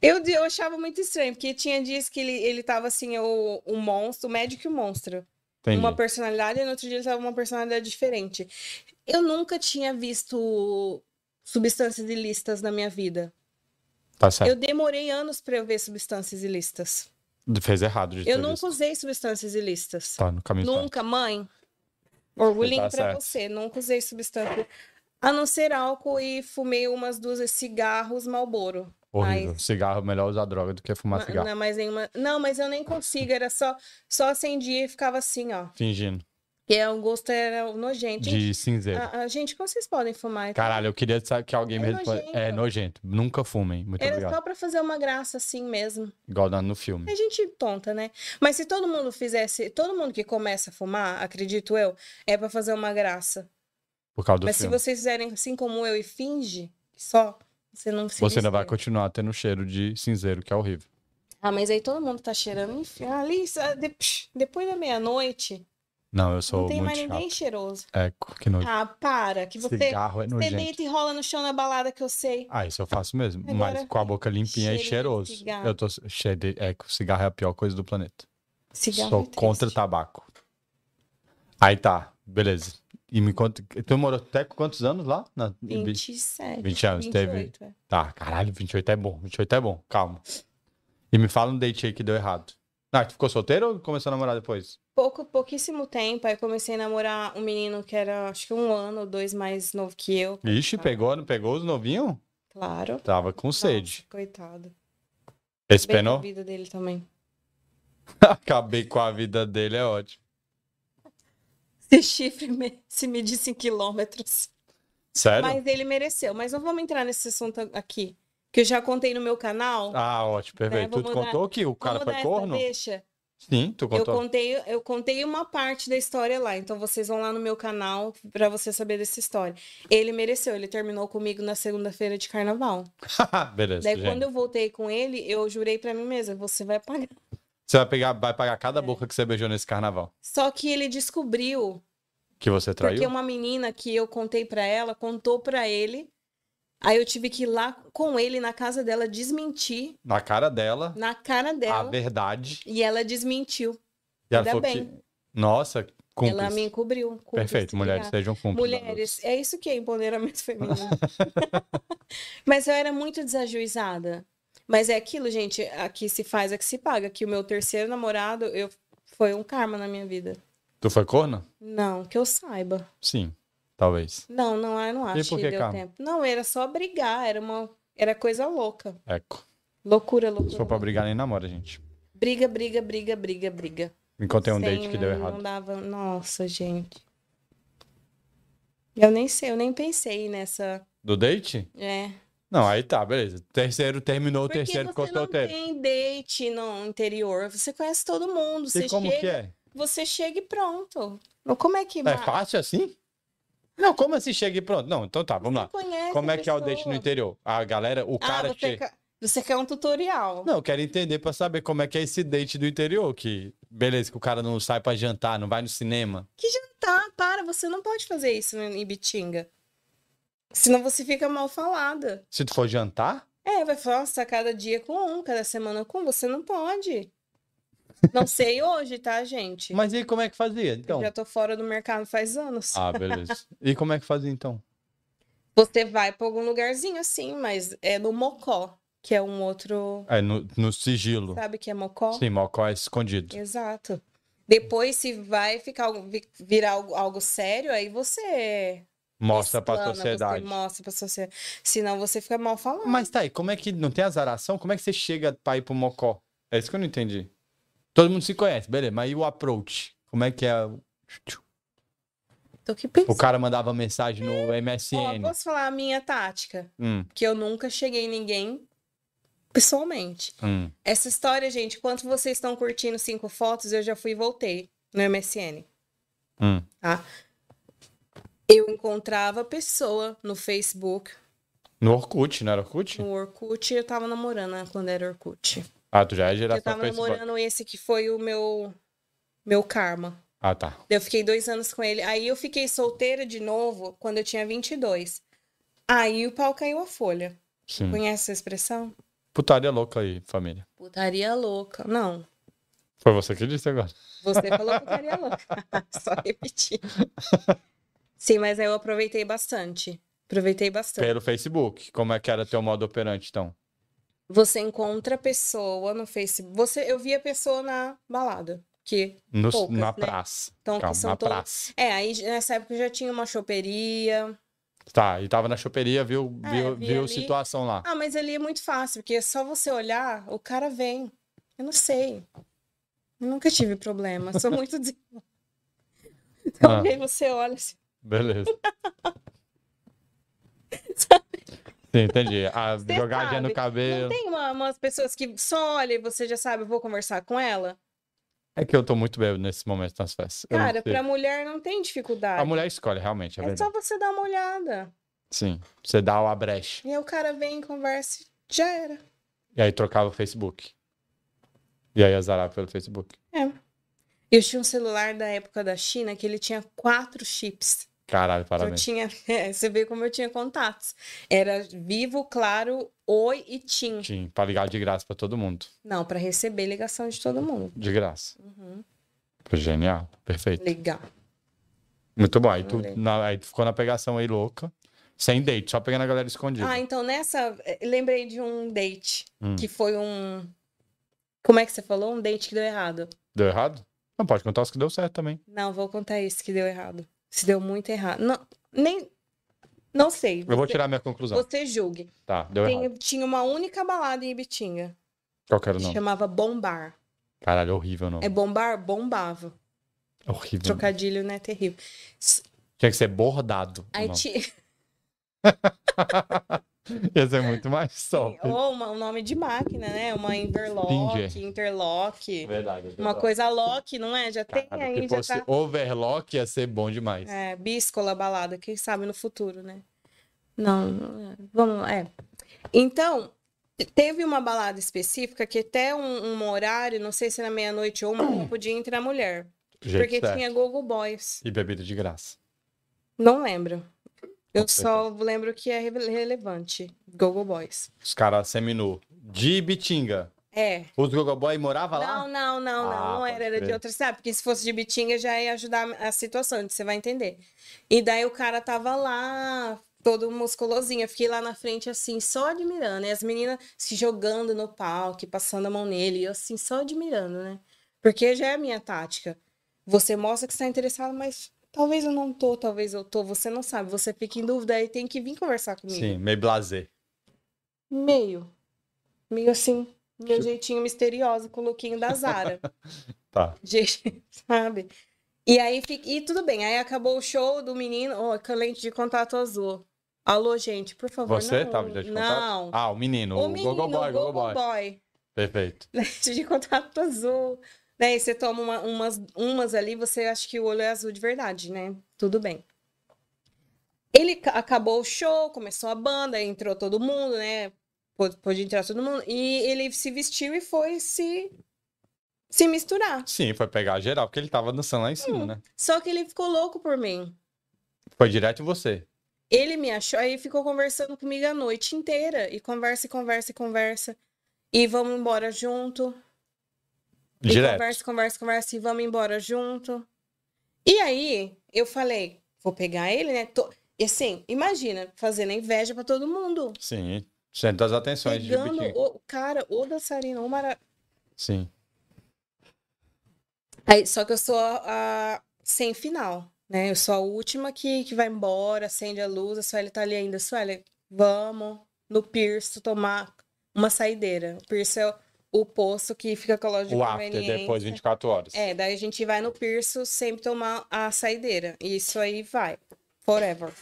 B: Eu, eu achava muito estranho, porque tinha dias que ele, ele tava assim, o, o monstro, o médico e o monstro.
A: entendi.
B: uma personalidade e no outro dia ele tava uma personalidade diferente. Eu nunca tinha visto substâncias ilícitas na minha vida.
A: Tá certo.
B: Eu demorei anos pra eu ver substâncias ilícitas.
A: Fez errado de ter
B: eu nunca
A: visto.
B: usei substâncias ilícitas.
A: Tá no caminho certo.
B: Nunca, mãe. Orgulhinho
A: Tá
B: pra
A: certo.
B: você, nunca usei substância. A não ser álcool e fumei umas duas cigarros Malboro.
A: Horrível. Cigarro, é melhor usar droga do que fumar cigarro.
B: é Não, mas nenhuma... não, mas eu nem consigo, era só só acendia e ficava assim, ó.
A: Fingindo.
B: Que é, o gosto era nojento. Gente,
A: de cinzeiro.
B: a, a- gente, como vocês podem fumar?
A: Caralho, eu queria saber que alguém me
B: É
A: responda.
B: nojento.
A: É nojento. Nunca fumem. Muito
B: Era
A: obrigado.
B: só pra fazer uma graça assim mesmo.
A: Igual dá no filme.
B: É gente tonta, né? Mas se todo mundo fizesse, todo mundo que começa a fumar, acredito eu, é pra fazer uma graça.
A: Por causa do
B: Mas
A: filme.
B: se vocês fizerem assim como eu e finge, só, você não se
A: Você ainda vai
B: desvia.
A: continuar tendo cheiro de cinzeiro, que é horrível.
B: Ah, mas aí todo mundo tá cheirando. Enfim, ali, sa- de- psh, depois da meia-noite,
A: Não, eu sou
B: não tem
A: muito
B: mais
A: chato.
B: ninguém cheiroso.
A: É, que nojo.
B: Ah, para, que você,
A: Cigarro é
B: você
A: nojento.
B: deita e rola no chão na balada que eu sei.
A: Ah, isso eu faço mesmo.
B: Agora,
A: mas com a boca limpinha e
B: cheirinho de
A: cheiroso.
B: cigarro.
A: Eu tô cheio de... É que o cigarro é a pior coisa do planeta.
B: Cigarro é
A: Sou
B: triste.
A: contra tabaco. Aí tá, beleza. E me conta. Tu morou até com quantos anos lá? Na... em Bi-
B: 27.
A: 20 anos, teve.
B: 28, é.
A: Tá, caralho, 28 é bom. 28 é bom, calma. E me fala um date aí que deu errado. Ah, tu ficou solteiro ou começou a namorar depois?
B: Pouco, pouquíssimo tempo, aí comecei a namorar um menino que era, acho que um ano ou dois mais novo que eu,
A: Ixi, pegou, não pegou os novinhos?
B: claro.
A: Tava com Um sede.
B: Ah. Nossa, coitado.
A: Esse
B: Bem com a
A: penou?
B: vida dele também.
A: Acabei com a vida dele, é ótimo.
B: Esse chifre me- se medisse em quilômetros.
A: Sério?
B: Mas ele mereceu. Mas não vamos entrar nesse assunto aqui. Que eu já contei no meu canal.
A: Ah, ótimo, perfeito.
B: vou
A: Tu
B: mudar-
A: contou que o cara
B: Né, vamos
A: foi
B: dar essa
A: corno?
B: deixa.
A: Sim, tu
B: Eu
A: contou.
B: contei, eu contei uma parte da história lá. Então vocês vão lá no meu canal pra você saber dessa história. Ele mereceu. Ele terminou comigo na segunda-feira de carnaval.
A: Beleza,
B: Daí
A: gente.
B: quando eu voltei com ele, eu jurei pra mim mesma: você vai pagar.
A: Você vai, pegar, vai pagar cada boca que você beijou nesse carnaval.
B: Só que ele descobriu
A: Que você traiu?
B: Porque uma menina que eu contei pra ela, contou pra ele. Aí eu tive que ir lá com ele na casa dela desmentir
A: Na cara dela,
B: na cara
A: a
B: dela.
A: verdade.
B: E ela desmentiu.
A: E ela
B: Ainda
A: falou
B: bem.
A: que. Nossa, cúmplice.
B: Ela me encobriu. cúmplice,
A: Perfeito, mulheres,
B: obrigada.
A: sejam cúmplices.
B: Mulheres, é isso que é empoderamento feminino. Mas eu era muito desajuizada. Mas é aquilo, gente, aqui se faz, é que se paga. Que o meu terceiro namorado eu, foi um karma na minha vida.
A: Tu foi corno?
B: Não, que eu saiba.
A: Sim, talvez.
B: Não, não, eu não acho
A: por que,
B: deu
A: Carmo?
B: tempo. Não, era só brigar, era uma era coisa louca.
A: Eco.
B: Loucura,
A: Se
B: loucura.
A: for pra
B: loucura.
A: brigar, nem namora, gente.
B: Briga, briga, briga, briga, briga.
A: Me contei um
B: Sem-
A: date que deu
B: não-
A: errado.
B: Não dava, nossa, gente. Eu nem sei, eu nem pensei nessa,
A: Do date?
B: é.
A: Não, aí tá, beleza. Terceiro terminou, o
B: Porque
A: terceiro ficou
B: você não
A: solteiro.
B: tem date no interior, você conhece todo mundo, você
A: E como
B: chega,
A: que é?
B: você chega e pronto. Mas Como é que
A: É fácil assim? Não, como assim chega e pronto? Não, então tá, vamos lá. Como é que é o date no interior? A galera, o cara
B: ah,
A: che-
B: você, quer- você quer um tutorial.
A: Não, eu quero entender pra saber como é que é esse date do interior, que beleza, que o cara não sai pra jantar, não vai no cinema.
B: Tá, para, você não pode fazer isso em Ibitinga. Senão você fica mal falada.
A: Se tu for jantar,
B: É, vai falar, nossa, cada dia com um, cada semana com um, você não pode. Não sei hoje, tá, gente?
A: mas e como é que fazia? Então.
B: Eu já tô fora do mercado faz anos.
A: Ah, beleza. E como é que fazia então?
B: Você vai pra algum lugarzinho assim, mas é no Mocó, que é um outro.
A: É no, no sigilo.
B: Sabe que é Mocó?
A: Sim, mocó é escondido.
B: Exato. Depois, se vai ficar algo- vi- virar algo, algo sério, aí você
A: Mostra pra
B: explana,
A: sociedade.
B: Você mostra pra sociedade. Senão você fica mal falado.
A: Mas tá aí, como é que não tem azaração? Como é que você chega pra ir pro mocó? É isso que eu não entendi. Todo mundo se conhece, beleza, mas e o approach? Como é que é? o-
B: Tô aqui pensando.
A: O cara mandava mensagem no
B: Ó,
A: MSN.
B: posso falar a minha tática?
A: Hum,
B: Que eu nunca cheguei em ninguém pessoalmente.
A: hum.
B: Essa história, gente, enquanto vocês estão curtindo cinco fotos, eu já fui e voltei no MSN.
A: Hum.
B: Tá? Eu encontrava a pessoa no Facebook,
A: No Orkut, não era Orkut?
B: no Orkut, eu tava namorando né, quando era Orkut.
A: Ah, tu já é
B: Eu
A: geração
B: tava
A: Facebook.
B: namorando esse que foi o meu meu karma.
A: Ah, tá.
B: Eu fiquei dois anos com ele. Aí eu fiquei solteira de novo quando eu tinha 22. Aí o pau caiu a folha.
A: Sim.
B: Conhece essa expressão?
A: Putaria louca aí, família.
B: Putaria louca. Não,
A: Foi você que disse agora.
B: você falou putaria louca. Só repetir. Sim, mas aí eu aproveitei bastante. Aproveitei bastante.
A: Pelo Facebook. Como é que era teu modo operante, então?
B: Você encontra a pessoa no Facebook. Você, eu vi a pessoa na balada. Que,
A: No-
B: Poucas,
A: na
B: né?
A: praça.
B: então,
A: Calma,
B: são
A: na
B: todas-
A: praça.
B: É, aí nessa época eu já tinha uma choperia.
A: Tá, e tava na choperia, viu,
B: É,
A: viu,
B: vi
A: viu
B: ali.
A: situação lá.
B: Ah, mas ali é muito fácil, porque é só você olhar, o cara vem. Eu não sei. Eu nunca tive problema, sou muito des-
A: Ah.
B: E aí você olha assim.
A: Beleza. Sim, entendi. A jogadinha
B: sabe,
A: no
B: Não
A: cabelo.
B: tem uma- umas pessoas que só olha e você já sabe, eu vou conversar com ela?
A: É que eu tô muito bêbado nesse momento nas festas. Eu não
B: Cara,
A: sei.
B: pra mulher não tem dificuldade.
A: A mulher escolhe, realmente, é,
B: é
A: verdade.
B: só você dar uma olhada.
A: Sim. Você dá o brecha.
B: E aí o cara vem, conversa e já era.
A: E aí trocava o Facebook. E aí azarava pelo Facebook.
B: Eu tinha um celular da época da China que ele tinha quatro chips.
A: Caralho,
B: Eu
A: parabéns.
B: tinha, é, você vê como eu tinha contatos. Era Vivo, Claro, Oi e Tim.
A: Sim, pra ligar de graça pra todo mundo.
B: Não, pra receber ligação de todo mundo.
A: De graça.
B: Uhum.
A: Foi Genial. Perfeito.
B: Legal.
A: Muito bom. Aí tu,
B: Olha.
A: na- aí tu ficou na pegação aí louca. Sem date, só pegando a galera escondida.
B: Ah, então nessa, eh, lembrei de um date
A: Hum.
B: que foi um. Como é que você falou? Um date que deu errado.
A: Deu errado? Não, pode contar os que deu certo também.
B: Não, vou contar esse que deu errado. Se deu muito errado. Não, nem. Não sei.
A: Eu vou
B: Você-
A: tirar minha conclusão.
B: Você julgue.
A: Tá, deu
B: Tem-
A: errado.
B: tinha uma única balada em Ibitinga.
A: Qual que era o
B: que
A: nome?
B: Chamava Bombar.
A: Caralho, horrível o nome.
B: É bombar? Bombava. É
A: Horrível.
B: Trocadilho, né? Terrível.
A: Tinha que ser bordado. o
B: Aí
A: nome.
B: tinha.
A: Ia ser muito mais top.
B: Ou uma- um nome de máquina, né? Uma Inverlock,
A: Stinger.
B: Interlock.
A: Verdade.
B: Uma coisa Lock, não é? Já tem
A: Cara,
B: aí,
A: se
B: já
A: fosse
B: tá.
A: overlock, ia ser bom demais.
B: É, bíscola balada, quem sabe no futuro, né? Não, não é. vamos lá, é. Então, teve uma balada específica que até um, um horário, não sei se era meia-noite ou uma, não podia entrar mulher.
A: Do jeito
B: porque
A: certo.
B: tinha Google Boys.
A: E bebida de graça.
B: Não lembro. Eu
A: Com
B: só lembro que é rele- relevante. Google Boys.
A: Os caras seminu. De Bitinga.
B: É.
A: Os Gogoboy morava lá?
B: Não, não, não, não.
A: Ah,
B: não
A: pode
B: era, era de
A: crer.
B: outra cidade. Porque se fosse de Bitinga já ia ajudar a situação, você vai entender. E daí o cara tava lá, todo musculosinho. Eu fiquei lá na frente, assim, só admirando. E as meninas se jogando no palco, e passando a mão nele. E eu, assim, só admirando, né? Porque já é a minha tática. Você mostra que está interessado, mas talvez eu não tô, talvez eu tô. Você não sabe, você fica em dúvida aí tem que vir conversar comigo.
A: Sim, meio blazer.
B: Meio. Meio assim, meu
A: Tipo
B: jeitinho misterioso com o lookinho da Zara.
A: Tá.
B: Gente, sabe? E aí fi- e tudo bem, aí acabou o show do menino, ó, com a lente de contato azul. Alô, gente, por favor,
A: Você
B: não.
A: tava de contato?
B: Não.
A: Ah, o menino.
B: o
A: O,
B: menino,
A: Gogoboy,
B: Gogo
A: Gogoboy.
B: Boy,
A: Perfeito.
B: lente de contato azul. Né? E você toma uma- umas, umas ali, você acha que o olho é azul de verdade, né? Tudo bem. Ele ca- acabou o show, começou a banda, entrou todo mundo, né? Pôde, pôde entrar todo mundo. E ele se vestiu e foi se, se misturar.
A: Sim, foi pegar geral, porque ele tava dançando lá em
B: Hum.
A: cima, né?
B: Só que ele ficou louco por mim.
A: Foi direto em você.
B: Ele me achou, aí ficou conversando comigo a noite inteira. E conversa, e conversa, e conversa. E vamos embora junto. E
A: Direto.
B: conversa, conversa, conversa, e vamos embora junto. E aí, eu falei, vou pegar ele, né? Tô... E assim, imagina, fazendo inveja pra todo mundo.
A: Sim. Centro das atenções de
B: Pegando
A: Bitinga.
B: o cara, o dançarino, o mara...
A: Sim.
B: Aí, só que eu sou a, a- sem final, né? Eu sou a última que, que vai embora, acende a luz, a Sueli tá ali ainda. Sueli, vamos no Pirso tomar uma saideira. O Pirso é o, o posto que fica com a loja de
A: O after,
B: conveniência.
A: depois 24 horas.
B: É, daí a gente vai no Pirso sempre tomar a saideira. E isso aí vai. Forever.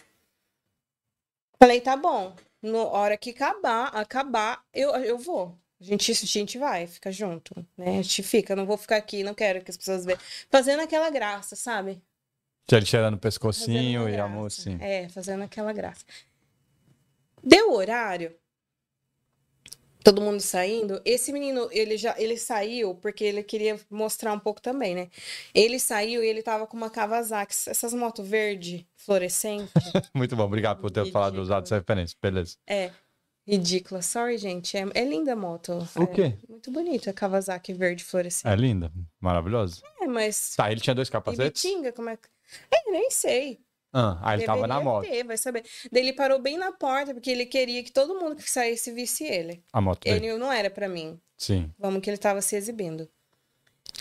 B: Falei, tá bom. Na hora que acabar, acabar, eu, eu vou. A gente, a gente vai, fica junto, né? A gente fica, eu não vou ficar aqui, não quero que as pessoas vejam. Fazendo aquela graça, sabe?
A: Ele cheirando o
B: Fazendo
A: pescocinho
B: uma
A: e a
B: graça.
A: mocinha.
B: É, fazendo aquela graça. Deu o horário. Todo mundo saindo. Esse menino, ele já ele saiu porque ele queria mostrar um pouco também, né? Ele saiu e ele tava com uma Kawasaki, essas motos verde fluorescente.
A: Muito bom, obrigado por ter
B: Ridículo.
A: falado usado essa referência. Beleza.
B: É. Ridícula. Sorry, gente. É, é linda a moto.
A: O quê?
B: É muito bonita a Kawasaki verde fluorescente.
A: É linda, maravilhosa.
B: É, mas.
A: Tá, ele tinha dois capacetes?
B: Ibitinga, como é que. É, nem sei.
A: Ah, aí ele tava na
B: Deveria
A: moto.
B: ter, vai saber. Daí ele parou bem na porta, porque ele queria que todo mundo que saísse visse ele.
A: A moto dele.
B: Ele não era pra mim.
A: Sim.
B: Vamos que ele tava se exibindo.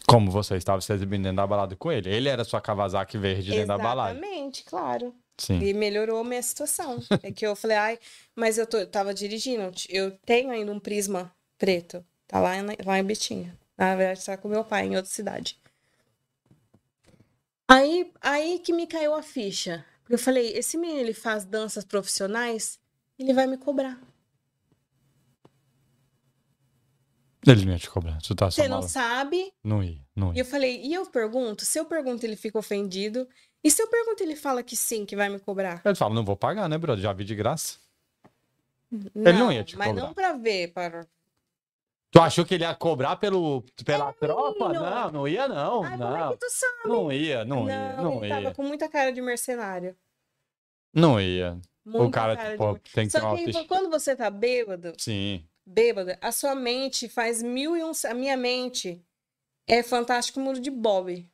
A: Como você estava se exibindo dentro da balada com ele. Ele era sua Kawasaki verde dentro da balada. Hum.
B: Exatamente, claro.
A: Sim.
B: E melhorou a minha situação. É que eu falei, ai, mas eu, tô, eu tava dirigindo. Eu tenho ainda um prisma preto. Tá lá, em- lá em Betinha. Na verdade, tá com meu pai, em outra cidade. Aí, aí que me caiu a ficha. Porque eu falei, esse menino ele faz danças profissionais, ele vai me cobrar.
A: Tá Ele não ia te cobrar. Tu tá só
B: Você não
A: maluco.
B: sabe?
A: Não ia, não
B: E
A: ia.
B: eu falei, e eu pergunto? Se eu pergunto, ele fica ofendido. E se eu pergunto, ele fala que sim, que vai me cobrar?
A: Ele fala, não vou pagar, né, brother? Já vi de graça. não ia te
B: mas
A: cobrar.
B: não pra ver, para.
A: Tu achou que ele ia cobrar pelo, pela tropa?
B: menino.
A: Não, não ia, não.
B: Ai, como é
A: não.
B: que tu sabe?
A: Não ia, não, ia, não
B: ele
A: ia.
B: tava com muita cara de mercenário.
A: Não ia.
B: Muita
A: o cara,
B: cara de
A: pô, tem que um ter uma
B: Só que
A: autoestima.
B: quando você tá bêbado,
A: Sim.
B: bêbada, a sua mente faz mil e um. A minha mente é fantástico mundo de Bob.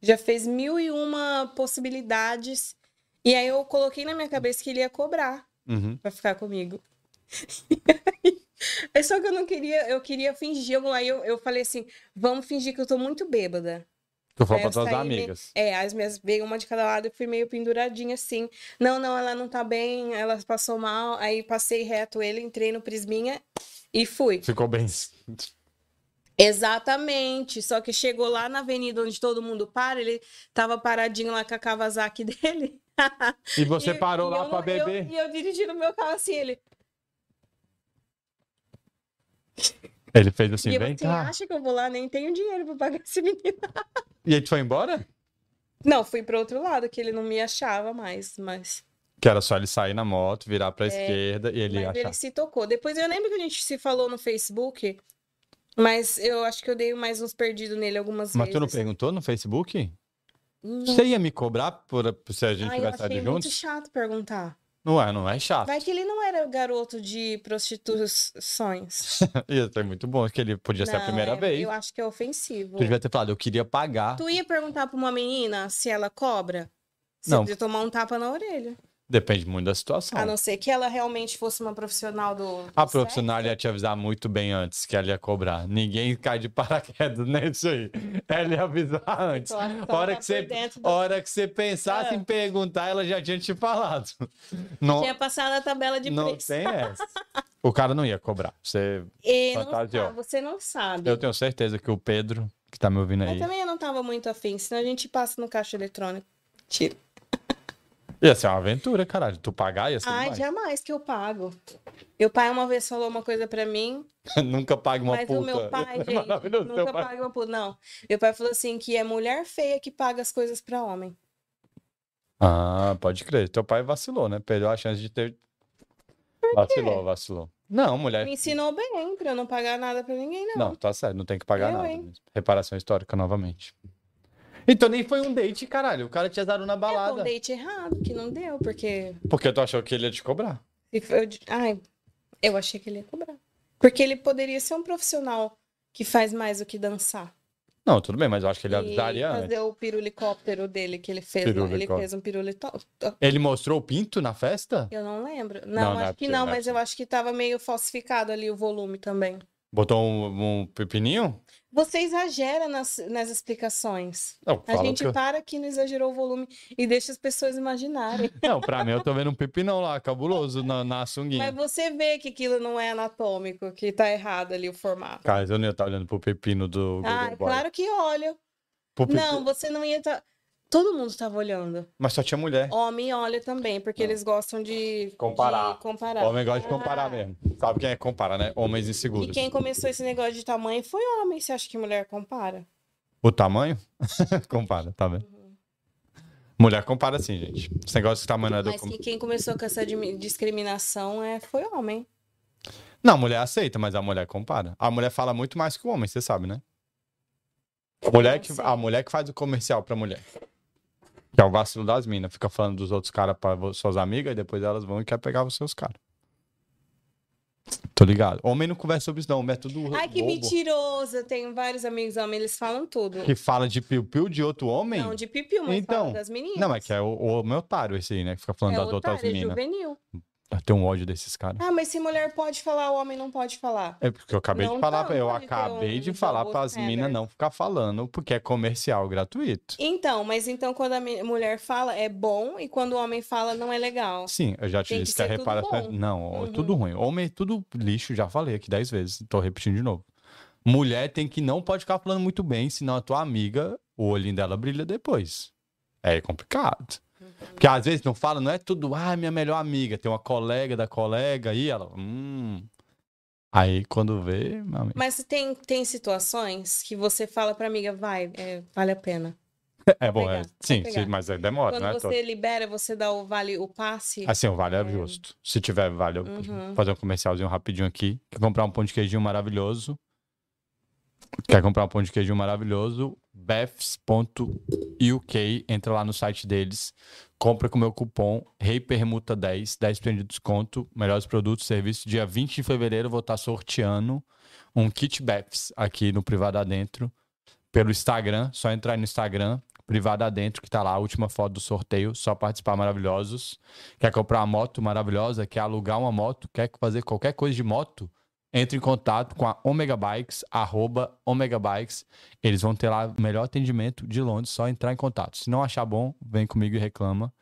B: Já fez mil e uma possibilidades. E aí eu coloquei na minha cabeça que ele ia cobrar
A: Uhum.
B: pra ficar comigo. É só que eu não queria, eu queria fingir. Eu, aí eu, eu falei assim: vamos fingir que eu tô muito bêbada.
A: Tu falou
B: Aí eu
A: pra tuas
B: saí meio-
A: amigas.
B: É, as minhas veio uma de cada lado e fui meio penduradinha assim. Não, não, ela não tá bem, ela passou mal. Aí passei reto ele, entrei no Prisminha e fui.
A: Ficou bem.
B: Exatamente. Só que chegou lá na avenida onde todo mundo para, ele tava paradinho lá com a Kawasaki dele.
A: E você
B: E-
A: parou
B: e
A: lá
B: eu
A: pra
B: não- eu-
A: beber.
B: E eu, dirigi no meu carro assim, ele.
A: Ele fez assim,
B: e eu
A: vem
B: assim,
A: cá.
B: acha que eu vou lá? Nem tenho dinheiro pra pagar esse menino.
A: E aí tu foi embora?
B: Não, fui pro outro lado, que ele não me achava mais, mas.
A: Que era só ele sair na moto, virar pra esquerda e ele ia
B: É, mas
A: achar.
B: ele se tocou. Depois eu lembro que a gente se falou no Facebook, mas eu acho que eu dei mais uns perdidos nele algumas
A: Mas tu não
B: vezes.
A: perguntou no Facebook?
B: assim. Não.
A: Você ia me cobrar por, por se a gente
B: Ai, eu
A: tivesse saído
B: achei muito
A: juntos?
B: chato perguntar.
A: Não é, não é chato.
B: Vai que ele não era garoto de prostituições.
A: Isso é muito bom, que ele podia ser a
B: Não,
A: primeira
B: é-
A: vez.
B: Eu acho que é ofensivo.
A: Tu devia ter falado, eu queria pagar.
B: Tu ia perguntar pra uma menina se ela cobra? Você
A: Não.
B: podia tomar um tapa na orelha.
A: Depende muito da situação.
B: A não ser que ela realmente fosse uma profissional do. do
A: A
B: sexo.
A: profissional ia te avisar muito bem antes que ela ia cobrar. Ninguém cai de paraquedas nisso aí. Ela ia avisar antes.
B: Eu acho que ela
A: Hora
B: tá
A: que você-
B: por dentro do-
A: Hora que você pensasse
B: Ah.
A: em perguntar, ela já tinha te falado. Não,
B: Tinha passado a tabela de
A: não
B: preço.
A: tem essa. O cara não ia cobrar. Você,
B: E não
A: Fantasiou.
B: sabe, você não sabe.
A: eu tenho certeza que o Pedro, que tá me ouvindo aí,
B: Mas também eu não tava muito afim, senão a gente passa no caixa eletrônico. Tira.
A: ia ser uma aventura, caralho. Tu pagar ia ser
B: Ai,
A: demais.
B: jamais que eu pago. Meu pai uma vez falou uma coisa pra mim,
A: Nunca pague uma
B: mas
A: puta.
B: o meu pai,
A: É
B: gente,
A: maravilhoso, teu
B: nunca
A: pai.
B: paga uma puta. Não. Meu pai falou assim que é mulher feia que paga as coisas pra homem.
A: Ah, pode crer. Teu pai vacilou, né? Perdeu a chance de ter. Vacilou, vacilou. Não, mulher.
B: Me ensinou bem pra eu não pagar nada pra ninguém, não.
A: Não, tá certo, não tem que pagar
B: Eu,
A: nada.
B: hein?
A: mesmo. Reparação histórica novamente. Então nem foi um date, caralho. O cara te azarou na
B: É
A: balada.
B: um date errado, que não deu, porque.
A: porque tu achou que ele ia te cobrar.
B: se foi- eu di- Ai, eu achei que ele ia cobrar. Porque ele poderia ser um profissional que faz mais do que dançar.
A: Não, tudo bem, mas eu acho que ele é
B: e
A: avisaria antes.
B: fazer o pirulicóptero dele que ele fez. lá. Ele
A: Pirulicóptero.
B: fez um pirulicóptero.
A: Ele mostrou o pinto na festa?
B: Eu não lembro.
A: Não,
B: Não,
A: não é
B: acho que
A: possível,
B: não,
A: não é
B: mas eu acho que tava meio falsificado ali o volume também.
A: Botou um, um pepininho?
B: Você exagera nas, nas explicações.
A: Não,
B: A
A: fala
B: gente tá-
A: que eu...
B: para aqui não exagerou o volume e deixa as pessoas imaginarem.
A: Não, pra mim eu tô vendo um pepinão lá, cabuloso, na, na sunguinha.
B: Mas você vê que aquilo não é anatômico, que tá errado ali o formato.
A: Cara, eu não ia estar olhando pro pepino do Google
B: Ah, é
A: Boy.
B: claro que olha.
A: Pro pepi-
B: Não, você não ia estar. Todo mundo tava olhando.
A: Mas só tinha mulher.
B: Homem olha também, porque
A: Não.
B: eles gostam de
A: Comparar.
B: de comparar.
A: Homem gosta de comparar
B: Ah.
A: mesmo. Sabe quem é que compara, né? Homens
B: E
A: inseguros.
B: quem começou esse negócio de tamanho foi homem. Você acha que mulher compara?
A: O tamanho? compara, tá vendo? Mulher compara sim, gente. Esse negócio de tamanho não é do...
B: Mas que quem começou com essa dimi- discriminação é, foi homem.
A: Não, a mulher aceita, mas a mulher compara. A mulher fala muito mais que o homem, você sabe, né? Mulher que,
B: sei.
A: a mulher que faz o comercial pra mulher. Que é o vacilo das minas. Fica falando dos outros caras pra vo- suas amigas e depois elas vão e quer pegar os seus caras. Tô ligado. Homem não conversa sobre isso, não. Homem é tudo.
B: Ai, que
A: bobo.
B: mentiroso! Eu tenho vários amigos homens, eles falam tudo.
A: Que fala de piu-piu de outro homem?
B: Não, de pipiu, mas
A: Então,
B: fala das meninas.
A: Não, é que é o, o homem otário esse aí, né? Que fica falando
B: É
A: das outras
B: otário, é
A: minas.
B: juvenil.
A: Eu tenho um ódio desses caras.
B: Ah, mas se mulher pode falar, o homem não pode falar.
A: É porque eu acabei
B: Não
A: de falar,
B: tá,
A: eu
B: pode ter
A: acabei
B: um
A: de falar
B: double
A: para as minas
B: standard.
A: não ficar falando, porque é comercial gratuito.
B: Então, mas então quando a mi- mulher fala é bom e quando o homem fala não é legal.
A: Sim, eu já te
B: Tem que
A: disse que a
B: ser tudo
A: reparação.
B: bom.
A: Não, ó,
B: Uhum.
A: tudo ruim. Homem é tudo lixo, já falei aqui dez vezes, tô repetindo de novo. Mulher tem que não pode ficar falando muito bem, senão a tua amiga, o olhinho dela brilha depois. É complicado.
B: Uhum.
A: Porque às vezes não fala, não é tudo, ah, minha melhor amiga, tem uma colega da colega aí, ela, hum. Aí quando vê, meu amigo,
B: Mas tem, tem situações que você fala pra amiga, vai, é, vale a pena.
A: é bom, é,
B: pegar,
A: sim,
B: pegar.
A: sim, mas aí demora,
B: Quando
A: né?
B: você libera, você dá o vale, o passe.
A: Assim, o vale é justo. Se tiver vale, eu
B: Uhum.
A: fazer um comercialzinho rapidinho aqui. Quer comprar um pão de queijinho maravilhoso? Quer comprar um pão de queijinho maravilhoso? Beths.uk, entra lá no site deles, compra com o meu cupom REIPERMUTA10, 10% de desconto, melhores produtos, serviços. Dia 20 de fevereiro eu vou estar sorteando um kit Beths aqui no Privado Adentro, pelo Instagram, só entrar aí no Instagram, Privado Adentro, que tá lá a última foto do sorteio, só participar, maravilhosos. Quer comprar uma moto maravilhosa? Quer alugar uma moto? Quer fazer qualquer coisa de moto? Entre em contato com a Omega Bikes, arroba Omega Bikes. Eles vão ter lá o melhor atendimento de Londres, só entrar em contato. Se não achar bom, vem comigo e reclama.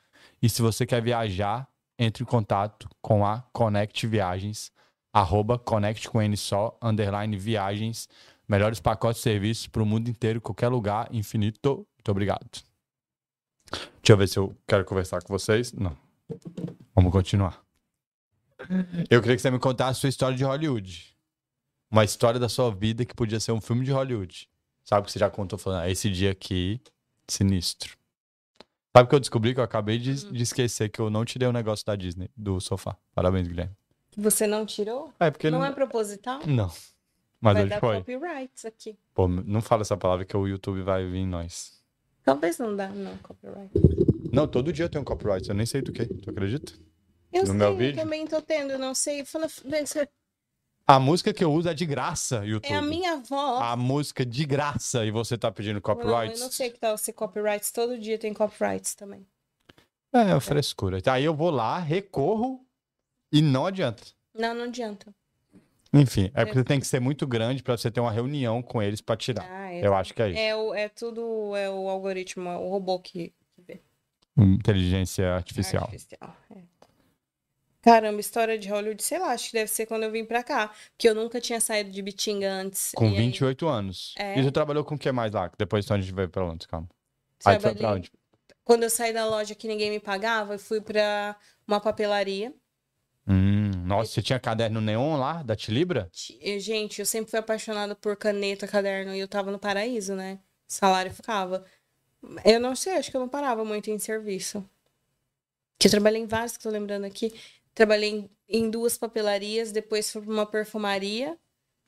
A: E se você quer viajar, entre em contato com a Connect Viagens, arroba Connect com N só, underline viagens. Melhores pacotes de serviços para o mundo inteiro, qualquer lugar, infinito. Muito obrigado. Deixa eu ver se eu quero conversar com vocês. Não. Vamos continuar. Eu queria que você me contasse a sua história de Hollywood. Uma história da sua vida que podia ser um filme de Hollywood. Sabe que você já contou falando, "Ah, esse dia aqui, sinistro. Sabe o que eu descobri que eu acabei de,
B: Uhum.
A: de esquecer que eu não tirei o negócio da Disney, do sofá. Parabéns, Guilherme.
B: Que você não tirou?
A: É porque
B: não
A: não.
B: é proposital?
A: Não. Mas
B: vai
A: hoje
B: dar
A: foi.
B: copyrights aqui.
A: Pô, não fala essa palavra que o YouTube vai vir em nós.
B: Talvez não dá, não, copyright.
A: Não, todo dia eu tenho copyright, eu nem sei do que. Tu acredita?
B: Eu
A: No
B: sei,
A: meu
B: eu
A: vídeo?
B: também tô tendo, não sei. Fala,
A: A música que eu uso é de graça, YouTube.
B: é a minha avó.
A: a música de graça e você tá pedindo
B: Não,
A: copyright.
B: eu não sei que tal ser copyrights. Todo dia tem copyrights também.
A: É, é frescura. Aí eu vou lá, recorro e não adianta.
B: Não, não adianta.
A: Enfim, é porque tem que ser muito grande pra você ter uma reunião com eles pra tirar.
B: Ah, é.
A: Eu acho que é isso.
B: É, o, é tudo é o algoritmo, é o robô que
A: Inteligência artificial.
B: artificial. é. Caramba, história de Hollywood, sei lá, acho que deve ser quando eu vim pra cá. Porque eu nunca tinha saído de Bitinga antes.
A: Com
B: e aí
A: 28 anos.
B: É.
A: E tu trabalhou com o que mais lá? Depois então a gente veio pra Londres, calma. Aí tu foi pra
B: trabalhei-
A: onde?
B: Quando eu saí da loja que ninguém me pagava, eu fui pra uma papelaria.
A: Hum, nossa, você tinha caderno neon lá, da Tilibra?
B: Ti- eu- Gente, eu sempre fui apaixonada por caneta, caderno, e eu tava no paraíso, né? Salário ficava. Eu não sei, acho que eu não parava muito em serviço. Que eu trabalhei em vários, que eu tô lembrando aqui. Trabalhei em, em duas papelarias, depois fui pra uma perfumaria,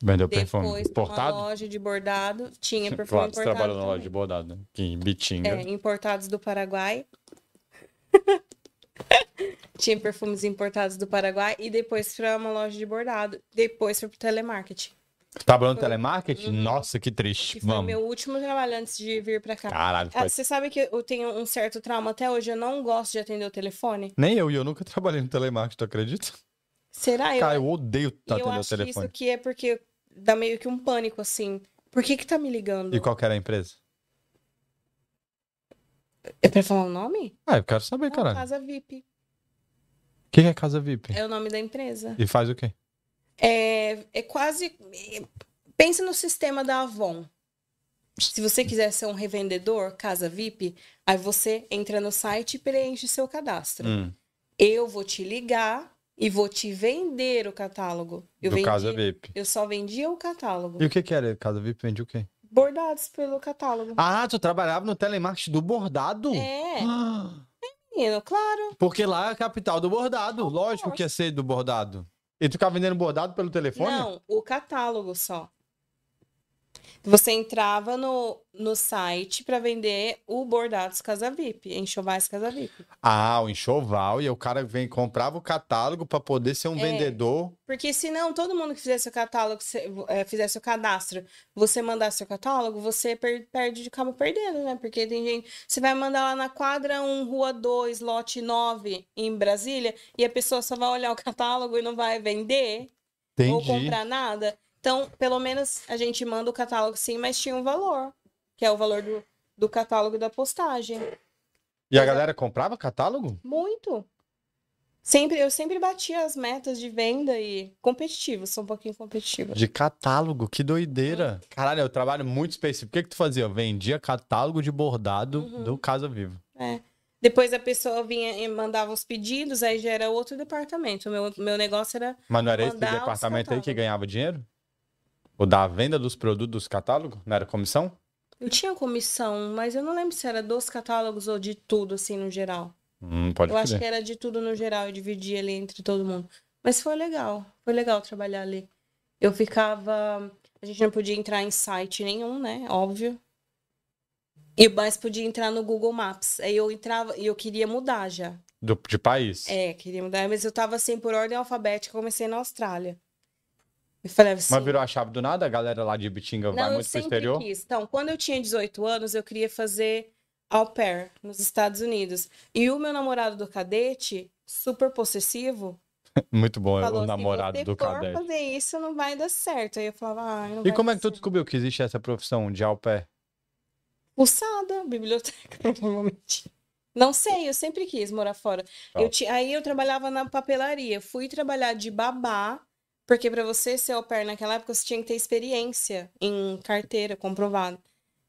A: Vendeu perfume.
B: depois pra uma
A: Importado?
B: loja de bordado. Tinha perfume
A: Claro, você
B: importado.
A: trabalhou na loja de
B: também.
A: bordado, né? Que em Bitinga.
B: É, importados do Paraguai. Tinha perfumes importados do Paraguai e depois pra uma loja de bordado. Depois foi pro telemarketing.
A: Trabalhou tá no telemarketing? Nossa, que triste.
B: Uhum. Que foi
A: Vamos.
B: meu último trabalho antes de vir pra cá.
A: Caralho,
B: Ah,
A: foi
B: Você sabe que eu tenho um certo trauma até hoje, eu não gosto de atender o telefone?
A: Nem eu, e eu nunca trabalhei no telemarketing, tu acredita?
B: Será Ah, eu?
A: Cara, eu odeio
B: eu
A: atender o
B: acho que
A: telefone.
B: isso aqui é porque dá meio que um pânico, assim. Por que que tá me ligando?
A: E qual que era a empresa?
B: É pra falar o nome?
A: Ah, eu quero saber,
B: Não,
A: caralho.
B: Casa VIP.
A: O que que é Casa VIP?
B: É o nome da empresa.
A: E faz o quê?
B: É, é quase... Pensa no sistema da Avon. Se você quiser ser um revendedor, Casa VIP, aí você entra no site e preenche seu cadastro.
A: Hum,
B: Eu vou te ligar e vou te vender o catálogo. Eu,
A: do
B: vendi-
A: Casa VIP.
B: eu só vendia o catálogo.
A: E o que que era Casa VIP? Vende o quê?
B: Bordados pelo catálogo.
A: Ah, tu trabalhava no telemarketing do bordado?
B: É,
A: Ah,
B: menino, claro.
A: Porque lá é a capital do bordado. Lógico que ia ser do bordado. E tu ficava vendendo bordado pelo telefone?
B: Não, o catálogo só. Você entrava no, no site para vender o Bordados Casa VIP, Enxovais Casa VIP.
A: Ah, o enxoval. E o cara vem, comprava o catálogo pra poder ser um
B: É.
A: vendedor.
B: Porque senão todo mundo que fizesse o catálogo, se- eh, fizesse o cadastro, você mandasse seu catálogo, você per- perde de cabo perdendo, né? Porque tem gente. Você vai mandar lá na quadra 1, rua 2, lote 9, em Brasília, e a pessoa só vai olhar o catálogo e não vai vender ou
A: Entendi.
B: comprar nada. Então, pelo menos a gente manda o catálogo sim, mas tinha um valor, que é o valor do, do catálogo e da postagem.
A: E a galera comprava catálogo?
B: Muito. Sempre, eu sempre batia as metas de venda e competitivo, sou um pouquinho competitiva.
A: De catálogo, que doideira. Caralho, eu trabalho muito específico. O que que tu fazia? Eu vendia catálogo de bordado
B: Uhum.
A: do Casa Viva.
B: É. Depois a pessoa vinha e mandava os pedidos, aí já era outro departamento. O meu, meu negócio era.
A: Mas não era esse
B: Mandar os
A: departamento aí que
B: catálogos. ganhava
A: ganhava dinheiro? O da venda dos produtos dos catálogos? Não era comissão?
B: Eu tinha comissão, mas eu não lembro se era dos catálogos ou de tudo, assim, no geral.
A: Hum, pode
B: eu acho
A: crer.
B: que era de tudo no geral, eu dividia ali entre todo mundo. Mas foi legal, foi legal trabalhar ali. Eu ficava. A gente não podia entrar em site nenhum, né? Óbvio. E mas podia entrar no Google Maps. Aí eu entrava e eu queria mudar já.
A: Do- de país?
B: É, queria mudar, mas eu tava assim por ordem alfabética, comecei na Austrália. Eu falei assim,
A: Mas virou a chave do nada? A galera lá de Bitinga
B: não,
A: vai
B: eu
A: muito pro
B: sempre
A: exterior?
B: quis. Então, quando eu tinha 18 anos, eu queria fazer au pair nos Estados Unidos. E o meu namorado do cadete, super possessivo,
A: Muito bom, é
B: falou
A: o
B: assim,
A: namorado
B: se
A: do
B: for
A: Cadete.
B: fazer isso, não vai dar certo. Aí eu falava, ah, não
A: E
B: vai
A: como
B: dar
A: é que tu
B: certo."
A: descobriu que existe essa profissão de au pair?
B: Pulsada, biblioteca, provavelmente. Não sei, eu sempre quis morar fora.
A: Tá.
B: Eu ti- Aí eu trabalhava na papelaria. Fui trabalhar de babá, porque para você ser au pair naquela época, você tinha que ter experiência em carteira, comprovado.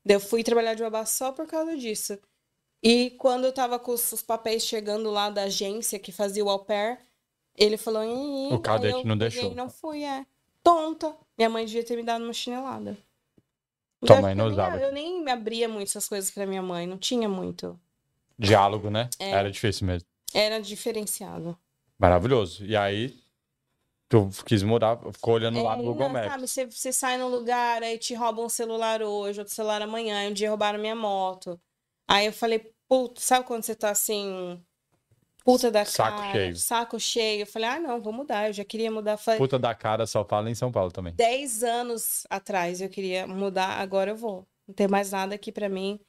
B: Daí eu fui trabalhar de babá só por causa disso. E quando eu tava com os os papéis chegando lá da agência que fazia o au pair, ele falou... "Ih, ih",
A: O
B: aí
A: cadete
B: eu
A: não
B: peguei
A: deixou.
B: e Não fui, é. Tonta. Minha mãe devia ter me dado uma chinelada.
A: Tua
B: Eu
A: mãe
B: acho que
A: não
B: eu nem-
A: usava.
B: Eu nem me abria muito essas coisas pra minha mãe, não tinha muito.
A: Diálogo, né?
B: É.
A: Era difícil mesmo.
B: Era diferenciado.
A: Maravilhoso. E aí, tu quis mudar, ficou olhando lá no
B: É,
A: Google
B: não,
A: Maps.
B: sabe, você, você sai num lugar, aí te roubam um celular hoje, outro celular amanhã, um dia roubaram minha moto. Aí eu falei, puta, sabe quando você tá assim, puta da
A: Saco
B: cara,
A: cheio.
B: saco cheio? Eu falei, ah, não, vou mudar, eu já queria mudar. Falei,
A: Puta da cara só fala em São Paulo também.
B: 10 anos atrás eu queria mudar, agora eu vou. Não tem mais nada aqui pra mim.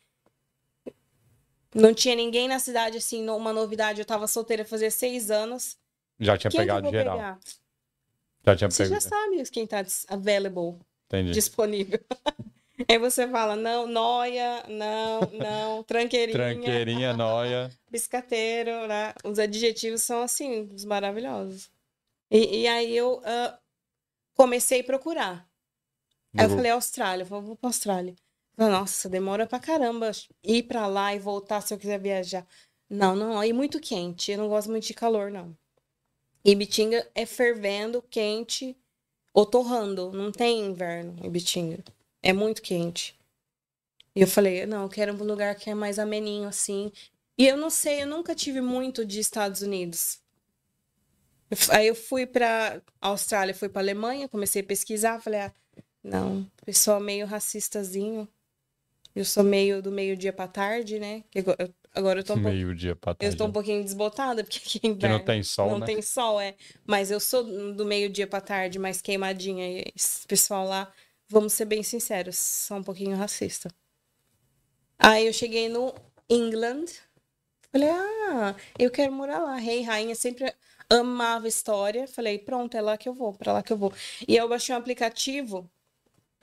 B: Não tinha ninguém na cidade, assim, no- uma novidade. Eu tava solteira fazia seis anos.
A: Já tinha
B: Quem é que eu
A: pegado
B: vou
A: geral.
B: pegar?
A: Já tinha
B: Você já
A: pegado.
B: sabe quem tá dis- available,
A: Entendi.
B: disponível. Aí você fala, não, noia, não, não, tranqueirinha,
A: Tranqueirinha, noia.
B: biscateiro, né? Os adjetivos são, assim, os maravilhosos. E, e aí eu ah, comecei a procurar. Aí eu
A: Google.
B: falei, Austrália, vou, vou pra Austrália. Falei, Nossa, demora pra caramba ir pra lá e voltar se eu quiser viajar. Não, não, aí muito quente. Eu não gosto muito de calor, não. Ibitinga é fervendo, quente ou torrando. Não tem inverno em Ibitinga. É muito quente. E eu falei, não, eu quero um lugar que é mais ameninho, assim. E eu não sei, eu nunca tive muito de Estados Unidos. Eu f- Aí eu fui pra Austrália, fui pra Alemanha, comecei a pesquisar, falei, ah, não, pessoal meio racistazinho. Eu sou meio do meio-dia pra tarde, né? Que agora eu- Agora eu tô um pouco
A: Meio-dia pra
B: eu
A: tarde.
B: estou um pouquinho desbotada, porque aqui é
A: Que
B: inverno.
A: não tem sol,
B: não
A: né?
B: tem sol, é. Mas eu sou do meio-dia pra tarde, mais queimadinha. E esse pessoal lá, vamos ser bem sinceros, são um pouquinho racista. Aí eu cheguei no England. Falei, ah, eu quero morar lá. Rei, rainha, sempre amava história. Falei, pronto, é lá que eu vou, pra lá que eu vou. E eu baixei um aplicativo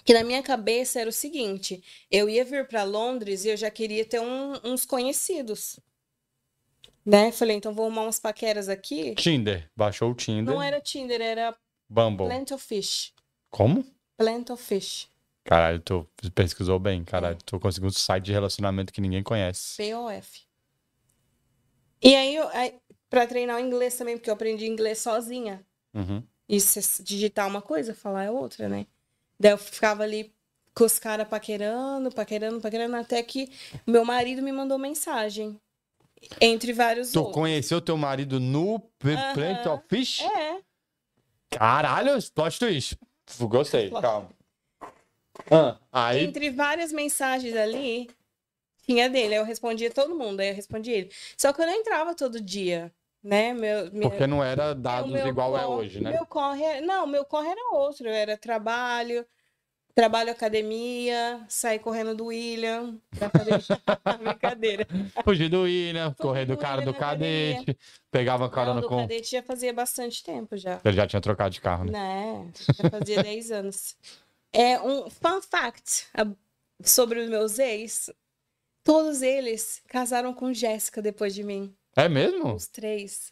B: que na minha cabeça era o seguinte: eu ia vir pra Londres e eu já queria ter um- uns conhecidos. Né? Falei, então vou arrumar umas paqueras aqui.
A: Tinder. Baixou o Tinder.
B: Não é né? era Tinder, era
A: Bumble.
B: Plant of Fish.
A: Como?
B: Plant of Fish.
A: Caralho, tu pesquisou bem. Caralho,
B: É.
A: tu conseguiu um site de relacionamento que ninguém conhece.
B: POF. E aí, eu, aí, pra treinar o inglês também, porque eu aprendi inglês sozinha.
A: Uhum.
B: E se digitar uma coisa, falar é outra, né? Daí eu ficava ali com os caras paquerando, paquerando, paquerando, até que meu marido me mandou mensagem. Entre vários
A: Tu
B: outros.
A: conheceu teu marido no P-
B: Aham.
A: Plant of Fish?
B: É.
A: Caralho, plot twist. Gostei,
B: Plot.
A: calma. Ah, aí,
B: Entre várias mensagens ali, tinha dele. Aí eu respondia todo mundo, aí eu respondia ele. Só que eu não entrava todo dia, né? Meu, minha-
A: porque não era
B: É, o
A: dados
B: meu
A: igual é
B: corre-
A: hoje, né?
B: Meu corre, era- não, meu corre era outro, era trabalho, trabalho academia, sair correndo do William, pra fazer brincadeira.
A: Fugir do William, correr do
B: do
A: cara do
B: William na academia.
A: cadete, pegava carona
B: Não, do
A: com...
B: cadete já fazia bastante tempo já,
A: Ele já tinha trocado de carro, né?
B: né? Já fazia 10 anos. É um fun fact a- sobre os meus ex. Todos eles casaram com Jéssica depois de mim,
A: É mesmo?
B: os três.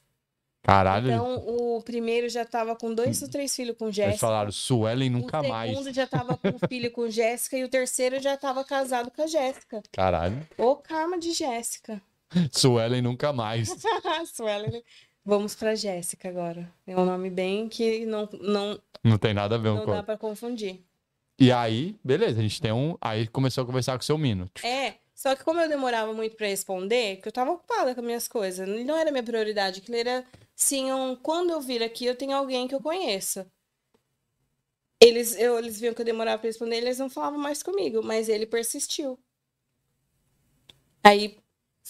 A: Caralho,
B: Então, o primeiro já tava com dois ou três filhos com Jéssica.
A: eles falaram, Suelen nunca
B: o
A: mais.
B: é um segundo já tava com um filho com Jéssica e o terceiro já tava casado com a Jéssica.
A: Caralho.
B: Ô karma de Jéssica.
A: Suelen nunca mais.
B: Suelen. Vamos pra Jéssica agora. É um nome bem que não, não,
A: Não tem nada a ver um
B: não
A: com o
B: dá
A: outro.
B: pra confundir.
A: E aí, beleza, a gente tem um. Aí começou a conversar com o seu Mino.
B: É, só que como eu demorava muito pra responder, que eu tava ocupada com minhas coisas, ele não era minha prioridade, que ele era sim, um, quando eu vir aqui, eu tenho alguém que eu conheço. Eles, eu, eles viam que eu demorava pra responder, eles não falavam mais comigo, mas ele persistiu. Aí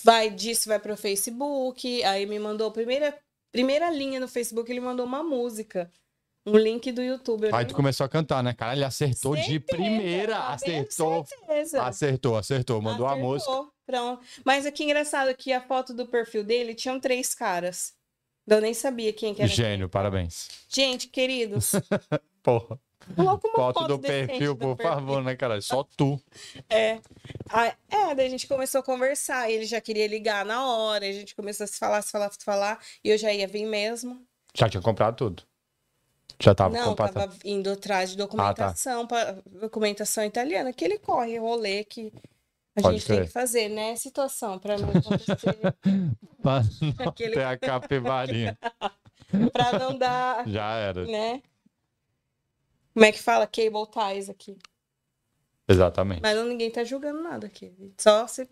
B: vai disso, vai pro Facebook, aí me mandou a primeira, primeira linha no Facebook, ele mandou uma música. Um link do YouTube. eu
A: Aí
B: nem-
A: tu começou a cantar, né? Caralho, acertou de
B: Certeza,
A: primeira.
B: tá vendo?
A: Acertou.
B: Certeza.
A: Acertou, acertou. Tipo, Mandou a
B: Acertou,
A: música.
B: Pronto. Mas aqui engraçado que a foto do perfil dele tinham três caras. Eu nem sabia quem que era.
A: Gênio, parabéns.
B: Gente, queridos,
A: Porra.
B: coloca uma
A: Foto do
B: decente
A: perfil,
B: do
A: por
B: perfil.
A: favor, né, caralho? Só tu.
B: É. Ah, é, daí a gente começou a conversar. Ele já queria ligar na hora. A gente começou a se falar, se falar, se falar. E eu já ia vir mesmo.
A: Já tinha comprado tudo. Já tava Ah,
B: Não,
A: comprado.
B: tava indo atrás de
A: tá.
B: documentação, pra- documentação italiana, que ele corre, rolê que a
A: Pode
B: gente tem
A: crer.
B: que fazer, né? Situação pra não acontecer,
A: Pra
B: aquele-
A: Até a capivarinha.
B: pra não dar
A: Já era.
B: né? Como é que fala? Cable ties aqui.
A: Exatamente.
B: Mas não, ninguém tá julgando nada aqui. Só se,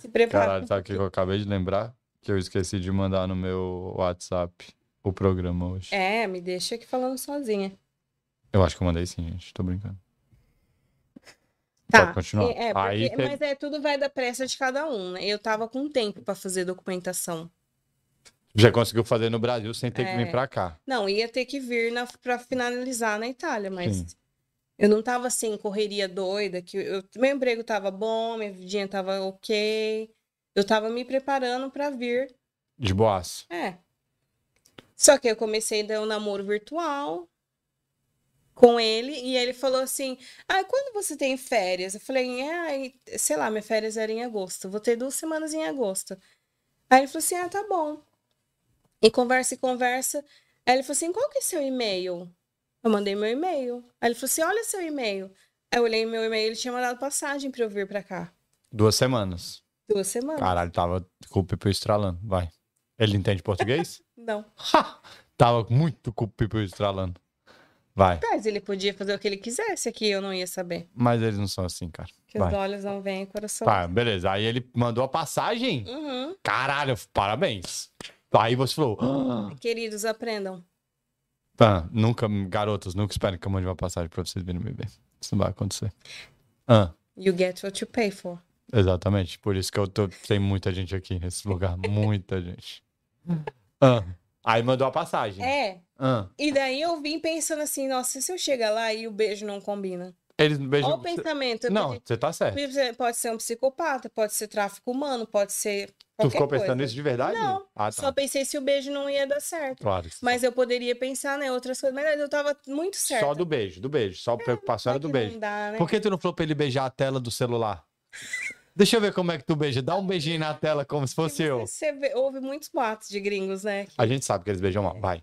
B: se prepara.
A: Caralho, sabe o que eu acabei de lembrar? Que eu esqueci de mandar no meu WhatsApp o programa hoje.
B: É, me deixa aqui falando sozinha.
A: Eu acho que eu mandei sim, gente. Tô brincando.
B: Tá.
A: Pode continuar.
B: É, é, porque-
A: Aí teve-
B: Mas é, tudo vai da pressa de cada um, né? Eu tava com tempo pra fazer documentação.
A: Já conseguiu fazer no Brasil sem ter que
B: É.
A: vir pra cá.
B: Não, ia ter que vir na, pra finalizar na Itália, mas
A: Sim.
B: eu não tava assim, correria doida, que eu, meu emprego tava bom, minha vidinha tava ok. Eu tava me preparando pra vir
A: De boas.
B: É. Só que eu comecei a dar um namoro virtual com ele e ele falou assim: Ah, quando você tem férias? Eu falei: Ai, sei lá, minhas férias eram em agosto, vou ter duas semanas em agosto. Aí ele falou assim: Ah, tá bom. E conversa e conversa. Aí ele falou assim: Qual que é seu e-mail? Eu mandei meu e-mail. Aí ele falou assim: Olha seu e-mail. Aí eu olhei meu e-mail, ele tinha mandado passagem pra eu vir pra cá.
A: Duas semanas.
B: Duas semanas.
A: Caralho, tava com o pipo estralando. Vai. Ele entende português?
B: Não.
A: Ha! Tava muito com o pipo estralando. Vai.
B: Mas ele podia fazer o que ele quisesse aqui, eu não ia saber.
A: Mas eles não são assim, cara.
B: Que
A: Vai.
B: os olhos não veem, o coração.
A: Tá, beleza. Aí ele mandou a passagem.
B: Uhum.
A: Caralho, parabéns. Aí você falou. "Ah,
B: Queridos, aprendam.
A: Ah, nunca, garotos, nunca esperem que eu mande uma passagem pra vocês virem me ver. Isso não vai acontecer. Ah,
B: You get what you pay for.
A: exatamente. Por isso que eu tô. Tem muita gente aqui nesse lugar. Muita gente. Ah, aí mandou a passagem.
B: É.
A: Ah,
B: E daí eu vim pensando assim, nossa, e se eu chegar lá e o beijo não combina?
A: eles não beijam.
B: Olha o pensamento.
A: Não, você tá certo.
B: Pode ser- pode ser um psicopata, pode ser tráfico humano, pode ser.
A: Tu
B: qualquer
A: ficou pensando
B: coisa.
A: nisso de verdade?
B: Não,
A: Ah, tá.
B: Só pensei se o beijo não ia dar certo.
A: Claro.
B: Mas eu poderia pensar, né, outras coisas. Mas eu tava muito certa.
A: Só do beijo, do beijo. Só a preocupação
B: Vai
A: era do
B: É, que
A: beijo.
B: Não dá, né?
A: Por que tu não falou pra ele beijar a tela do celular? Deixa eu ver como é que tu beija. Dá um beijinho na tela como se fosse
B: Porque
A: eu.
B: Você vê- ouve muitos boatos de gringos, né? que-
A: A gente sabe que eles beijam
B: É.
A: mal, vai.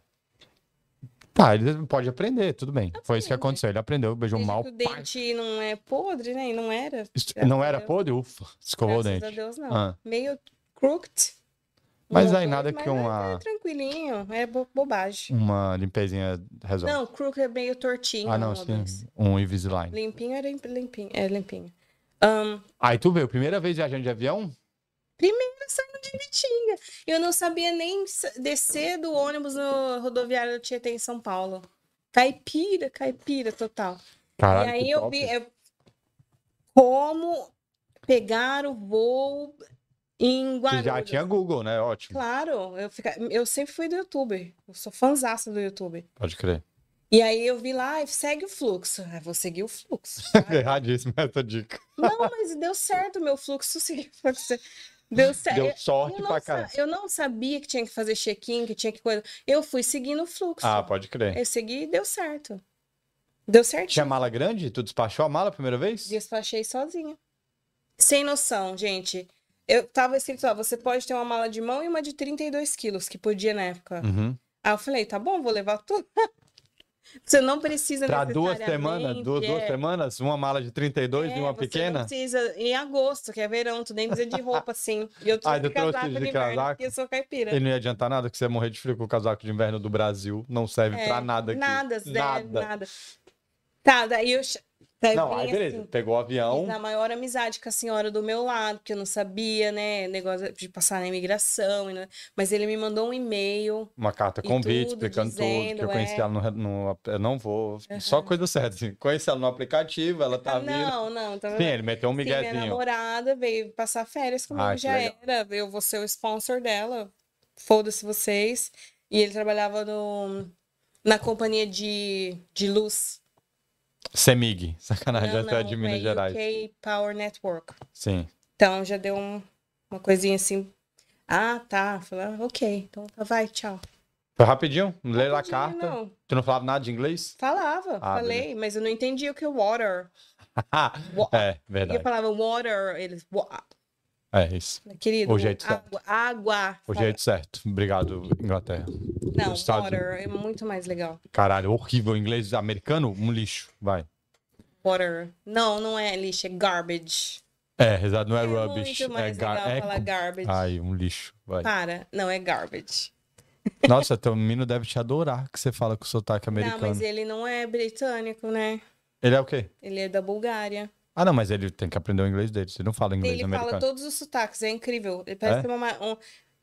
A: Tá, ele pode aprender, tudo bem. Foi isso que
B: Aprende.
A: aconteceu. Ele aprendeu, beijou mal.
B: Tá né? Desde que o
A: pá.
B: dente não é podre, né? E não era.
A: Isso
B: graças
A: não
B: a
A: era
B: Deus.
A: podre? Ufa, escovou o
B: Graças
A: dente.
B: a Deus, não.
A: Ah.
B: Meio crooked.
A: Mas
B: Um
A: aí
B: ou
A: nada
B: dois,
A: que
B: mas
A: uma,
B: É tranquilinho, é bo- bobagem.
A: uma limpezinha resolve.
B: Não, crooked é meio tortinho.
A: Então. ah, não,
B: um
A: sim,
B: dois.
A: um Invisalign.
B: Limpinho era imp- limpinho. É limpinho. Ahn,
A: Aí tu veio, primeira vez viajando de avião?
B: primeiro saindo de Bitinga. Eu não sabia nem s- descer do ônibus no rodoviário do Tietê em São Paulo. Caipira, caipira total.
A: Caralho,
B: e aí
A: que
B: eu
A: top.
B: vi é eu- como pegar o voo em
A: Tu
B: Guarulhos.
A: já tinha Google, né? Ótimo.
B: Claro, eu, fica... eu sempre fui do YouTube. Eu sou fanzaça do YouTube.
A: Pode crer.
B: E aí eu vi lá, e segue o fluxo. Aí vou seguir o fluxo.
A: Erradíssima essa dica.
B: não, mas deu certo o meu fluxo. seguiu o fluxo. Deu certo.
A: Deu
B: Eu- eu,
A: sorte
B: não
A: pra
B: sa-
A: caralho.
B: eu não sabia que tinha que fazer check-in, que tinha que coisa. Eu fui seguindo o fluxo.
A: Ah, pode crer.
B: Eu segui e deu certo. Deu certo.
A: Tinha mala grande? Tu despachou a mala a primeira vez?
B: Despachei sozinha. Sem noção, gente. Eu tava escrito lá, você pode ter uma mala de mão e uma de 32 quilos, que podia na época.
A: Uhum.
B: Aí eu falei, tá bom, vou levar tudo. Você não precisa
A: Pra duas semanas,
B: necessariamente,
A: duas, duas
B: é.
A: semanas, uma mala de 32 e
B: É,
A: uma
B: você
A: pequena.
B: Não precisa. Em agosto, que é verão, tu nem precisa de roupa assim. E eu tô
A: Ah,
B: de
A: eu trouxe
B: casaco de
A: de
B: inverno,
A: casaco.
B: porque eu sou caipira.
A: E não ia adiantar nada, que você ia morrer de frio com o casaco de inverno do Brasil. Não serve
B: É,
A: pra nada aqui.
B: Nada, zero,
A: Nada.
B: nada. Tá, daí eu. che- Daí
A: Não,
B: vem,
A: aí beleza. um?
B: assim,
A: Pegou o avião.
B: fiz a maior amizade com a senhora do meu lado, que eu não sabia, né? Negócio de passar na imigração. e não- Mas ele me mandou um e-mail.
A: Uma carta
B: E
A: convite,
B: tudo,
A: explicando tudo, que eu
B: dizendo,
A: conheci
B: é.
A: ela no, no- Eu não vou. Só coisa certa. assim. Conheci ela no aplicativo, ela tá
B: Ah,
A: vindo.
B: não, não, tá
A: Sim, ele meteu um
B: Sim, minha
A: miguezinho.
B: namorada veio passar férias comigo,
A: Ah, que
B: já
A: legal.
B: era. Eu vou ser o sponsor dela. Foda-se vocês. E ele trabalhava no, na companhia de, de luz.
A: Semig. Sacanagem,
B: Não,
A: essa é
B: não,
A: de Minas
B: é
A: Gerais.
B: UK Power Network.
A: Sim.
B: Então já deu um- uma coisinha assim. Ah, tá. Falei, ah, ok. Então tá, vai, tchau.
A: Foi rapidinho. Lê lá a
B: Rapidinho,
A: carta.
B: Não.
A: Tu não falava nada de inglês?
B: Falava,
A: Ah,
B: falei, mas eu não entendi o que é water. Wa-
A: é,
B: E eu
A: verdade.
B: falava water, eles, wa-
A: É isso.
B: querido,
A: O jeito certo.
B: água, água.
A: O
B: Fala-
A: jeito certo. Obrigado, Inglaterra.
B: Não,
A: Estados
B: water é muito mais legal.
A: Caralho, horrível. Inglês americano, um lixo. Vai.
B: Water. Não, não é lixo, é garbage.
A: É, exato. Não é,
B: É
A: rubbish.
B: muito mais
A: é gar...
B: legal
A: é...
B: falar garbage.
A: Ai, um lixo. Vai.
B: Para, não é garbage.
A: Nossa, teu menino deve te adorar que você fala com sotaque americano.
B: Não, mas ele não é britânico, né?
A: Ele é o quê?
B: Ele é da Bulgária.
A: Ah, não, mas ele tem que aprender o inglês dele. Você não fala inglês
B: ele
A: americano.
B: fala todos os sotaques, é incrível. Ele parece
A: É?
B: ter uma ma- um,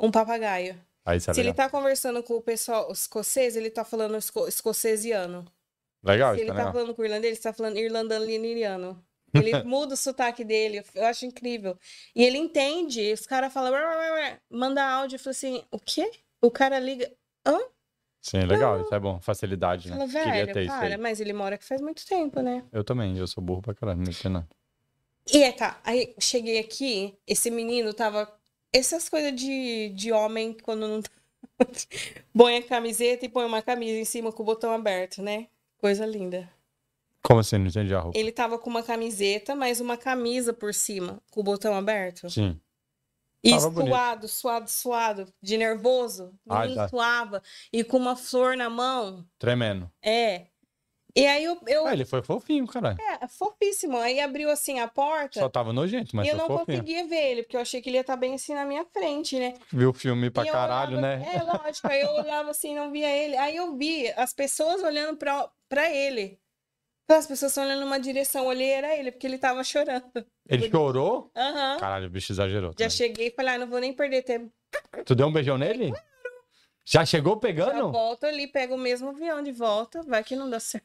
B: um papagaio.
A: Aí você é
B: Se ele
A: legal.
B: tá conversando com o pessoal escocês, ele tá falando esco escocesiano.
A: Legal,
B: Se
A: isso
B: ele
A: tá
B: tá
A: legal.
B: falando com o irlandês, ele tá falando irlandaliniano. Ele muda o sotaque dele, eu acho incrível. E ele entende, os caras falam, "Ué, ué, ué, ué", manda áudio e fala assim, o quê? O cara liga,
A: Sim, legal, isso é bom. Facilidade, né?
B: fala,
A: Queria ter
B: velho,
A: isso
B: para,
A: aí.
B: mas ele mora aqui faz muito tempo, né?
A: Eu também, eu sou burro pra caralho, não sei não.
B: E é, tá, aí cheguei aqui, esse menino tava. Essas coisas de, de homem quando não tá. põe a camiseta e põe uma camisa em cima com o botão aberto, né? Coisa linda.
A: Como assim? Não entendi a roupa.
B: Ele tava com uma camiseta, mas uma camisa por cima, com o botão aberto.
A: Sim.
B: E
A: Tava
B: suado,
A: bonito.
B: suado, suado, de nervoso.
A: Ah,
B: Ninguém
A: tá.
B: suava. E com uma flor na mão.
A: Tremendo.
B: É. E aí eu. eu-
A: Ah, ele foi fofinho, caralho.
B: é, fofíssimo. Aí abriu assim a porta.
A: Só tava nojento, mas
B: e eu
A: foi
B: não
A: fofinho.
B: conseguia ver ele, porque eu achei que ele ia estar bem assim na minha frente, né?
A: Viu o filme pra
B: E eu
A: caralho,
B: olhava-
A: né?
B: É, lógico. Aí eu olhava assim, não via ele. Aí eu vi as pessoas olhando pra, pra ele. Então, As pessoas estão olhando numa direção. Eu Olhei, era ele, porque ele tava chorando.
A: Ele chorou?
B: Aham.
A: Caralho, o bicho exagerou.
B: Já
A: também.
B: cheguei e falei, ah, não vou nem perder tempo.
A: Tu deu um beijão nele? Já chegou
B: Já
A: pegando?
B: volto ali, pego o mesmo avião de volta, vai que não dá certo.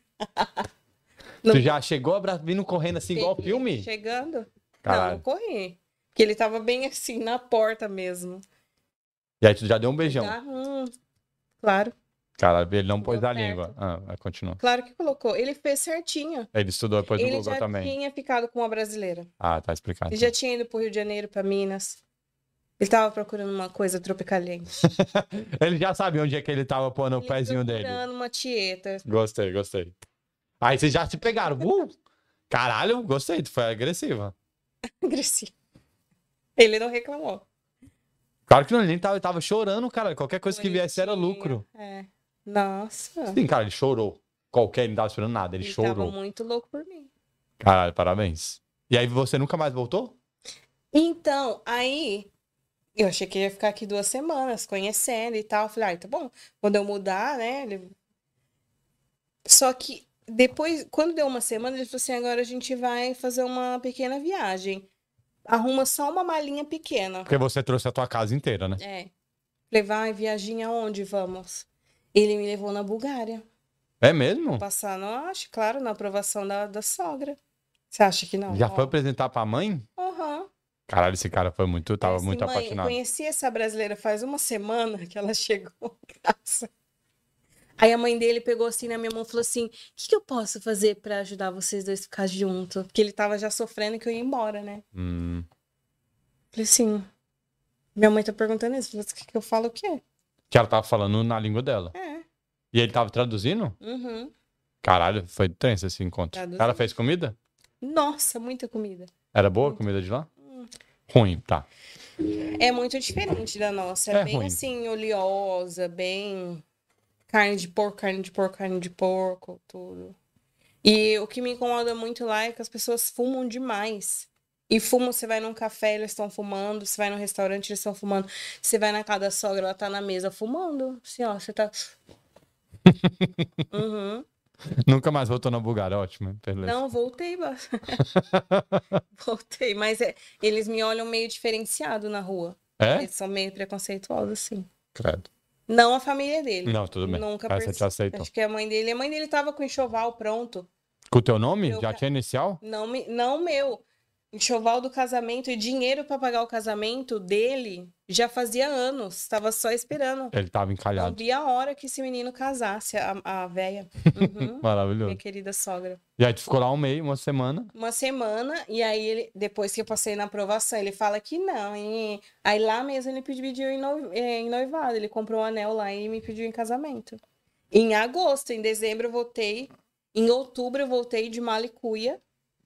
A: Tu já chegou abra- vindo correndo assim, igual
B: Cheguei,
A: filme?
B: Chegando. Não,
A: Caralho.
B: não corri. Porque ele tava bem assim, na porta mesmo.
A: E aí tu já deu um beijão.
B: Tá? Hum, claro,
A: Cara, ele não pôs
B: Deu
A: a
B: certo.
A: língua. Ah, vai, continua.
B: claro que colocou. Ele fez certinho.
A: Ele estudou depois do
B: ele
A: Google
B: já
A: também.
B: tinha ficado com uma brasileira.
A: Ah, tá explicado.
B: Ele já tinha ido pro Rio de Janeiro, pra Minas. Ele tava procurando uma coisa tropicalente.
A: Ele já sabia onde é que ele tava pondo o
B: Ele
A: pezinho dele.
B: procurando uma tieta.
A: Gostei, gostei. Aí vocês já se pegaram. Uh! Caralho, gostei. Tu foi agressiva.
B: Agressiva. Ele não reclamou.
A: Claro que não, ele nem tava, ele tava chorando, cara. Qualquer coisa que viesse era
B: Bonitinho.
A: lucro.
B: É. Nossa.
A: Sim, cara, ele chorou. Qualquer, ele não tava esperando nada, ele,
B: Ele
A: chorou.
B: tava muito louco por mim.
A: Caralho, parabéns. E aí você nunca mais voltou?
B: Então, aí eu achei que ele ia ficar aqui duas semanas conhecendo e tal. Falei, ah, tá bom, quando eu mudar, né? ele- Só que depois, quando deu uma semana, ele falou assim: agora a gente vai fazer uma pequena viagem. Arruma só uma malinha pequena.
A: Porque você trouxe a tua casa inteira, né?
B: É. Falei, vai, viagem aonde vamos? Ele me levou na Bulgária.
A: É mesmo?
B: Passar, não acho, claro, na aprovação da, da sogra. Você acha que não?
A: Já
B: Ó.
A: foi apresentar pra mãe?
B: Aham.
A: Caralho, esse cara foi muito, tava
B: Assim,
A: muito
B: mãe,
A: apaixonado.
B: Eu conheci essa brasileira faz uma semana que ela chegou em casa. Aí a mãe dele pegou assim na minha mão e falou assim: O que, que eu posso fazer pra ajudar vocês dois a ficar junto? Porque ele tava já sofrendo que eu ia embora, né?
A: Hum.
B: Falei assim: Minha mãe tá perguntando isso. Falei assim: "O que, que eu falo o quê?
A: Que ela tava falando na língua dela.
B: É.
A: E ele tava traduzindo?
B: Uhum.
A: Caralho, foi tenso esse encontro.
B: Traduzindo.
A: Ela fez comida?
B: Nossa, muita comida.
A: Era boa
B: Hum.
A: a comida de lá? Ruim, tá.
B: É muito diferente da nossa. É,
A: É
B: bem
A: ruim.
B: assim, oleosa, bem Carne de porco, carne de porco, carne de porco, tudo. E o que me incomoda muito lá é que as pessoas fumam demais. E fumam, você vai num café, eles estão fumando. Você vai num restaurante, eles estão fumando. Você vai na casa da sogra, ela tá na mesa fumando. Assim, ó, você tá. Uhum.
A: Nunca mais voltou na Bulgária, ótimo. Beleza.
B: Não, voltei, ba- voltei, mas é- eles me olham meio diferenciado na rua.
A: É?
B: Eles são meio preconceituosos, assim.
A: Credo.
B: Não a família dele.
A: Não, então. tudo bem.
B: Nunca
A: Essa
B: perce-
A: te aceitam.
B: Acho que a mãe dele. A mãe dele tava com enxoval pronto.
A: Com o teu nome?
B: Eu
A: Já
B: ca-
A: tinha inicial?
B: Não, me- não meu. Enxoval do casamento e dinheiro pra pagar o casamento dele já fazia anos. Tava só esperando.
A: Ele tava
B: Não
A: encalhado.
B: via a hora que esse menino casasse, a, a véia. Uhum, minha
A: Maravilhoso.
B: querida sogra.
A: E aí tu ficou lá um mês, uma semana.
B: uma semana, e aí ele, depois que eu passei na aprovação, ele fala que não, hein? Aí lá mesmo ele pediu pediu em noi- eh, em noivado, ele comprou um anel lá e me pediu em casamento. Em agosto, em dezembro eu voltei, em outubro eu voltei de Malicuia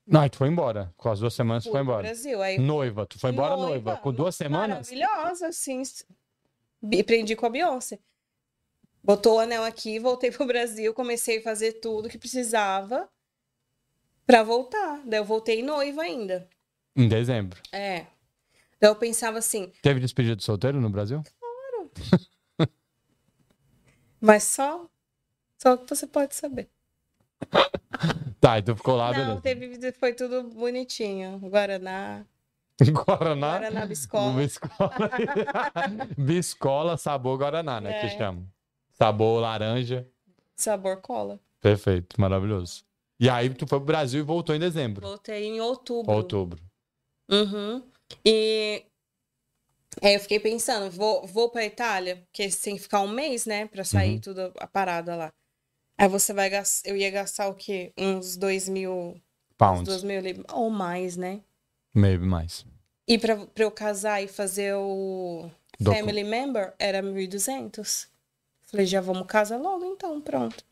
A: Não, aí tu foi embora. Com as duas semanas tu
B: pro
A: foi embora.
B: Brasil. Aí
A: Noiva, tu foi embora noiva.
B: Noiva,
A: Com duas semanas?
B: maravilhosa, assim, s- me prendi com a Beyoncé. Botou o anel aqui, voltei pro Brasil, comecei a fazer tudo que precisava pra voltar. Daí eu voltei noiva ainda.
A: Em dezembro.
B: É. Daí eu pensava assim,
A: Teve despedida de solteiro no Brasil?
B: mas só só que você pode saber.
A: Tá, e tu ficou lá, beleza.
B: Não, teve, foi tudo bonitinho. Guaraná,
A: Guaraná.
B: Guaraná Biscola.
A: Biscola. Biscola, sabor Guaraná, né?
B: É.
A: Que chama. Sabor laranja.
B: sabor cola.
A: Perfeito, maravilhoso. E aí tu foi pro Brasil e voltou em dezembro.
B: Voltei em outubro.
A: Outubro.
B: Uhum. E aí eu fiquei pensando, vou, vou pra Itália, porque você tem que ficar um mês, né, pra sair
A: Uhum.
B: tudo a parada lá. Aí você vai gastar, eu ia gastar o quê? Uns dois mil, uns dois
A: Pounds.
B: mil lib- ou mais, né?
A: Maybe mais.
B: E pra, pra eu casar e fazer o
A: Docu-
B: Family member era 1.200. Falei, já vamos casar logo então, pronto.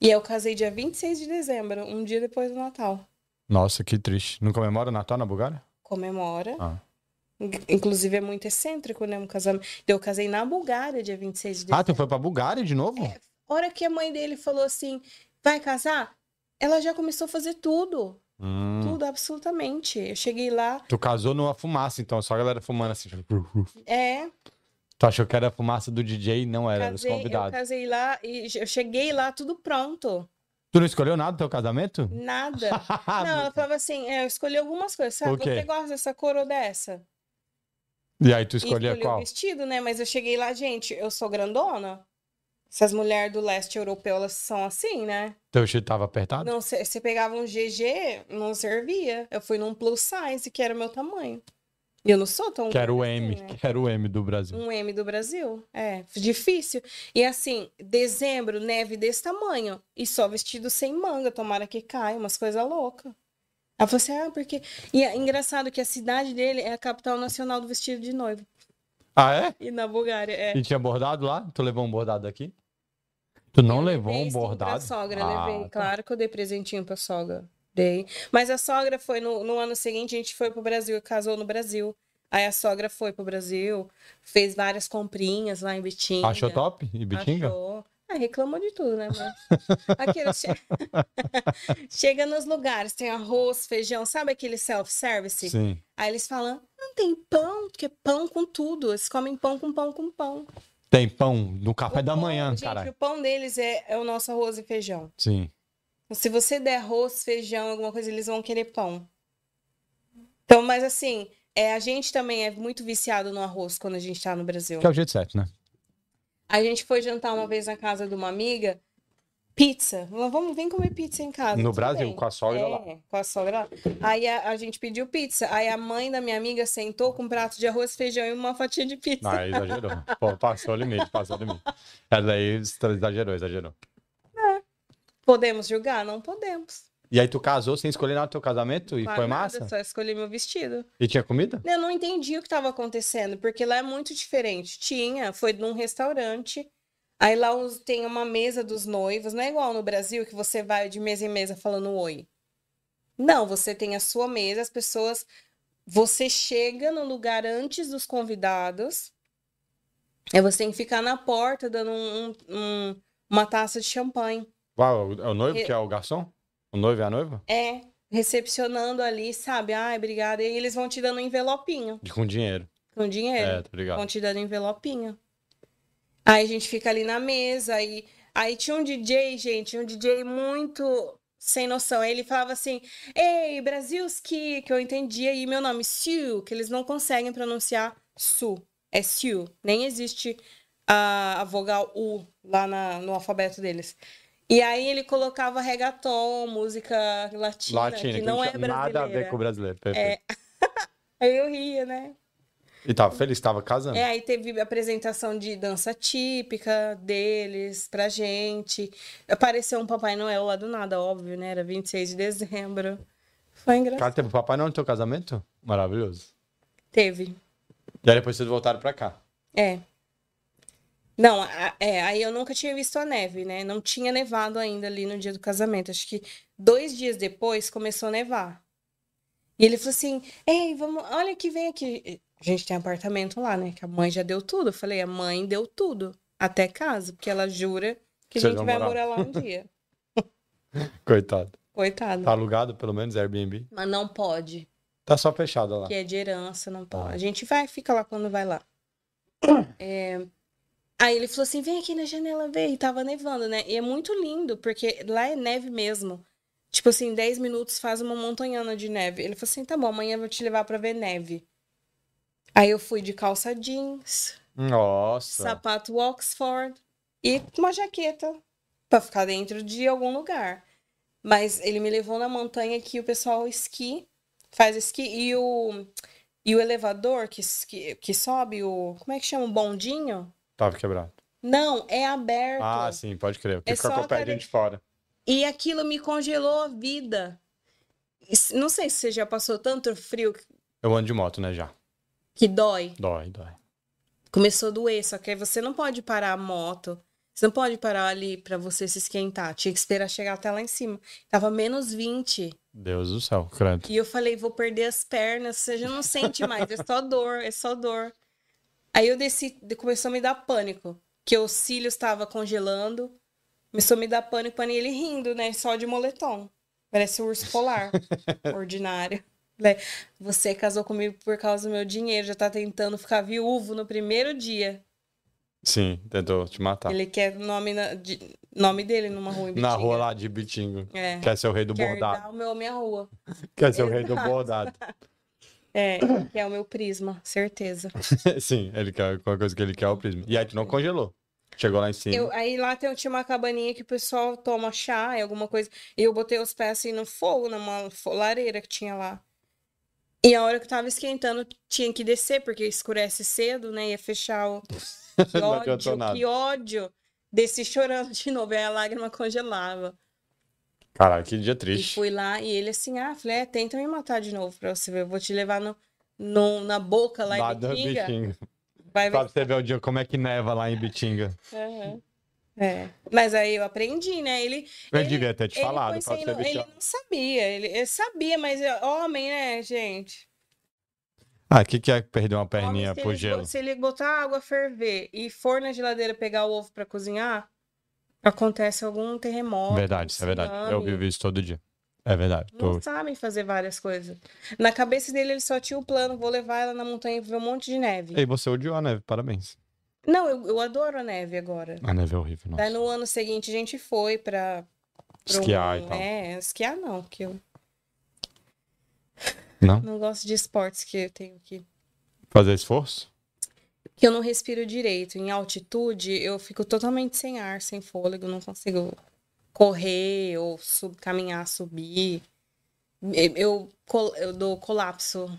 B: E eu casei dia 26 de dezembro, um dia depois do Natal.
A: Nossa, que triste. Não comemora o Natal na Bulgária?
B: Comemora.
A: Ah.
B: In- Inclusive é muito excêntrico, né? Um casamento. Eu casei na Bulgária dia 26 de
A: Ah,
B: dezembro. É.
A: tu foi pra Bulgária de novo?
B: A hora que a mãe dele falou assim, vai casar? Ela já começou a fazer tudo.
A: Hum.
B: Tudo, absolutamente. Eu cheguei lá,
A: Tu casou numa fumaça, então, só a galera fumando assim. tipo, ruf, ruf.
B: é,
A: Tu achou que era a fumaça do DJ? Não era, era os
B: casei, eu
A: convidados.
B: casei lá e eu cheguei lá tudo pronto.
A: Tu não escolheu nada do teu casamento?
B: Nada. Não, ela falava assim, é, eu escolhi algumas coisas, sabe?
A: O Ah, quê?
B: Você gosta dessa cor ou dessa?
A: E aí tu
B: E
A: escolheu
B: escolhi o
A: qual?
B: vestido, né? Mas eu cheguei lá, gente, eu sou grandona. Essas mulheres do leste europeu, elas são assim, né?
A: Teu vestido tava apertado?
B: Não, se você pegava um GG, não servia. Eu fui num plus size, que era o meu tamanho. E eu não sou tão
A: Quero o
B: grande assim,
A: M,
B: né?
A: quero o M do Brasil.
B: Um M do Brasil. É, difícil. E assim, dezembro, neve desse tamanho. E só vestido sem manga, tomara que caia, umas coisas loucas. Aí você, ah, porque. E é engraçado que a cidade dele é a capital nacional do vestido de noivo.
A: Ah, é?
B: E na Bulgária, é.
A: E tinha bordado lá? Tu levou um bordado aqui? Tu não
B: Eu
A: levou
B: levei
A: um
B: sim pra
A: bordado?
B: sogra,
A: Ah,
B: levei.
A: tá.
B: Claro que eu dei presentinho pra sogra. Dei. Mas a sogra foi no, no ano seguinte, a gente foi pro Brasil, casou no Brasil. Aí a sogra foi pro Brasil, fez várias comprinhas lá em Bitinga.
A: Achou top? E bitinga?
B: Achou. Ah, reclamou de tudo, né? Mas... Aquele che... Chega nos lugares, tem arroz, feijão, sabe aquele self-service?
A: Sim.
B: Aí eles falam, não tem pão, porque é pão com tudo. Eles comem pão com pão com pão.
A: Tem pão no café
B: O
A: da
B: pão,
A: manhã,
B: gente,
A: caralho.
B: o pão deles é, é o nosso arroz e feijão.
A: Sim.
B: Se você der arroz, feijão, alguma coisa, eles vão querer pão. Então, mas assim, é, a gente também é muito viciado no arroz quando a gente tá no Brasil.
A: Que é o jeito certo, né?
B: A gente foi jantar uma vez na casa de uma amiga, pizza. Falou, Vamos vir comer pizza em casa.
A: No
B: Ah, tudo
A: Brasil,
B: bem.
A: com a sogra
B: é,
A: lá.
B: Com a sogra lá. Aí a, a gente pediu pizza. Aí a mãe da minha amiga sentou com um prato de arroz, feijão e uma fatia de pizza.
A: Não, aí exagerou. Pô, passou o limite, passou o limite. Ela aí exagerou, exagerou.
B: Podemos julgar? Não podemos.
A: E aí tu casou sem escolher nada do teu casamento? E
B: Claro,
A: foi
B: nada,
A: massa?
B: Só escolhi meu vestido.
A: E tinha comida?
B: Eu não entendi o que estava acontecendo, porque lá é muito diferente. Tinha, foi num restaurante. Aí lá os- tem uma mesa dos noivos, não é igual no Brasil que você vai de mesa em mesa falando oi. Não, você tem a sua mesa, as pessoas. Você chega no lugar antes dos convidados. Aí você tem que ficar na porta dando um- um- um- uma taça de champanhe.
A: Uau, é o noivo
B: E-
A: que é o garçom? O noivo é a noiva?
B: É, recepcionando ali, sabe? Ai, obrigada. E eles vão te dando um envelopinho
A: De- Com dinheiro.
B: com
A: É,
B: dinheiro.
A: tá ligado?
B: Vão te dando envelopinho. Aí a gente fica ali na mesa. Aí, aí tinha um DJ, gente, um DJ muito sem noção. Aí ele falava assim: Ei, Brasilski, que eu entendia. E meu nome, Sil, que eles não conseguem pronunciar Su. É Sil. Nem existe a, a vogal U lá na- no alfabeto deles. E aí ele colocava reggaeton, música latina,
A: Latina,
B: que não é
A: tinha
B: brasileira. É.
A: nada a ver com o brasileiro. Perfeito.
B: Aí eu ria, né?
A: E tava feliz, tava casando.
B: É, aí teve apresentação de dança típica deles pra gente. Apareceu um Papai Noel lá do nada, óbvio, né? Era 26 de dezembro. Foi engraçado.
A: Cara, teve papai não no teu casamento? Maravilhoso.
B: Teve.
A: E aí depois vocês voltaram pra cá.
B: É. Não, a- é, aí eu nunca tinha visto a neve, né? Não tinha nevado ainda ali no dia do casamento. Acho que dois dias depois começou a nevar. E ele falou assim: Ei, vamos, olha que vem aqui. A gente tem apartamento lá, né? Que a mãe já deu tudo. Eu falei: A mãe deu tudo, até casa, porque ela jura que a
A: Vocês
B: gente
A: vão
B: vai
A: morar.
B: morar lá um dia.
A: Coitado.
B: Coitada.
A: Tá alugado, pelo menos, Airbnb.
B: Mas não pode,
A: Tá só fechada lá.
B: que é de herança, não
A: Tá.
B: pode. A gente vai, fica lá quando vai lá. É, Aí ele falou assim: vem aqui na janela ver. E tava nevando, né? E é muito lindo, porque lá é neve mesmo. Tipo assim, 10 minutos faz uma montanhana de neve. Ele falou assim: tá bom, amanhã eu vou te levar pra ver neve. Aí eu fui de calça jeans,
A: Nossa.
B: sapato Oxford e uma jaqueta pra ficar dentro de algum lugar. Mas ele me levou na montanha que o pessoal esqui, faz esqui e o e o elevador que s- que, que sobe o, como é que chama, o bondinho?
A: Tava quebrado.
B: Não, é aberto.
A: Ah, sim, pode crer. Porque
B: É
A: fica
B: só
A: com o
B: a
A: pé
B: cara-
A: de fora.
B: E aquilo me congelou a vida. Isso- Não sei se você já passou tanto frio que-
A: Eu ando de moto, né, já.
B: que dói.
A: Dói, dói.
B: começou a doer, só que aí você não pode parar a moto. Você não pode parar ali pra você se esquentar. Tinha que esperar chegar até lá em cima. Tava menos 20.
A: Deus do céu, credo.
B: E eu falei, vou perder as pernas. Você já não sente mais. É só dor, é só dor. Aí eu desci, começou a me dar pânico. Que os cílios estava congelando. Começou a me dar pânico, pânico. E ele rindo, né? Só de moletom. Parece um urso polar. ordinário. Né? Você casou comigo por causa do meu dinheiro. Já tá tentando ficar viúvo no primeiro dia.
A: Sim, tentou te matar.
B: Ele quer o nome, na- de- nome dele numa rua em
A: Tá. Na
B: Bitinga.
A: rua lá de Bitingo.
B: É.
A: Quer ser o rei do
B: Quer
A: bordado.
B: dar um o meu, minha rua.
A: Quer ser o rei do
B: Exato.
A: bordado.
B: É, que é o meu prisma, certeza.
A: Sim, ele quer, a coisa que ele quer é o prisma. E aí tu não congelou. Chegou lá em cima.
B: Eu- aí lá tem, tinha uma cabaninha que o pessoal toma chá e alguma coisa. E eu botei os pés assim no fogo, numa fo- lareira que tinha lá. E a hora que tava esquentando, tinha que descer, porque escurece cedo, né? Ia fechar o. Que
A: Não
B: ódio,
A: adiantou nada.
B: que ódio. Desci chorando de novo, aí a lágrima congelava.
A: Caralho, que dia
B: E
A: triste.
B: fui lá e ele assim, ah, falei, é, tenta me matar de novo pra você ver. Eu vou te levar no, no- na boca lá
A: Lá
B: em
A: do
B: Bitinga.
A: Bitinga.
B: Vai ver.
A: Pra você ver o dia como é que neva lá em Bitinga.
B: Aham. É. Mas aí eu aprendi, né? Ele,
A: Eu
B: Ele-
A: devia ter te
B: ele,
A: falado
B: foi
A: pra
B: sem
A: você
B: no- ele
A: bichar.
B: não sabia. Ele, ele sabia, mas é homem, né, gente?
A: Ah, o que, que é perder uma
B: Homem,
A: perninha
B: se
A: pro
B: ele bo-
A: gelo?
B: Se ele botar a água ferver e for na geladeira pegar o ovo pra cozinhar, acontece algum terremoto.
A: Verdade, isso é verdade. Eu
B: tsunami.
A: vivo isso todo dia. É verdade.
B: Não
A: Tô...
B: sabem fazer várias coisas. Na cabeça dele, ele só tinha o plano: vou levar ela na montanha e ver um monte de neve.
A: E você odiou a neve, parabéns.
B: Não, eu, eu adoro a neve agora.
A: A neve é horrível,
B: Daí
A: nossa.
B: Tá no ano seguinte a gente foi pra. pra um-
A: Esquiar e tal.
B: É, esquiar não, porque eu
A: Não?
B: não gosto de esportes que eu tenho que.
A: Fazer esforço?
B: Que eu não respiro direito. Em altitude, eu fico totalmente sem ar, sem fôlego, não consigo correr ou sub, caminhar, subir. Eu, eu, col- eu dou colapso.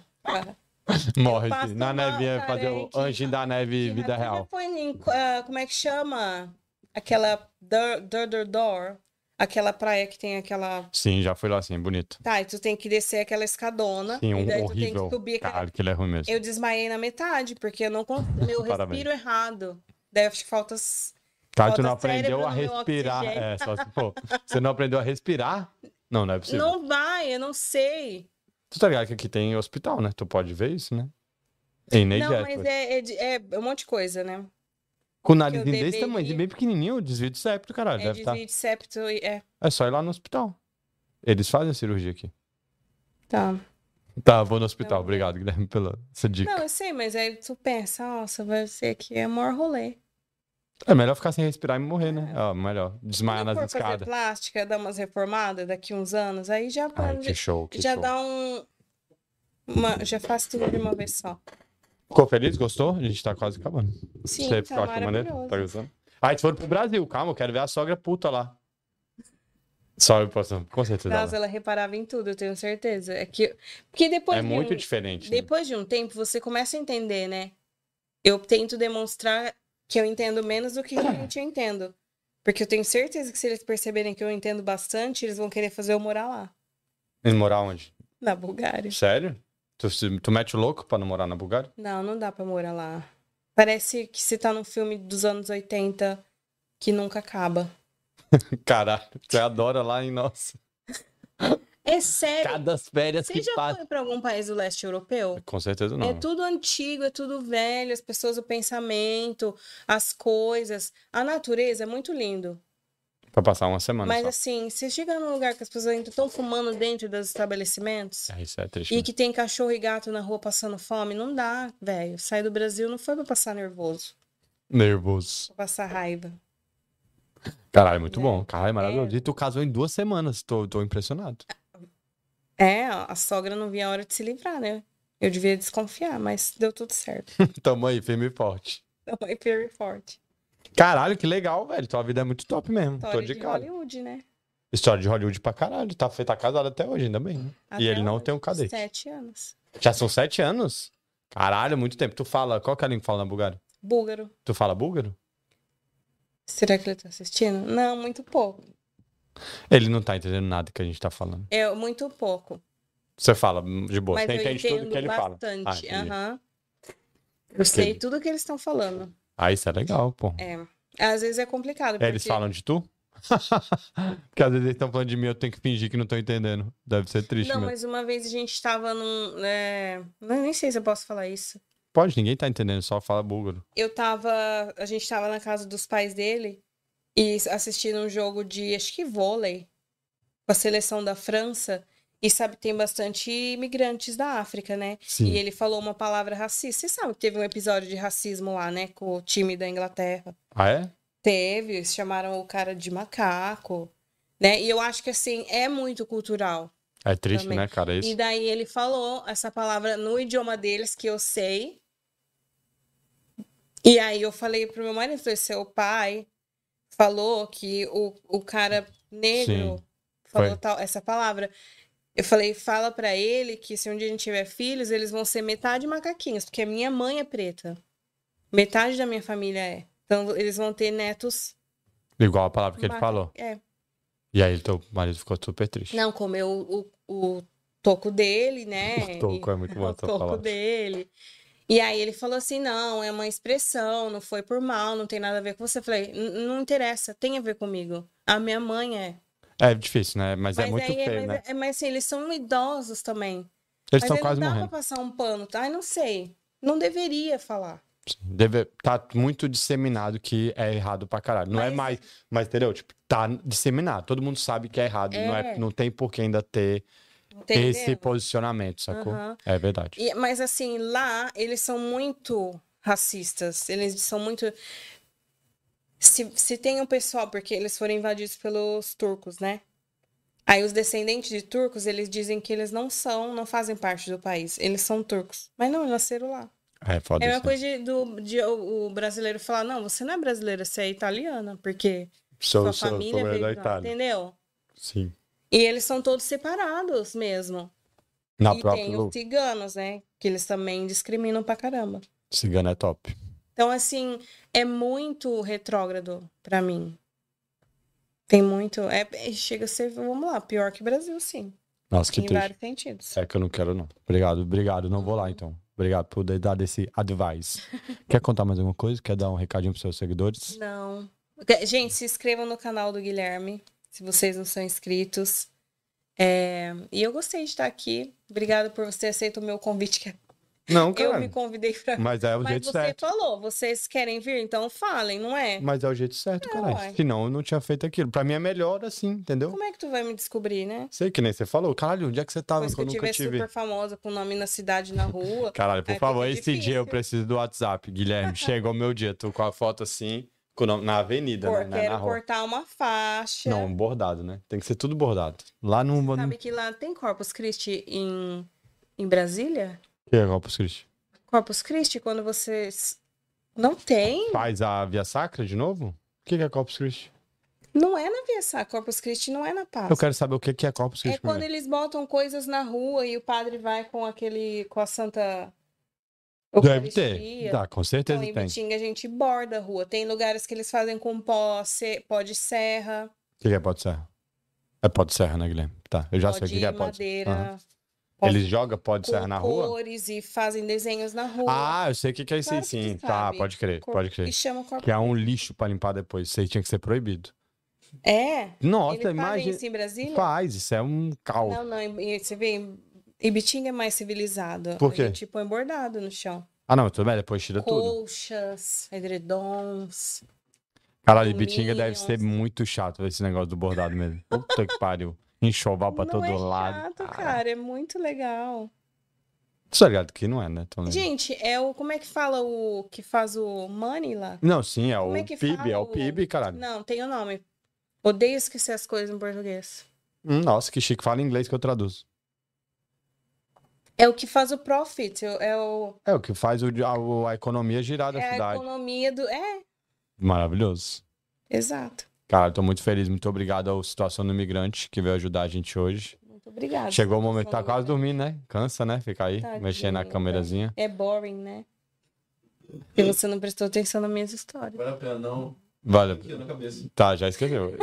A: Morre.
B: passo
A: Na
B: mal,
A: neve é
B: cara,
A: fazer
B: é
A: o
B: que-
A: anjinho da neve vida
B: Você já
A: real.
B: foi em, ah, como é que chama? Aquela Dur- Dur- Dur- Door, aquela praia que tem aquela.
A: Sim, já foi lá assim, bonito.
B: Tá, e tu tem que descer aquela escadona.
A: Sim,
B: e
A: um
B: daí tu tem
A: horrível.
B: que subir aquela.
A: Caralho, que ele é ruim mesmo.
B: Eu desmaiei na metade, porque eu não consigo. Meu
A: Parabéns.
B: respiro errado. Deve falta. s-
A: Cara, tu
B: Falta
A: não
B: cérebro
A: aprendeu a
B: no meu
A: respirar.
B: oxigênio.
A: É, só se for. Você não aprendeu a respirar? Não, não é possível.
B: Não vai, eu não sei.
A: Tu tá ligado que aqui tem hospital, né? Tu pode ver isso, né? Em
B: não,
A: Neyjet.
B: mas
A: ué.
B: é, é de- é um monte de coisa, né?
A: Com o narizinho
B: Porque o
A: desse
B: bebê
A: tamanho,
B: que-
A: bem pequenininho, desvio de septo, caralho.
B: É
A: deve
B: desvio
A: tá.
B: de septo e é.
A: É só ir lá no hospital. Eles fazem a cirurgia aqui.
B: Tá.
A: Tá, vou no hospital.
B: Então-
A: Obrigado, Guilherme, pela essa dica.
B: Não, eu sei, mas aí tu pensa, nossa, vai ser que é maior rolê.
A: É melhor ficar sem respirar e morrer, né? Ah, melhor. Desmaiar
B: Quando eu
A: nas
B: for É. fazer
A: escadas.
B: plástica, dar umas reformadas daqui uns anos, aí já,
A: Ai, que
B: já,
A: show, que show.
B: dá um. uma- já faço tudo de uma vez só.
A: Ficou feliz? Gostou? A gente tá quase acabando.
B: Sim,
A: Você
B: tá
A: ficou achando maneiro?
B: maravilhoso.
A: Tá gostando? Aí eles foram pro Brasil, calma, eu quero ver a sogra puta lá. Sogra, posso- com certeza. ela-
B: Nossa, ela reparava em tudo, eu tenho certeza. É que, porque depois
A: É
B: de
A: muito
B: um-
A: diferente. né?
B: Depois de um tempo, você começa a entender, né? Eu tento demonstrar que eu entendo menos do que realmente eu entendo. Porque eu tenho certeza que se eles perceberem que eu entendo bastante, eles vão querer fazer eu morar lá,
A: E morar onde?
B: na Bulgária.
A: Sério? Tu, se- tu mete o louco pra não morar na Bulgária?
B: Não, não dá pra morar lá. Parece que você tá num filme dos anos 80 que nunca acaba.
A: Caralho, tu adora lá em nossa.
B: É sério.
A: Cada férias
B: Você
A: que
B: já
A: passa.
B: foi pra algum país do leste europeu?
A: Com certeza não.
B: É tudo antigo, é tudo velho, as pessoas, o pensamento, as coisas. A natureza é muito lindo.
A: Pra passar uma semana
B: Mas
A: só.
B: assim, você chega num lugar que as pessoas ainda estão fumando dentro dos estabelecimentos
A: É, isso é triste.
B: assim, e
A: mesmo.
B: que tem cachorro e gato na rua passando fome, não dá, velho. Sair do Brasil não foi pra passar nervoso,
A: Nervoso.
B: pra passar raiva.
A: Caralho, muito
B: É.
A: bom. Caralho, maravilhoso.
B: É.
A: E tu casou em duas semanas. Tô, tô impressionado.
B: É, a sogra não via a hora de se livrar, né? Eu devia desconfiar, mas deu tudo certo.
A: Tamo aí, firme e forte.
B: Então é firme e forte.
A: Caralho, que legal, velho. Tua vida é muito top mesmo.
B: História
A: tô de,
B: de
A: cara.
B: Hollywood, né?
A: História de Hollywood pra caralho. Tá, fe- tá casado até hoje, ainda bem. né?
B: Até
A: ele não
B: hoje,
A: tem um cadete.
B: Sete anos.
A: Já são sete anos? Caralho, muito tempo. Tu fala. Qual que é a língua que fala na Bulgária?
B: Búlgaro.
A: Tu fala búlgaro?
B: Será que ele tá assistindo? Não, muito pouco.
A: Ele não tá entendendo nada que a gente tá falando.
B: É, muito pouco.
A: Você fala hum, de boa.
B: Mas
A: Você
B: eu
A: entende
B: entendo
A: tudo que ele fala. Ah,
B: bastante.
A: entendi.
B: aham. Eu sei tudo que eles estão falando.
A: Ah, isso é legal, pô.
B: É. Às vezes é complicado.
A: É, Eles
B: porque-
A: falam de tu? Porque às vezes eles estão falando de mim, eu tenho que fingir que não tô entendendo. Deve ser triste
B: Não,
A: mesmo.
B: mas uma vez a gente tava num. é, não, Nem sei se eu posso falar isso.
A: Pode, ninguém tá entendendo, só fala búlgaro.
B: Eu tava. A gente tava na casa dos pais dele e assistindo um jogo de acho que vôlei com a seleção da França. E sabe, tem bastante imigrantes da África, né?
A: Sim.
B: E ele falou uma palavra racista. Você sabe que teve um episódio de racismo lá, né? Com o time da Inglaterra.
A: Ah, é?
B: Teve, eles chamaram o cara de macaco, né? E eu acho que assim é muito cultural.
A: É triste,
B: Também.
A: né, cara? Isso.
B: E daí ele falou essa palavra no idioma deles que eu sei. E aí eu falei pro meu marido, falei, seu pai falou que o, o cara negro
A: Sim,
B: falou
A: foi.
B: tal, essa palavra. Eu falei, fala pra ele que se um dia a gente tiver filhos, eles vão ser metade macaquinhos, porque a minha mãe é preta. Metade da minha família é. Então eles vão ter netos
A: Igual a palavra que ele
B: Maca-
A: falou.
B: É.
A: E aí teu marido ficou super triste.
B: Não, comeu o, o, o toco dele, né?
A: O toco é muito bom
B: o
A: essa
B: toco
A: palavra.
B: dele. E aí ele falou assim: não, é uma expressão, não foi por mal, não tem nada a ver com você. Eu falei, "N- não interessa, tem a ver comigo. A minha mãe é.
A: É difícil, né? Mas, é muito
B: aí,
A: feio,
B: mas,
A: né?
B: é- mas assim, eles são idosos também.
A: Eles
B: mas
A: estão
B: aí
A: quase
B: não dá
A: morrendo.
B: pra passar um pano, tá? Ai, não sei. Não deveria falar.
A: Deve, tá muito disseminado que é errado pra caralho. Não é
B: Mas-
A: mais, mas entendeu? Tipo, tá disseminado. Todo mundo sabe que é errado. Não, é,
B: É.
A: não tem por que ainda ter
B: Entendeu?
A: esse posicionamento, sacou?
B: Aham.
A: É verdade.
B: E- mas assim, lá eles são muito racistas. Eles são muito. Se, se tem um pessoal, porque eles foram invadidos pelos turcos, né? Aí os descendentes de turcos, eles dizem que eles não são, não fazem parte do país. Eles são turcos. Mas não, eles nasceram lá.
A: É foda
B: É a
A: isso. né?
B: mesma coisa de, do, de o, o brasileiro falar, não, você não é brasileira, você é italiana, porque
A: Sou, sou,
B: sua
A: sou
B: família
A: é da
B: veio lá,
A: Itália.
B: entendeu?
A: Sim.
B: E eles são todos separados mesmo.
A: Na
B: e
A: própria
B: tem
A: Ah, Lu,
B: os ciganos, né? Que eles também discriminam pra caramba.
A: cigano é top.
B: Então, assim, é muito retrógrado pra mim. Tem muito. É, é- chega a ser, vamos lá, pior que o Brasil, sim.
A: Nossa, que
B: em
A: triste.
B: vários sentidos.
A: É que eu não quero, não. Obrigado, obrigado. Não vou lá, então. Obrigado por ter dado esse advice. Quer contar mais alguma coisa? Quer dar um recadinho pros seus seguidores?
B: Não. Gente, se inscrevam no canal do Guilherme, se vocês não são inscritos. É, E eu gostei de estar aqui. Obrigada por você ter aceito o meu convite, que é
A: Não,
B: Eu
A: cara.
B: me convidei pra.
A: Mas é o
B: Mas
A: jeito
B: você
A: certo.
B: falou, vocês querem vir, então falem, não é?
A: Mas é o jeito certo,
B: É, uai.
A: caralho. Senão eu não tinha feito aquilo. Pra mim é melhor assim, entendeu?
B: Como é que tu vai me descobrir, né?
A: Sei que nem você falou. Caralho, onde é que você tava que
B: Depois que
A: eu
B: eu
A: nunca
B: tiver
A: tive?
B: super famosa com nome na cidade, na rua.
A: Caralho, por
B: Aí fica
A: favor, esse
B: difícil.
A: dia eu preciso do WhatsApp, Guilherme. Chegou meu dia. Tô com a foto assim, com o nome- na avenida,
B: Pô,
A: né? Na, na
B: quero
A: rua.
B: cortar uma faixa.
A: Não, bordado, né? Tem que ser tudo bordado. Lá no.
B: Sabe que lá tem Corpus Christi em, em Brasília?
A: Que é Corpus Christi?
B: Corpus Christi, quando vocês. Não tem?
A: Faz a Via Sacra de novo? O que que é Corpus Christi?
B: Não é na Via Sacra. Corpus Christi não é na Páscoa.
A: Eu quero saber o que que é Corpus
B: É
A: Christi
B: quando
A: primeiro.
B: eles botam coisas na rua e o padre vai com aquele. com a Santa.
A: Deve
B: Eucaristia.
A: ter. Tá, com certeza
B: Então, em
A: tem.
B: Bitinga a gente borda a rua. Tem lugares que eles fazem com pó, se- pó de serra,
A: O que que é pó de serra? É pó de serra, né, Guilherme? Tá, eu já
B: pó
A: sei o que
B: de
A: que é pó de
B: madeira,
A: Aham.
B: pó
A: Eles jogam pó de
B: com
A: serra na rua?
B: cores e fazem desenhos na rua.
A: Ah, eu sei o que que é isso aí,
B: Claro que tu
A: sim. Tá,
B: sabe.
A: pode crer,
B: Cor-
A: pode crer.
B: E chama o corpo.
A: Que é um lixo pra limpar depois. Isso aí tinha que ser proibido.
B: É?
A: Nossa,
B: Ele faz
A: imagina.
B: isso em Brasília?
A: Faz, isso é um caos.
B: Não, não. em- em- Você vê, em- Ibitinga é mais civilizado.
A: Por quê?
B: A gente põe bordado no chão.
A: Ah, não, tudo bem, depois tira tudo.
B: Colchas, edredons.
A: Caralho, Bitinga deve
B: Minions.
A: ser muito chato esse negócio do bordado mesmo. Puta que pariu. Enxoval pra
B: não
A: todo
B: é
A: lado.
B: chato,
A: Caralho.
B: cara. É muito legal.
A: Tu tá ligado que não é, né? Tô lembrando.
B: Gente, é o... Como é que fala o... Que faz o money lá?
A: Não, sim, é o
B: Como é que
A: PIB,
B: fala
A: é o
B: o-
A: PIB, caralho.
B: Não, tem o nome. Odeio esquecer as coisas em português.
A: Hum, Nossa, que chique. Fala em inglês que eu traduzo.
B: É o que faz o profit, é, o,
A: É o que faz o, a, a economia girar da
B: é a
A: cidade.
B: economia do. É,
A: Maravilhoso.
B: exato.
A: Cara, tô muito feliz. Muito obrigado ao Situação do Imigrante que veio ajudar a gente hoje.
B: Muito obrigada.
A: Chegou o momento, tá
B: Situação do
A: quase
B: Imigrante.
A: dormindo, né? Cansa, né? Ficar aí,
B: Tadinho,
A: mexendo na
B: tá.
A: câmerazinha.
B: É boring, né? Porque você não prestou atenção nas minhas histórias.
C: Vale a pena, não.
A: Valeu.
C: Aqui, ó, na cabeça.
A: Tá, já escreveu.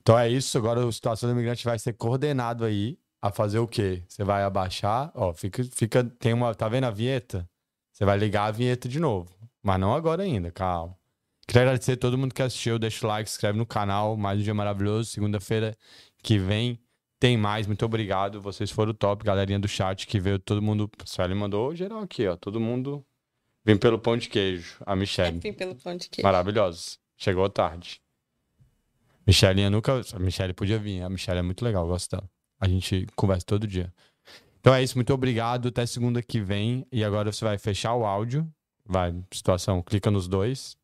A: então é isso. Agora o Situação do Imigrante vai ser coordenado aí a fazer o quê? Você vai abaixar, ó, fica, fica, tem uma, tá vendo a vinheta? Você vai ligar a vinheta de novo. Mas não agora ainda, calma. Queria agradecer a todo mundo que assistiu. Deixa o like, se inscreve no canal. Mais um dia maravilhoso. Segunda-feira que vem tem mais. Muito obrigado. Vocês foram top, galerinha do chat que veio todo mundo. A Sueli mandou geral aqui, ó. Todo mundo vem pelo pão de queijo. A Michelle.
B: Enfim, pelo pão de queijo.
A: Maravilhosos. Chegou tarde. Michelinha nunca. A Michelle podia vir. A Michelle é muito legal, eu gosto dela. A gente conversa todo dia. Então é isso, muito obrigado. Até segunda que vem. E agora você vai fechar o áudio. Vai, situação, clica nos dois.